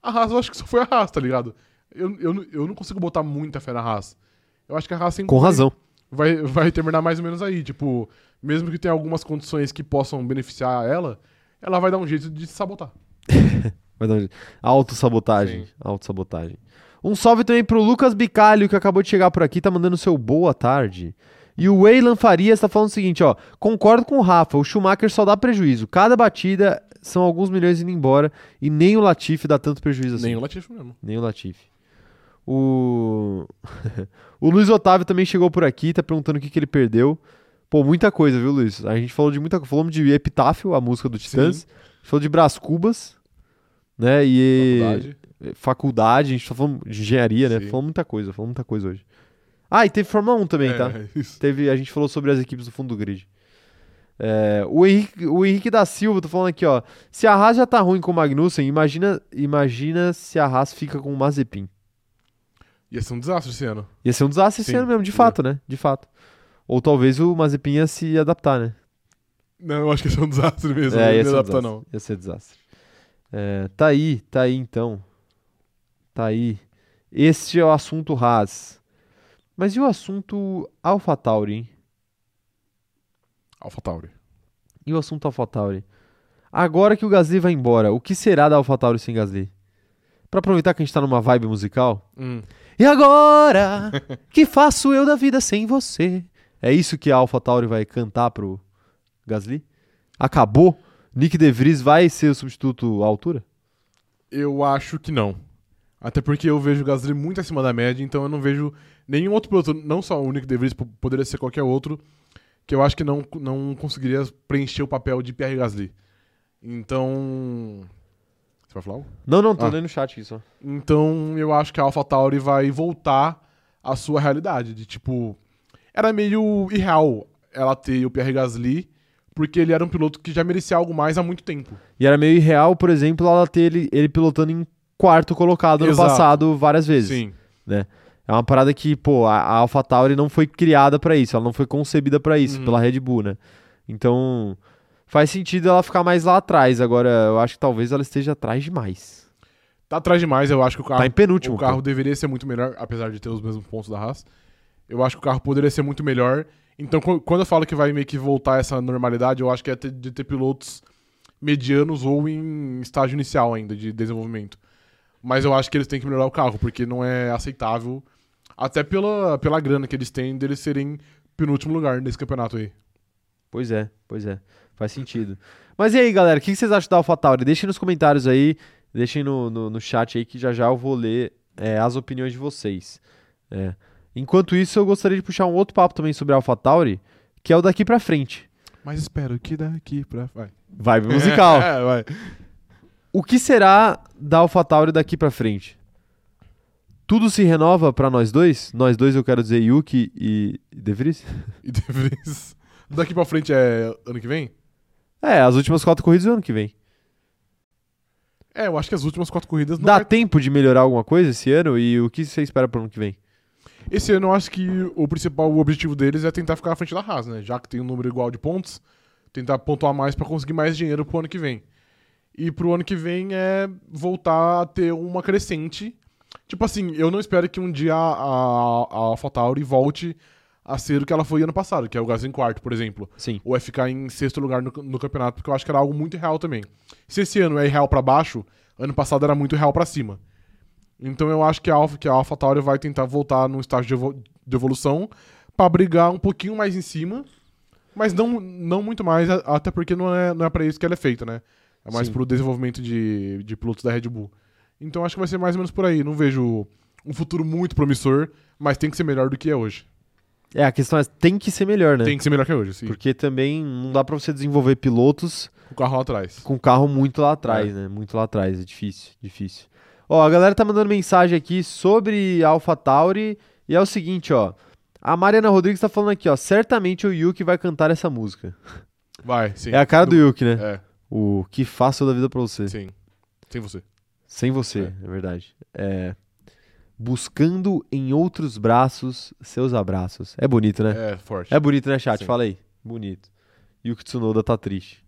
A Haas eu acho que só foi a Haas, tá ligado? Eu, eu, eu não consigo botar muita fé na Haas. Eu acho que a Haas sempre
Com
foi-
razão.
vai, vai terminar mais ou menos aí. Tipo, mesmo que tenha algumas condições que possam beneficiar ela, ela vai dar um jeito de se sabotar.
Vai dar um jeito. Autossabotagem.
Sim.
Autossabotagem. Um salve também pro Lucas Bicalho, que acabou de chegar por aqui, tá mandando seu boa tarde. E o Weyland Farias tá falando o seguinte, ó. Concordo com o Rafa, o Schumacher só dá prejuízo. Cada batida são alguns milhões indo embora e nem o Latifi dá tanto prejuízo assim.
Nem o Latifi mesmo.
Nem o Latifi. O... o Luiz Otávio também chegou por aqui, tá perguntando o que, que ele perdeu. Pô, muita coisa, viu, Luiz? A gente falou de muita coisa. Falamos de Epitáfio, a música do Titãs. A gente falou de Brás Cubas, né? E
Faculdade.
faculdade, a gente só falou de engenharia, né?
Sim.
Falou muita coisa, falou muita coisa hoje. Ah, e teve Fórmula 1 também, tá?
É, isso.
Teve, a gente falou sobre as equipes do fundo do grid. É, o, Henrique, o Henrique da Silva, tô falando aqui, ó. Se a Haas já tá ruim com o Magnussen, imagina, imagina se a Haas fica com o Mazepin.
Ia ser um desastre esse ano.
Ia ser um desastre esse
Sim, é.
ano mesmo, de
ia.
fato, né? De fato. Ou talvez o Mazepin ia se adaptar, né?
Não, eu acho que ia ser um desastre mesmo.
É,
não
ia
ia
ser um
me adaptar,
desastre.
não.
Ia ser desastre. É, tá aí, tá aí então. Tá aí. Este é o assunto Haas. Mas e o assunto AlphaTauri, hein?
AlphaTauri.
E o assunto AlphaTauri? Agora que o Gasly vai embora, o que será da AlphaTauri sem Gasly? Pra aproveitar que a gente tá numa vibe musical.
Hum.
E agora? que faço eu da vida sem você? É isso que a AlphaTauri vai cantar pro Gasly? Acabou? Nick De Vries vai ser o substituto à altura?
Eu acho que não. Até porque eu vejo o Gasly muito acima da média, então eu não vejo nenhum outro piloto, não só o Nick De Vries, po- poderia ser qualquer outro, que eu acho que não, não conseguiria preencher o papel de Pierre Gasly. Então. Você vai falar? algo?
Não, não, tô
Ah.
lendo no chat isso. ó.
Então eu acho que a AlphaTauri vai voltar à sua realidade. De tipo. Era meio irreal ela ter o Pierre Gasly, porque ele era um piloto que já merecia algo mais há muito tempo.
E era meio irreal, por exemplo, ela ter ele, ele pilotando em quarto colocado no
Exato.
passado várias vezes.
Sim.
É uma parada que, pô, a, a AlphaTauri não foi criada pra isso, ela não foi concebida pra isso,
Uhum.
pela Red Bull, né? Então, faz sentido ela ficar mais lá atrás. Agora, eu acho que talvez ela esteja atrás demais.
Tá atrás demais, eu acho que o carro.
tá em penúltimo.
o carro
pô.
deveria ser muito melhor, apesar de ter os mesmos pontos da Haas. Eu acho que o carro poderia ser muito melhor. Então, qu- quando eu falo que vai meio que voltar essa normalidade, eu acho que é ter- de ter pilotos medianos ou em estágio inicial ainda de desenvolvimento. Mas eu acho que eles têm que melhorar o carro, porque não é aceitável, até pela, pela grana que eles têm, deles serem penúltimo lugar nesse campeonato aí.
Pois é, pois é. Faz sentido. Mas e aí, galera, o que que vocês acham da AlphaTauri? Deixem nos comentários aí, deixem no, no, no chat aí que já já eu vou ler é, as opiniões de vocês. É. Enquanto isso, eu gostaria de puxar um outro papo também sobre a AlphaTauri, que é o daqui pra frente.
Mas espero que daqui pra. Vai.
Vibe musical.
É, vai.
O que será da AlphaTauri daqui pra frente? Tudo se renova pra nós dois? Nós dois eu quero dizer Yuki e e De Vries?
E De Vries. Daqui pra frente é ano que vem?
É, as últimas quatro corridas do ano que vem.
É, eu acho que as últimas quatro corridas não é
Dá
vai
tempo de melhorar alguma coisa esse ano e o que você espera pro ano que vem?
Esse ano eu acho que o principal objetivo deles é tentar ficar à frente da Haas, né? Já que tem um número igual de pontos, tentar pontuar mais pra conseguir mais dinheiro pro ano que vem. E pro ano que vem é voltar a ter uma crescente. Tipo assim, eu não espero que um dia a, a, a AlphaTauri volte a ser o que ela foi ano passado, que é o Gasly em quarto, por exemplo
Sim.
ou é ficar em sexto lugar no, no campeonato, porque eu acho que era algo muito real também. Se esse ano é real pra baixo, ano passado era muito real pra cima. Então eu acho que a Alpha, que a Alpha Tauri vai tentar voltar num estágio de, evo- de evolução pra brigar um pouquinho mais em cima, mas não, não muito mais, a- até porque não é, não é para isso que ela é feita, né? É mais
Sim.
pro desenvolvimento de, de pilotos da Red Bull. Então acho que vai ser mais ou menos por aí. Não vejo um futuro muito promissor, mas tem que ser melhor do que é hoje.
É, a questão é, tem que ser melhor, né?
Tem que ser melhor que é hoje, sim.
Porque também não dá pra você desenvolver pilotos
O carro lá atrás.
com o carro muito lá atrás, né? Muito lá atrás, é difícil, difícil. Ó, a galera tá mandando mensagem aqui sobre a AlphaTauri e é o seguinte, ó. A Mariana Rodrigues tá falando aqui, ó. Certamente o Yuki vai cantar essa música.
Vai, sim.
É a cara do Yuki, né?
É,
O que faço da vida pra você.
sim. Sem você.
Sem você, é, verdade. É. Buscando em outros braços seus abraços. É bonito, né?
É, forte.
É bonito, né, chat?
Sim.
Fala aí. Bonito. E o Tsunoda tá triste.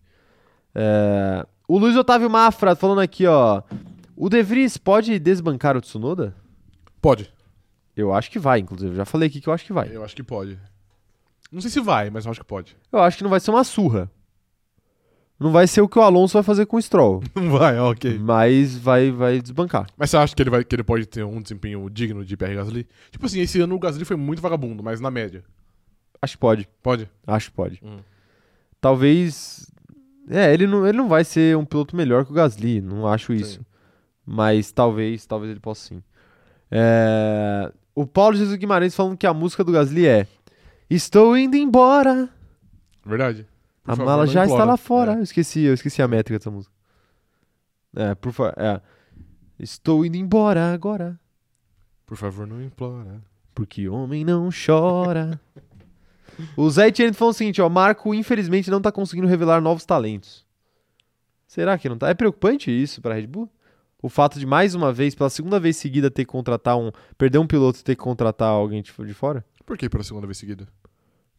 É, O Luiz Otávio Mafra falando aqui, ó. O De Vries pode desbancar o Tsunoda?
Pode.
Eu acho que vai, inclusive. Já falei aqui que eu acho que vai.
Eu acho que pode. Não sei se vai, mas eu acho que pode.
Eu acho que não vai ser uma surra. Não vai ser o que o Alonso vai fazer com o Stroll.
Não vai, ok.
Mas vai, vai desbancar.
Uhum. Mas você acha que ele, vai, que ele pode ter um desempenho digno de Pierre Gasly? Tipo assim, esse ano o Gasly foi muito vagabundo, mas na média.
Acho que pode.
Pode?
Acho que pode.
Hum.
Talvez. É, ele não, ele não vai ser um piloto melhor que o Gasly, não acho isso. Mas talvez, talvez ele possa sim. É, O Paulo Jesus Guimarães falando que a música do Gasly é Estou indo embora.
Verdade. Por
a
favor,
mala
não
já está
implora.
lá fora.
É.
Eu esqueci, eu esqueci a métrica dessa música. É, por favor. É. Estou indo embora agora.
Por favor, não implora.
Porque homem não chora. o Zé Etienne falou o seguinte, ó. Marco, infelizmente, não tá conseguindo revelar novos talentos. Será que não tá? É preocupante isso pra Red Bull? O fato de, mais uma vez, pela segunda vez seguida, ter que contratar um... Perder um piloto e ter que contratar alguém de fo- de fora?
Por que pela segunda vez seguida?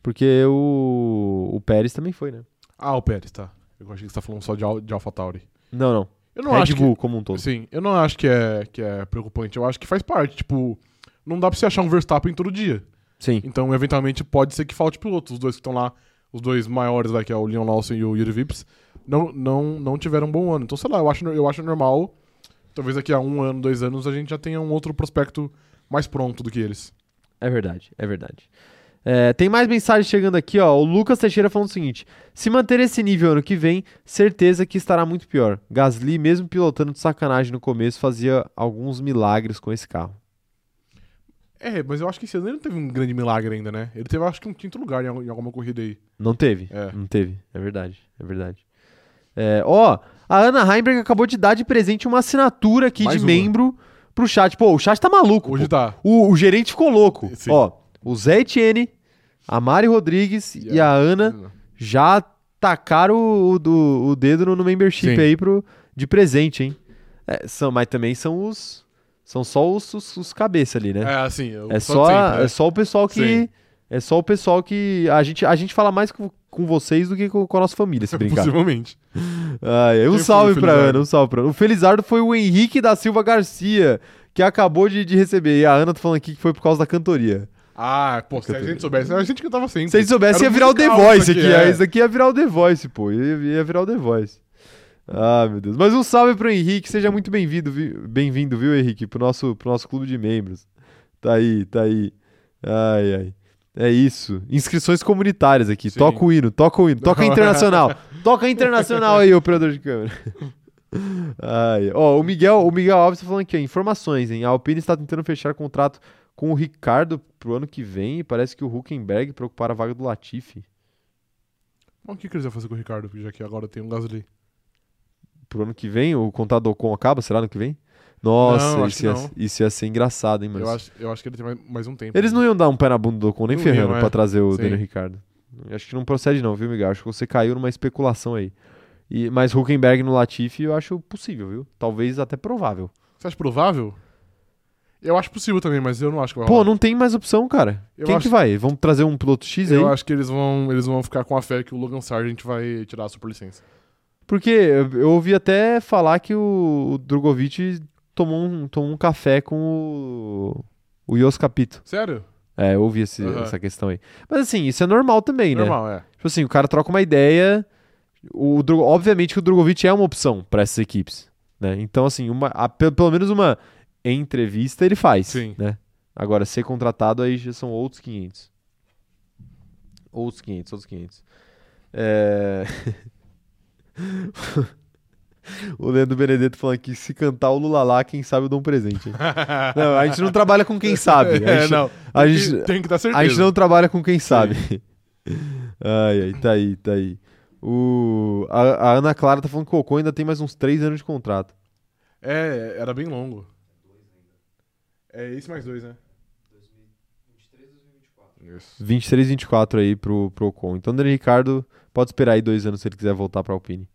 Porque o, o Pérez também foi, né?
Ah, o Pérez, tá. Eu achei que você tá falando só de, Al de AlphaTauri.
Não, não.
Eu não
Red
acho que-
Bull como um todo.
Sim, eu não acho que é, que é preocupante. Eu acho que faz parte. Tipo, não dá pra você achar um Verstappen todo dia.
Sim.
Então, eventualmente, pode ser que falte piloto. Os dois que estão lá, os dois maiores, vai, que é o Leon Lawson e o Yuri Vips, não, não, não tiveram um bom ano. Então, sei lá, eu acho, eu acho normal. Talvez daqui a um ano, dois anos, a gente já tenha um outro prospecto mais pronto do que eles.
É verdade, é verdade. É, tem mais mensagens chegando aqui, ó. O Lucas Teixeira falando o seguinte: se manter esse nível ano que vem, certeza que estará muito pior. Gasly, mesmo pilotando de sacanagem no começo, fazia alguns milagres com esse carro.
É, mas eu acho que esse ano ele não teve um grande milagre ainda, né? Ele teve, acho que, um quinto lugar em, al- em alguma corrida aí.
Não teve.
É.
Não teve. É verdade, é verdade. É, ó, a Ana Heimberg acabou de dar de presente uma assinatura aqui
Mais
de
uma.
membro pro chat. Pô, o chat tá maluco.
Hoje
pô.
tá.
O, o gerente ficou louco.
Sim.
Ó, o Zé Etienne, a Mari Rodrigues e a Ana. já tacaram o, o do- o dedo no, no membership
Sim.
aí pro, de presente, hein? É, são, mas também são os. São só os, os, os cabeça ali, né?
É, assim, eu
É,
de
só,
sempre, né?
é só o pessoal que.
Sim.
É só o pessoal que. A gente, a gente fala mais com, com vocês do que com, com a nossa família, se brincar.
Possivelmente.
Ai, um
Quem foi
salve
Tipo, o
pra
Felizardo?
Ana, um salve pra Ana. O Felizardo foi o Henrique da Silva Garcia, que acabou de, de receber. E a Ana tá falando aqui que foi por causa da cantoria.
Ah, pô, se a gente soubesse, a gente cantava sempre.
Se eles soubessem, ia
Era um
virar o The
musical
Voice
isso
aqui. é. Isso aqui ia virar o The Voice, pô. Ia, ia virar o The Voice. Ah, meu Deus. Mas um salve pro Henrique. Seja muito bem-vindo, vi- bem-vindo, viu, Henrique? Pro nosso, pro nosso clube de membros. Tá aí, tá aí. Ai, ai. É isso. Inscrições comunitárias aqui.
Sim.
Toca o hino, toca o hino. Toca internacional. toca internacional aí, operador de câmera. Ai. Ó, o Miguel, o Miguel Alves tá falando aqui, ó, informações, hein? A Alpine está tentando fechar contrato com o Ricardo pro ano que vem e parece que o Huckenberg para ocupar a vaga do Latifi
Mas o que que eles iam fazer com o Ricardo, já que agora tem um Gasly?
pro ano que vem. O contrato do Ocon acaba, será ano que vem? Nossa,
Não, acho
isso,
que
ia,
não.
isso ia ser engraçado, hein, mano?
Eu acho, eu acho que ele tem mais, mais um tempo.
Eles não iam dar um pé na bunda do Ocon nem
Não
ferrando
iam, é.
pra trazer o
Sim.
Daniel Ricardo. Acho que não procede não, viu, Miguel? Acho que você caiu numa especulação aí. E, mas Huckenberg no Latifi eu acho possível, viu? Talvez até provável.
Você acha provável? Eu acho possível também, mas eu não acho que vai
Pô,
rolar.
não tem mais opção, cara.
Eu
Quem
acho-
que vai? Vamos trazer um piloto X aí?
Eu acho que eles vão, eles vão ficar com a fé que o Logan Sargent vai tirar a superlicença.
Porque eu, eu ouvi até falar que o, o Drogovic tomou um, tomou um café com o, o Jos Capito.
Sério?
É, eu ouvi esse-
Aham.
essa questão aí. Mas assim, isso é normal também, né?
Normal, é.
Tipo assim, o cara troca uma ideia. O, Dro- obviamente que o Drogovic é uma opção para essas equipes, né? Então, assim, uma, a- pe- pelo menos uma entrevista ele faz,
Sim.
né? Agora, ser contratado aí já são outros 500. Outros 500, outros 500. É... o Leandro Benedetto falando aqui, se cantar o Lulalá, quem sabe eu dou um presente. hein? não, a gente não trabalha com quem sabe. A
é,
gente-
não.
a
Tem
gente-
que- tem que dar certeza.
a gente não trabalha com quem sabe. ai, ai, tá aí, tá aí. O... A, a Ana Clara tá falando que o Ocon ainda tem mais uns 3 anos de contrato.
É, era bem longo. É esse mais dois, né? 2023 2024.
23, 24 aí pro, pro Ocon. Então o Daniel Ricardo pode esperar aí dois anos se ele quiser voltar pra Alpine.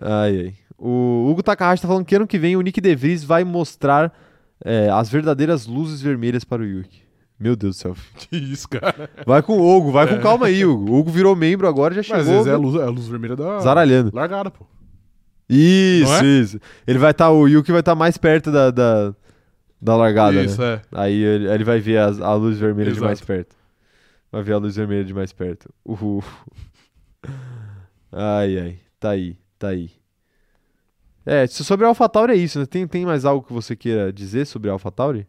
Ai, ai. O Hugo Takahashi tá falando que ano que vem o Nick DeVries vai mostrar é, as verdadeiras luzes vermelhas para o Yuki. Meu Deus do céu.
Isso. Que isso, cara.
Vai com o Hugo, vai com calma aí, Hugo. O Hugo virou membro agora, já
É. Mas às
chegou
vezes é a luz, é a luz vermelha da
zaralhando.
largada, pô.
Isso,
Não é?
isso. Ele vai estar, o Yuki vai estar mais perto da, da, da largada,
isso,
né?
é.
Aí ele, ele vai ver as- a luz vermelha de
Exato.
mais perto. Vai ver a luz vermelha de mais perto. Uhul. Ai, ai. Tá aí, tá aí. É, so- sobre a AlphaTauri é isso, né? Tem, tem mais algo que você queira dizer sobre a AlphaTauri?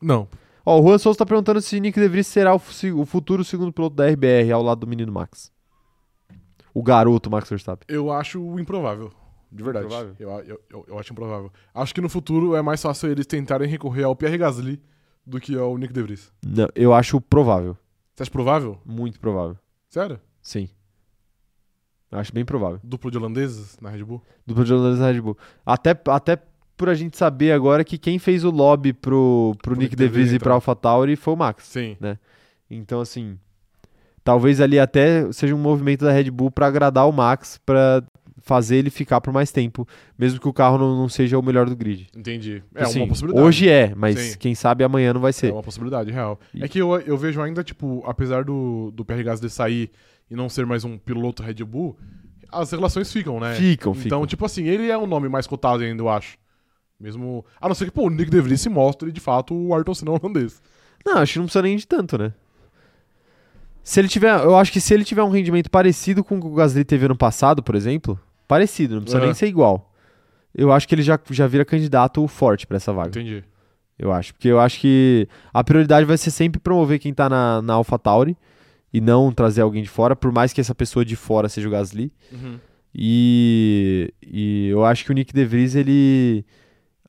Não.
Ó, o Juan Souza tá perguntando se Nick deveria será o, se- o futuro segundo piloto da RBR ao lado do menino Max. O garoto Max Verstappen.
Eu acho improvável. De verdade.
Improvável?
Eu, eu, eu, eu acho improvável. Acho que no futuro é mais fácil eles tentarem recorrer ao Pierre Gasly do que ao Nick De Vries.
Não, eu acho provável.
Você acha provável?
Muito provável.
Sério?
Sim. Eu acho bem provável.
Duplo de holandeses na Red Bull?
Dupla de holandeses na Red Bull. Até, até por a gente saber agora que quem fez o lobby pro, pro, Nick
Nick então.
De Vries e
DeVries
pra AlphaTauri foi o Max.
Sim.
Então, assim, talvez ali até seja um movimento da Red Bull pra agradar o Max, pra fazer ele ficar por mais tempo, mesmo que o carro não, não seja o melhor do grid.
Entendi. É
Assim,
uma possibilidade.
Hoje é, mas
Sim.
quem sabe amanhã não vai ser.
É uma possibilidade real.
E-
É que eu, eu vejo ainda, tipo, apesar do, do Pierre Gasly sair e não ser mais um piloto Red Bull, as relações ficam, né?
Ficam,
Então,
ficam.
tipo assim, ele é um nome mais cotado ainda, eu acho. Mesmo. A não ser que, pô, o Nick De Vries se mostre de fato o Ayrton Senna holandês.
Não, acho que não precisa nem de tanto, né? Se ele tiver, eu acho que se ele tiver um rendimento parecido com o que o Gasly teve ano passado, por exemplo, parecido, não precisa
Aham.
nem ser igual. Eu acho que ele já, já vira candidato forte pra essa vaga.
Entendi.
Eu acho, porque eu acho que a prioridade vai ser sempre promover quem tá na, na AlphaTauri e não trazer alguém de fora, por mais que essa pessoa de fora seja o Gasly.
Uhum.
E, e eu acho que o Nick DeVries, ele,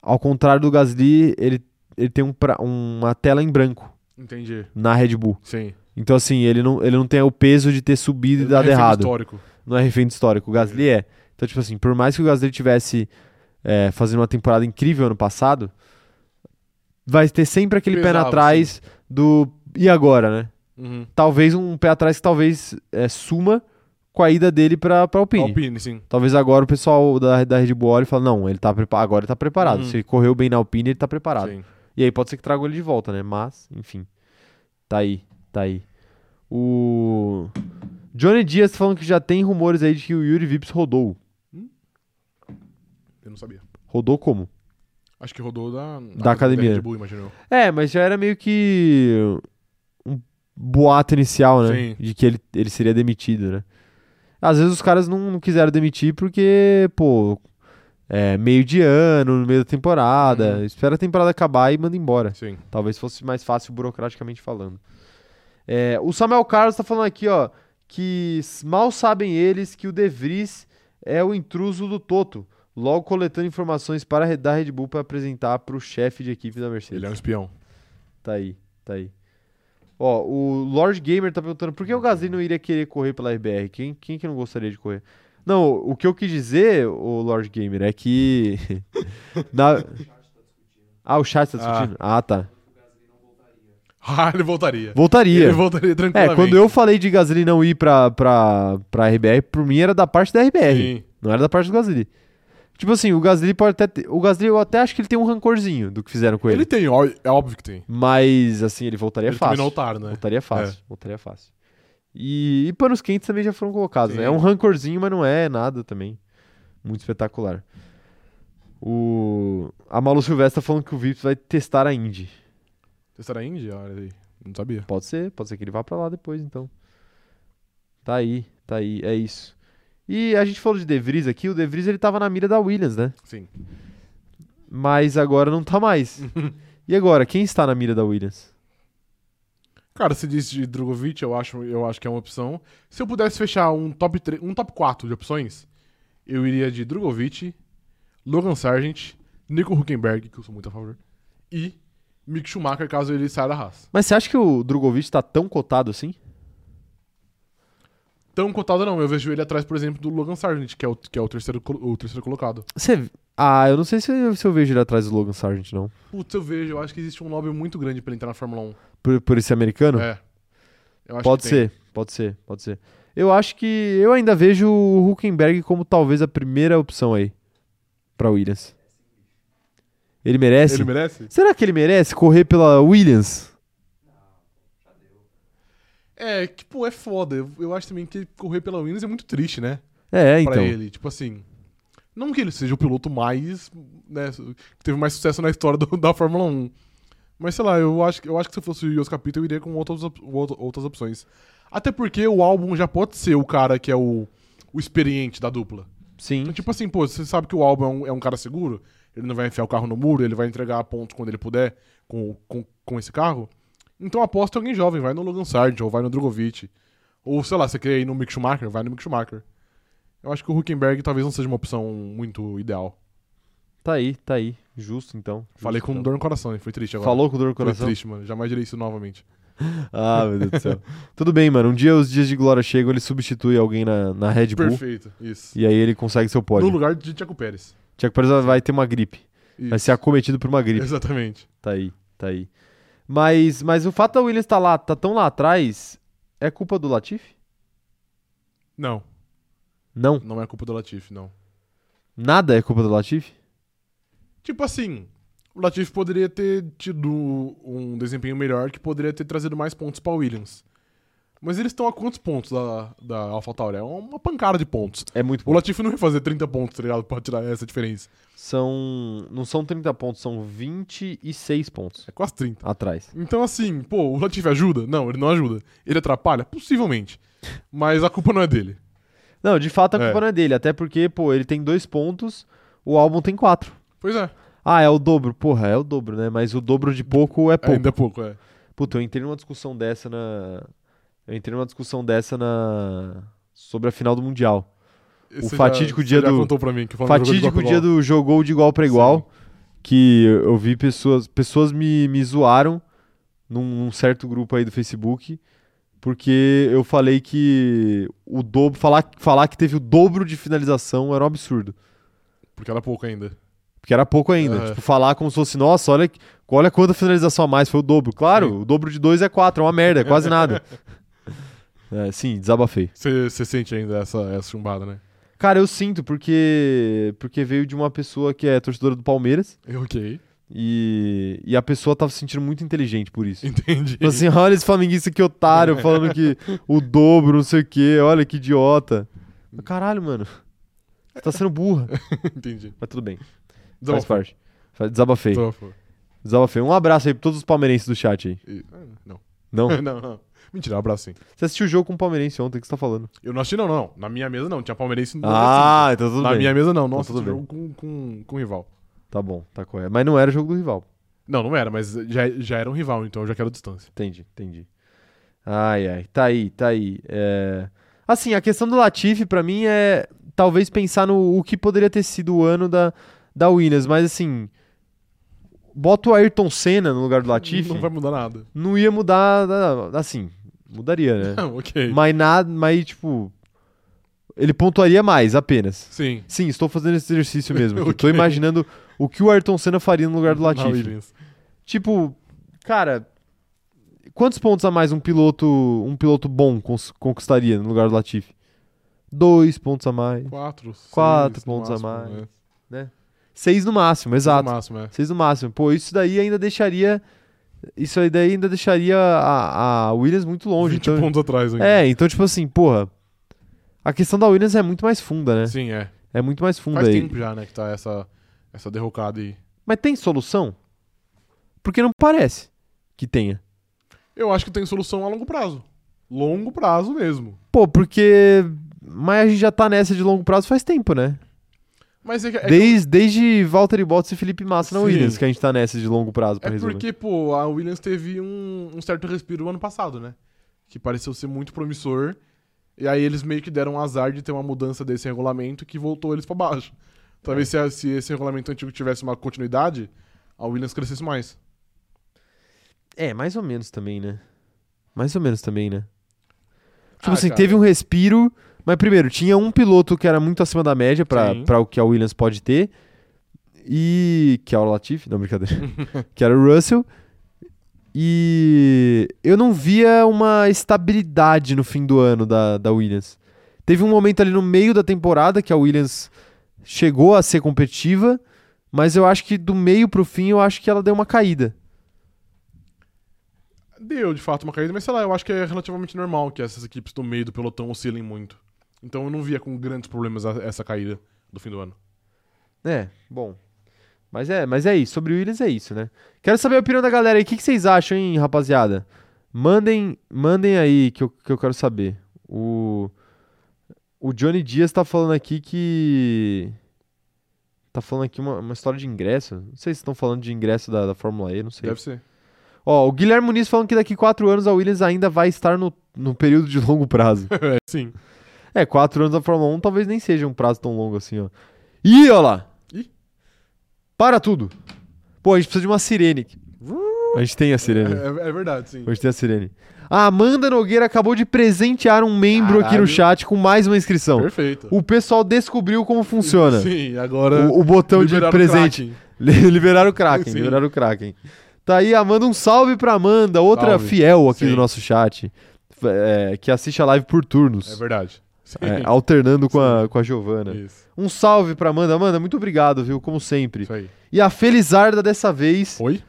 ao contrário do Gasly, ele, ele tem um pra- uma tela em branco
Entendi.
na Red Bull.
Sim.
Então, assim, ele não, ele não tem o peso de ter subido e
É um
dado
refém
errado
histórico.
não é refém do histórico. O Gasly é. Então, tipo assim, por mais que o Gasly tivesse é, fazendo uma temporada incrível ano passado, vai ter sempre aquele pé
Pesava,
na atrás do. E agora, né?
Uhum.
Talvez um pé atrás que talvez é, suma com a ida dele pra, pra Alpine.
Alpine, Ah, sim.
Talvez agora o pessoal da, da Red Bull olhe e fale, não, ele tá prepa- agora ele tá preparado.
Uhum.
Se ele correu bem na Alpine, ele tá preparado.
Sim.
E aí pode ser que traga ele de volta, né? Mas, enfim. Tá aí, tá aí. O. Johnny Dias falando que já tem rumores aí de que o Yuri Vips rodou.
Eu não sabia.
Rodou como?
Acho que rodou da,
Da academia.
Red Bull, imagino eu.
É, mas já era meio que. Um boato inicial, né?
Sim.
De que ele, ele seria demitido, né? Às vezes os caras não, não quiseram demitir porque, pô. É, meio de ano, no meio da temporada.
Uhum.
Espera a temporada acabar e manda embora.
Sim.
Talvez fosse mais fácil burocraticamente falando. É, o Samuel Carlos tá falando aqui, ó, que s- mal sabem eles que o De Vries é o intruso do Toto, logo coletando informações para a Red- da Red Bull para apresentar para o chefe de equipe da Mercedes.
Ele é um espião.
Tá aí, tá aí. Ó, o Lord Gamer tá perguntando por que o Gasly não iria querer correr pela RBR? Quem, quem que não gostaria de correr? Não, o que eu quis dizer, o Lord Gamer, é que. na- Ah, o chat tá
Ah.
discutindo? Ah, tá.
Ah, ele voltaria.
Voltaria.
Ele voltaria
É,
tranquilamente.
quando eu falei de Gasly não ir pra, pra, pra RBR, por mim era da parte da RBR,
Sim.
não era da parte do Gasly. Tipo assim, o Gasly pode até. ter- O Gasly eu até acho que ele tem um rancorzinho do que fizeram com ele.
Ele tem, ó, é óbvio que tem.
Mas, assim, ele voltaria
ele
fácil.
também no altar, né?
Voltaria fácil, voltaria fácil. E, e panos quentes também já foram colocados, né?
Sim.
É um rancorzinho, mas não é nada também. Muito espetacular. O... A Malu Silvestre tá falando que o Vips vai testar a Indy.
Você era índia? Olha aí. Não sabia.
Pode ser, pode ser que ele vá pra lá depois, então. Tá aí, tá aí, é isso. E a gente falou de De Vries aqui, o De Vries ele tava na mira da Williams, né?
Sim.
Mas agora não tá mais. e agora, quem está na mira da Williams?
Cara, se diz de Drogovic, eu acho, eu acho que é uma opção. Se eu pudesse fechar um top, tre- um top 4 de opções, eu iria de Drogovic, Logan Sargent, Nico Huckenberg, que eu sou muito a favor, e Mick Schumacher, caso ele saia da raça.
Mas você acha que o Drogovic tá tão cotado assim?
Tão cotado não, eu vejo ele atrás, por exemplo, do Logan Sargent, que é o, que é o, terceiro, colo- o terceiro colocado.
Você... Ah, eu não sei se eu, se eu vejo ele atrás do Logan Sargent, não.
Putz, eu vejo, eu acho que existe um lobby muito grande pra ele entrar na Fórmula
Por, por esse
1.
americano?
É. Eu acho
pode
que tem.
ser, pode ser, pode ser. Eu acho que... Eu ainda vejo o Huckenberg como talvez a primeira opção aí pra Williams. Ele merece?
Ele merece?
Será que ele merece correr pela Williams?
É, tipo, é foda. Eu, eu acho também que correr pela Williams é muito triste, né?
É,
pra
então.
ele. Tipo assim. Não que ele seja o piloto mais. Né, que teve mais sucesso na história do- da Fórmula 1. Mas sei lá, eu acho, que- eu acho que se eu fosse o Yos Capito, eu iria com outras, op- ou- outras opções. Até porque o álbum já pode ser o cara que é o, o experiente da dupla.
Sim.
Então, tipo assim, pô, você sabe que o álbum é um, é um cara seguro, ele não vai enfiar o carro no muro, ele vai entregar pontos quando ele puder com, com, com esse carro. Então aposta em alguém jovem, vai no Logan Sargent, ou vai no Drogovic. Ou sei lá, você quer ir no Mick Schumacher, vai no Mick Schumacher. Eu acho que o Huckenberg talvez não seja uma opção muito ideal.
Tá aí, tá aí. Justo então. Justo,
Falei com
então.
dor no coração, hein? foi triste agora.
Falou com dor no
Foi
coração.
triste, mano. Jamais direi isso novamente.
Ah, meu Deus do céu. Tudo bem, mano. Um dia os dias de glória chegam, ele substitui alguém na, na Red Bull.
Perfeito, isso.
E aí ele consegue seu pódio.
No lugar de Tiago Pérez.
Tiago Pérez vai ter uma gripe.
Isso.
Vai ser acometido por uma gripe.
Exatamente.
Tá aí, tá aí. Mas, mas o fato da Williams tá lá, tá tão lá atrás, é culpa do Latifi?
Não,
Não.
não é culpa do Latifi, não.
Nada é culpa do Latifi?
Tipo assim, o Latifi poderia ter tido um desempenho melhor que poderia ter trazido mais pontos pra Williams. Mas eles estão a quantos pontos da, da AlphaTauri? É uma pancada de pontos.
É muito
O
pouco.
Latifi não ia fazer 30 pontos, tá ligado? Pra tirar essa diferença.
São. Não são 30 pontos, são 26 pontos
É quase 30.
atrás.
Então assim, pô, o Latifi ajuda? Não, ele não ajuda. Ele atrapalha? Possivelmente. Mas a culpa não é dele.
Não, de fato a
É.
culpa não é dele, até porque, pô, ele tem dois pontos, o álbum tem quatro.
Pois é,
Ah, é o dobro. Porra, é o dobro, né? Mas o dobro de pouco é pouco.
ainda é pouco, é.
Puta, eu entrei numa discussão dessa na. Eu entrei numa discussão dessa na. Sobre a final do Mundial.
Você
fatídico dia
você já
do-
contou pra mim que o Flamengo jogou de
Fatídico
igual
dia
pra igual.
do jogou de igual pra igual. Que eu eu vi pessoas. Pessoas me, me zoaram num, num certo grupo aí do Facebook. Porque eu falei que o dobro. Falar, falar que teve o dobro de finalização era um absurdo.
Porque era pouco ainda.
Porque era pouco ainda.
Aham.
Tipo, falar como se fosse, nossa, olha, que- olha quanta finalização a mais, foi o dobro. Claro,
Sim.
o dobro de dois é quatro, é uma merda, é quase nada. É, sim, desabafei.
Você você sente ainda essa, essa chumbada, né?
Cara, eu sinto, porque porque veio de uma pessoa que é torcedora do Palmeiras
Ok,
e, e a pessoa tava se sentindo muito inteligente por isso.
entendi.
Tipo assim, olha esse flamenguista que otário, falando que o dobro, não sei o quê, olha que idiota. Caralho, mano, você tá sendo burra.
Entendi.
Mas tudo bem, faz
Desabafo.
parte. Fa- Desabafei.
Desabafo.
Desabafei. Um abraço aí pra todos os palmeirenses do chat aí.
E- ah, Não.
Não?
não, não. Mentira, um abraço sim.
Você assistiu o jogo com o palmeirense ontem, o que você tá falando?
Eu não assisti, não, não. Na minha mesa não. Tinha palmeirense no
Ah, então tudo
Na
bem.
minha mesa não. Nossa,
tudo
esse
bem.
jogo com, com, com rival.
Tá bom, tá correto. Mas não era o jogo do rival.
Não, não era, mas já, já era um rival, então eu já quero distância.
Entendi, entendi. Ai, ai. Tá aí, tá aí. É, Assim, a questão do Latifi, pra mim, é talvez pensar no o que poderia ter sido o ano da, da Williams. Mas, assim, bota o Ayrton Senna no lugar do Latifi,
Não
não,
vai mudar nada.
ia mudar, da- assim, mudaria, né?
Não, ok.
mas nada, mas, tipo, ele pontuaria mais, apenas.
Sim.
Sim, estou fazendo esse exercício mesmo. aqui. Estou
Ok.
imaginando o que o Ayrton Senna faria no lugar do
Na
Latifi.
Williams.
Tipo, cara, quantos pontos a mais um piloto, um piloto bom cons- conquistaria no lugar do Latifi? Dois pontos a mais.
Quatro. seis,
Quatro
no
pontos a
máximo,
mais.
né?
Seis no máximo,
No
exato.
máximo, é.
Seis no máximo. Pô, isso daí ainda deixaria. Isso aí daí ainda deixaria a, a Williams muito longe.
20
então-
pontos atrás ainda.
é, então, tipo assim, porra. A questão da Williams é muito mais funda, né?
Sim, é.
É muito mais funda
Faz
aí.
tempo já, né, que tá essa, essa derrocada aí.
Mas tem solução? Porque não parece que tenha.
Eu acho que tem solução a longo prazo. Longo prazo mesmo.
Pô, porque. Mas a gente já tá nessa de longo prazo faz tempo, né?
Mas é que, é que
desde, desde Valtteri Bottas e Felipe Massa na
Sim.
Williams que a gente tá nessa de longo prazo pra
É
resolver.
porque, pô, a Williams teve um, um certo respiro no ano passado, né? Que pareceu ser muito promissor. E aí eles meio que deram um azar de ter uma mudança desse regulamento que voltou eles pra baixo.
É.
Talvez se, a- se esse regulamento antigo tivesse uma continuidade, a Williams crescesse mais.
É, mais ou menos também, né? Mais ou menos também, né? Tipo
Ah,
assim,
cara.
teve um respiro, mas primeiro, tinha um piloto que era muito acima da média pra
Sim.
pra o que a Williams pode ter, e que é o Latifi, não, brincadeira, que era o Russell, e eu não via uma estabilidade no fim do ano da, da Williams. Teve um momento ali no meio da temporada que a Williams chegou a ser competitiva, mas eu acho que do meio pro fim, eu acho que ela deu uma caída.
Deu, de fato, uma caída, mas sei lá, eu acho que é relativamente normal que essas equipes do meio do pelotão oscilem muito. Então eu não via com grandes problemas a- essa caída do fim do ano.
É, bom. Mas é, mas é isso. Sobre o Williams é isso, né? Quero saber a opinião da galera aí. O que, que vocês acham, hein, rapaziada? Mandem, mandem aí que eu, que eu quero saber. O, o Johnny Dias tá falando aqui que. Tá falando aqui uma, uma história de ingresso. Não sei se estão falando de ingresso da, da Fórmula E, não sei.
Deve ser.
Ó, o Guilherme Muniz falando que daqui quatro anos a Williams ainda vai estar no, no período de longo prazo.
É, sim.
é, quatro anos da Fórmula 1 talvez nem seja um prazo tão longo assim, ó. Ih, olha lá!
Ih.
Para tudo! Pô, a gente precisa de uma sirene.
Uh.
A gente tem a sirene.
É, é verdade, sim.
Hoje tem a sirene. A Amanda Nogueira acabou de presentear um membro aqui no
Caralho.
chat com mais uma inscrição.
Perfeito.
O pessoal descobriu como então, funciona.
Sim, agora.
O, o botão de
liberaram o
presente.
Kraken.
Li- Liberaram o Kraken,
Sim.
liberaram o Kraken. Tá aí, Amanda, um salve pra Amanda, outra
Salve.
fiel aqui
Sim.
do nosso chat, f- é, que assiste a live por
É
turnos,
verdade. Sim.
é, alternando com a, com a Giovana.
Isso.
Um salve pra Amanda. Amanda, muito obrigado, viu, como sempre.
Isso aí.
E a felizarda dessa vez
Oi?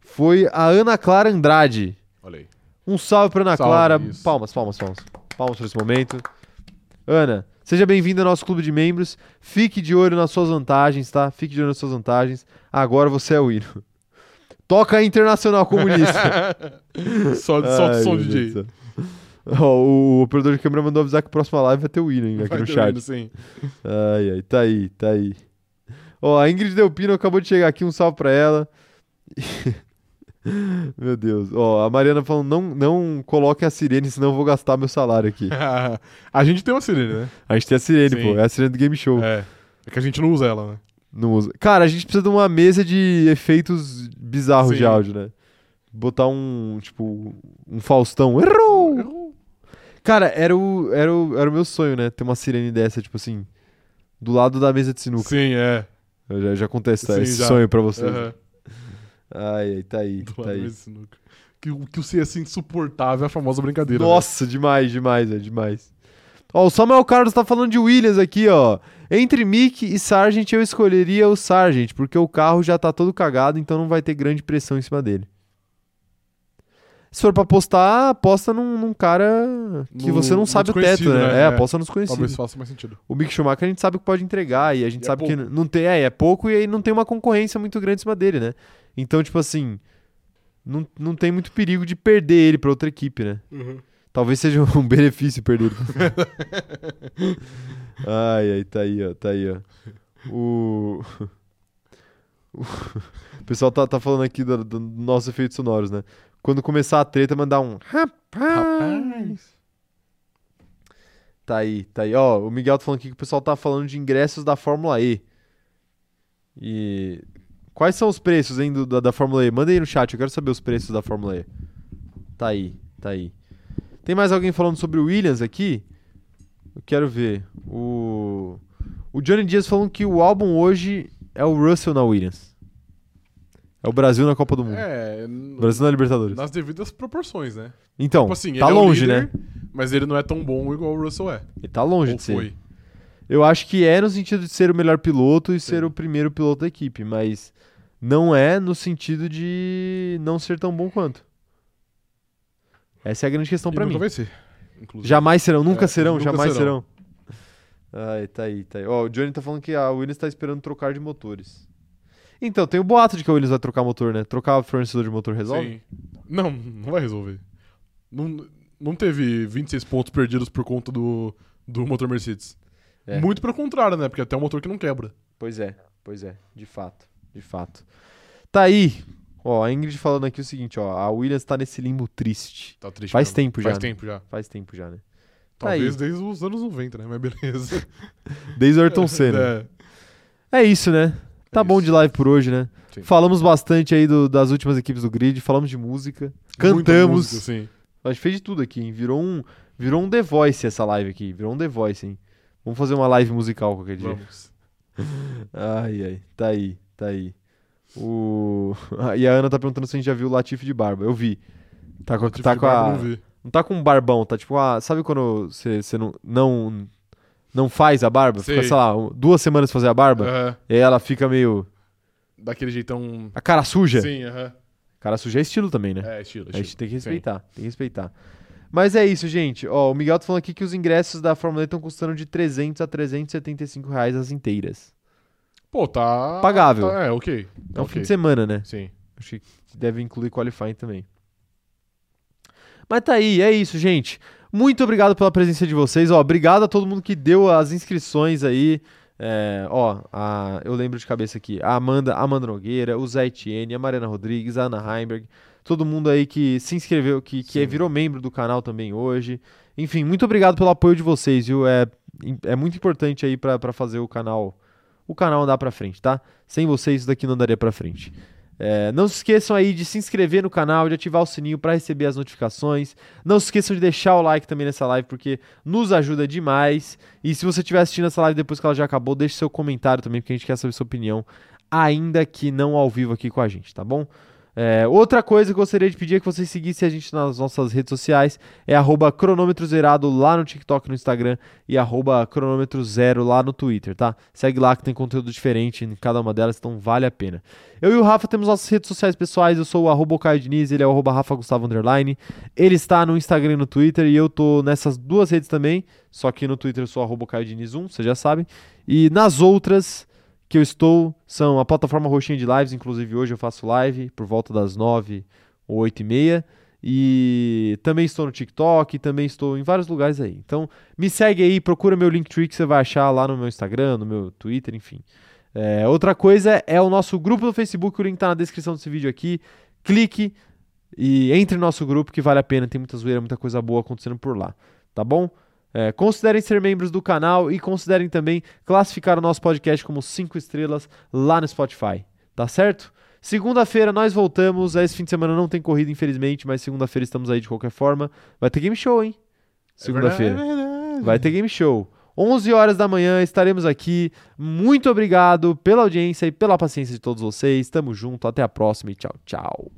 foi a Ana Clara Andrade.
Olha aí.
Um salve pra Ana
Salve,
Clara.
isso.
Palmas, palmas, palmas. Palmas por esse momento. Ana, seja bem-vinda ao nosso clube de membros. Fique de olho nas suas vantagens, tá? Fique de olho nas suas vantagens. Agora você é o hino. Toca a Internacional Comunista.
Só solta
Ai,
o som,
meu Deus do
DJ.
céu. Ó, o operador de câmera mandou avisar que a próxima live vai ter o hino ainda aqui
Vai
no
ter
chat.
medo, sim.
Ai, ai, tá aí, tá aí. Ó, a Ingrid Delpino acabou de chegar aqui, um salve pra ela. Meu Deus. Ó, a Mariana falando, não, não coloquem a sirene, senão eu vou gastar meu salário aqui.
a gente tem uma sirene, né?
A gente tem a sirene,
Sim.
pô. É a sirene do Game Show.
É. É que a gente não usa ela, né?
Não usa. Cara, a gente precisa de uma mesa de efeitos bizarros de
Sim.
áudio, né? Botar um, tipo, um Faustão. Errou! Cara, era o, era o, era o meu sonho, né? Ter uma sirene dessa, tipo assim, do lado da mesa de sinuca.
Sim, é.
Eu já, já contei essa-
Sim,
esse
já.
sonho pra vocês.
Aham.
Ai, ai, tá aí,
Do
tá
lado
aí.
desse sinuca. Que, o que o ser assim insuportável é a famosa brincadeira. né?
Nossa, demais, demais, é demais. Ó, o Samuel Carlos tá falando de Williams aqui, ó. Entre Mick e Sargent, eu escolheria o Sargent, porque o carro já tá todo cagado, então não vai ter grande pressão em cima dele. Se for pra apostar, aposta num, num cara que
No-
você não
no
sabe o teto,
desconhecido,
né?
né?
É,
É.
aposta nos conhecidos.
Talvez faça mais sentido.
O Mick Schumacher a gente sabe que pode entregar e a gente
E é
sabe que n- não tem, é, é pouco e aí não tem uma concorrência muito grande em cima dele, né? Então, tipo assim, não, não tem muito perigo de perder ele pra outra equipe, né? Talvez seja um benefício perder ele. ai, ai, tá aí, ó, tá aí, ó. O o pessoal tá, tá falando aqui do- do- dos nossos efeitos sonoros, né? Quando começar a treta, mandar um rapaz. Tá aí, tá aí. Ó, o Miguel tá falando aqui que o pessoal tá falando de ingressos da Fórmula E. E. Quais são os preços, hein, do- da, da Fórmula E? Manda aí no chat, eu quero saber os preços da Fórmula E. Tá aí, tá aí. Tem mais alguém falando sobre o Williams aqui? Eu quero ver. O. O Johnny Dias falando que o álbum hoje é o Russell na Williams. É o Brasil na Copa do Mundo.
É.
O Brasil na Libertadores.
Nas devidas proporções, né?
Então,
Tipo assim,
tá
ele
longe,
é o
né?
líder, Mas ele não é tão bom igual o Russell é.
Ele tá longe
Ou
de ser.
foi.
Eu acho que é no sentido de ser o melhor piloto e ser o primeiro piloto da equipe, mas não é no sentido de não ser tão bom quanto. Essa é a grande questão
E
pra mim.
nunca vai ser. inclusive.
Jamais serão, nunca
É,
serão,
nunca
jamais serão.
serão.
Ai, tá aí, tá aí. Ó, o Johnny tá falando que a Williams tá esperando trocar de motores. Então, tem o boato de que a Williams vai trocar motor, né? Trocar o fornecedor de motor resolve?
Sim. Não, não vai resolver. Não, não teve 26 pontos perdidos por conta do, do motor Mercedes.
É.
Muito pelo contrário, né? Porque até é um motor que não quebra.
Pois é, pois é, de fato, de fato. Tá aí, ó, a Ingrid falando aqui o seguinte, ó, a Williams tá nesse limbo triste.
Tá triste.
Faz
mesmo.
tempo já,
Faz
né?
tempo já.
Faz tempo já, né? Tá aí.
Talvez desde os anos 90, né? Mas beleza.
Desde o Ayrton Senna.
É.
É isso, né? Tá
É
bom
isso.
de live por hoje, né?
Sim.
Falamos bastante aí do- das últimas equipes do grid, falamos de música,
Muita
cantamos.
música, sim.
A gente fez de tudo aqui, hein? Virou um, virou um The Voice essa live aqui, virou um The Voice, hein? Vamos fazer uma live musical qualquer dia.
Vamos.
Ai, ai, tá aí, tá aí. O... Ah, E a Ana tá perguntando se a gente já viu o Latifi de barba. Eu vi. Tá com, a-
Tive
tá
que
com
parar pra
a...
não ver.
Não tá com um barbão, tá tipo, ah, sabe quando você você não, não, não faz a barba? Fica,
Sei.
sei lá, um- duas semanas pra fazer a barba?
Aham.
E aí ela fica meio.
Daquele jeitão.
A cara suja.
Sim, aham.
Cara suja é estilo também, né?
É, estilo,
a gente
estilo.
tem que
Sim.
respeitar, tem que respeitar. Mas é isso, gente. Ó, o Miguel tá falando aqui que os ingressos da Fórmula E estão custando de 300 a 375 reais as inteiras.
Pô, tá.
Pagável.
tá- é, ok.
É um
Ok.
fim de semana, né?
Sim. É
Acho que deve incluir qualifying também. Mas tá aí, é isso, gente. Muito obrigado pela presença de vocês. Ó, obrigado a todo mundo que deu as inscrições aí. É, ó, a- eu lembro de cabeça aqui. A Amanda, a Amanda Nogueira, o Zé Etienne, a Mariana Rodrigues, a Ana Heimberg. Todo mundo aí que se inscreveu, que, que
Sim.
virou membro do canal também hoje. Enfim, muito obrigado pelo apoio de vocês, viu? É, é muito importante aí pra pra fazer o canal o canal andar pra frente, tá? Sem vocês isso daqui não daria pra frente. É, não se esqueçam aí de se inscrever no canal, de ativar o sininho pra receber as notificações. Não se esqueçam de deixar o like também nessa live, porque nos ajuda demais. E se você estiver assistindo essa live depois que ela já acabou, deixe seu comentário também, porque a gente quer saber sua opinião, ainda que não ao vivo aqui com a gente, tá bom? É, outra coisa que eu gostaria de pedir é que vocês seguissem a gente nas nossas redes sociais, é arroba cronômetro zerado lá no TikTok e no Instagram e arroba cronômetro zero lá no Twitter, tá? Segue lá que tem conteúdo diferente em cada uma delas, então vale a pena. Eu e o Rafa temos nossas redes sociais pessoais. Eu sou o arroba Caio Diniz, ele é o arroba Rafa Gustavo Underline. Ele está no Instagram e no Twitter e eu tô nessas duas redes também. Só que no Twitter eu sou arroba Caio Diniz 1, vocês já sabem. E nas outras que eu estou são a plataforma roxinha de lives, inclusive hoje eu faço live por volta das 9 ou 8 e meia. E também estou no TikTok, também estou em vários lugares aí. Então me segue aí, procura meu Linktree que você vai achar lá no meu Instagram, no meu Twitter, enfim. É, outra coisa é o nosso grupo do Facebook, o link tá na descrição desse vídeo aqui. Clique e entre no nosso grupo que vale a pena, tem muita zoeira, muita coisa boa acontecendo por lá, tá bom? É, considerem ser membros do canal e considerem também classificar o nosso podcast como 5 estrelas lá no Spotify, tá certo? Segunda-feira nós voltamos, é, esse fim de semana não tem corrida, infelizmente, mas segunda-feira estamos aí de qualquer forma. Vai ter game show, hein? Segunda-feira.
É verdade.
Vai ter game show. 11 horas da manhã estaremos aqui. Muito obrigado pela audiência e pela paciência de todos vocês. Tamo junto, até a próxima e tchau, tchau.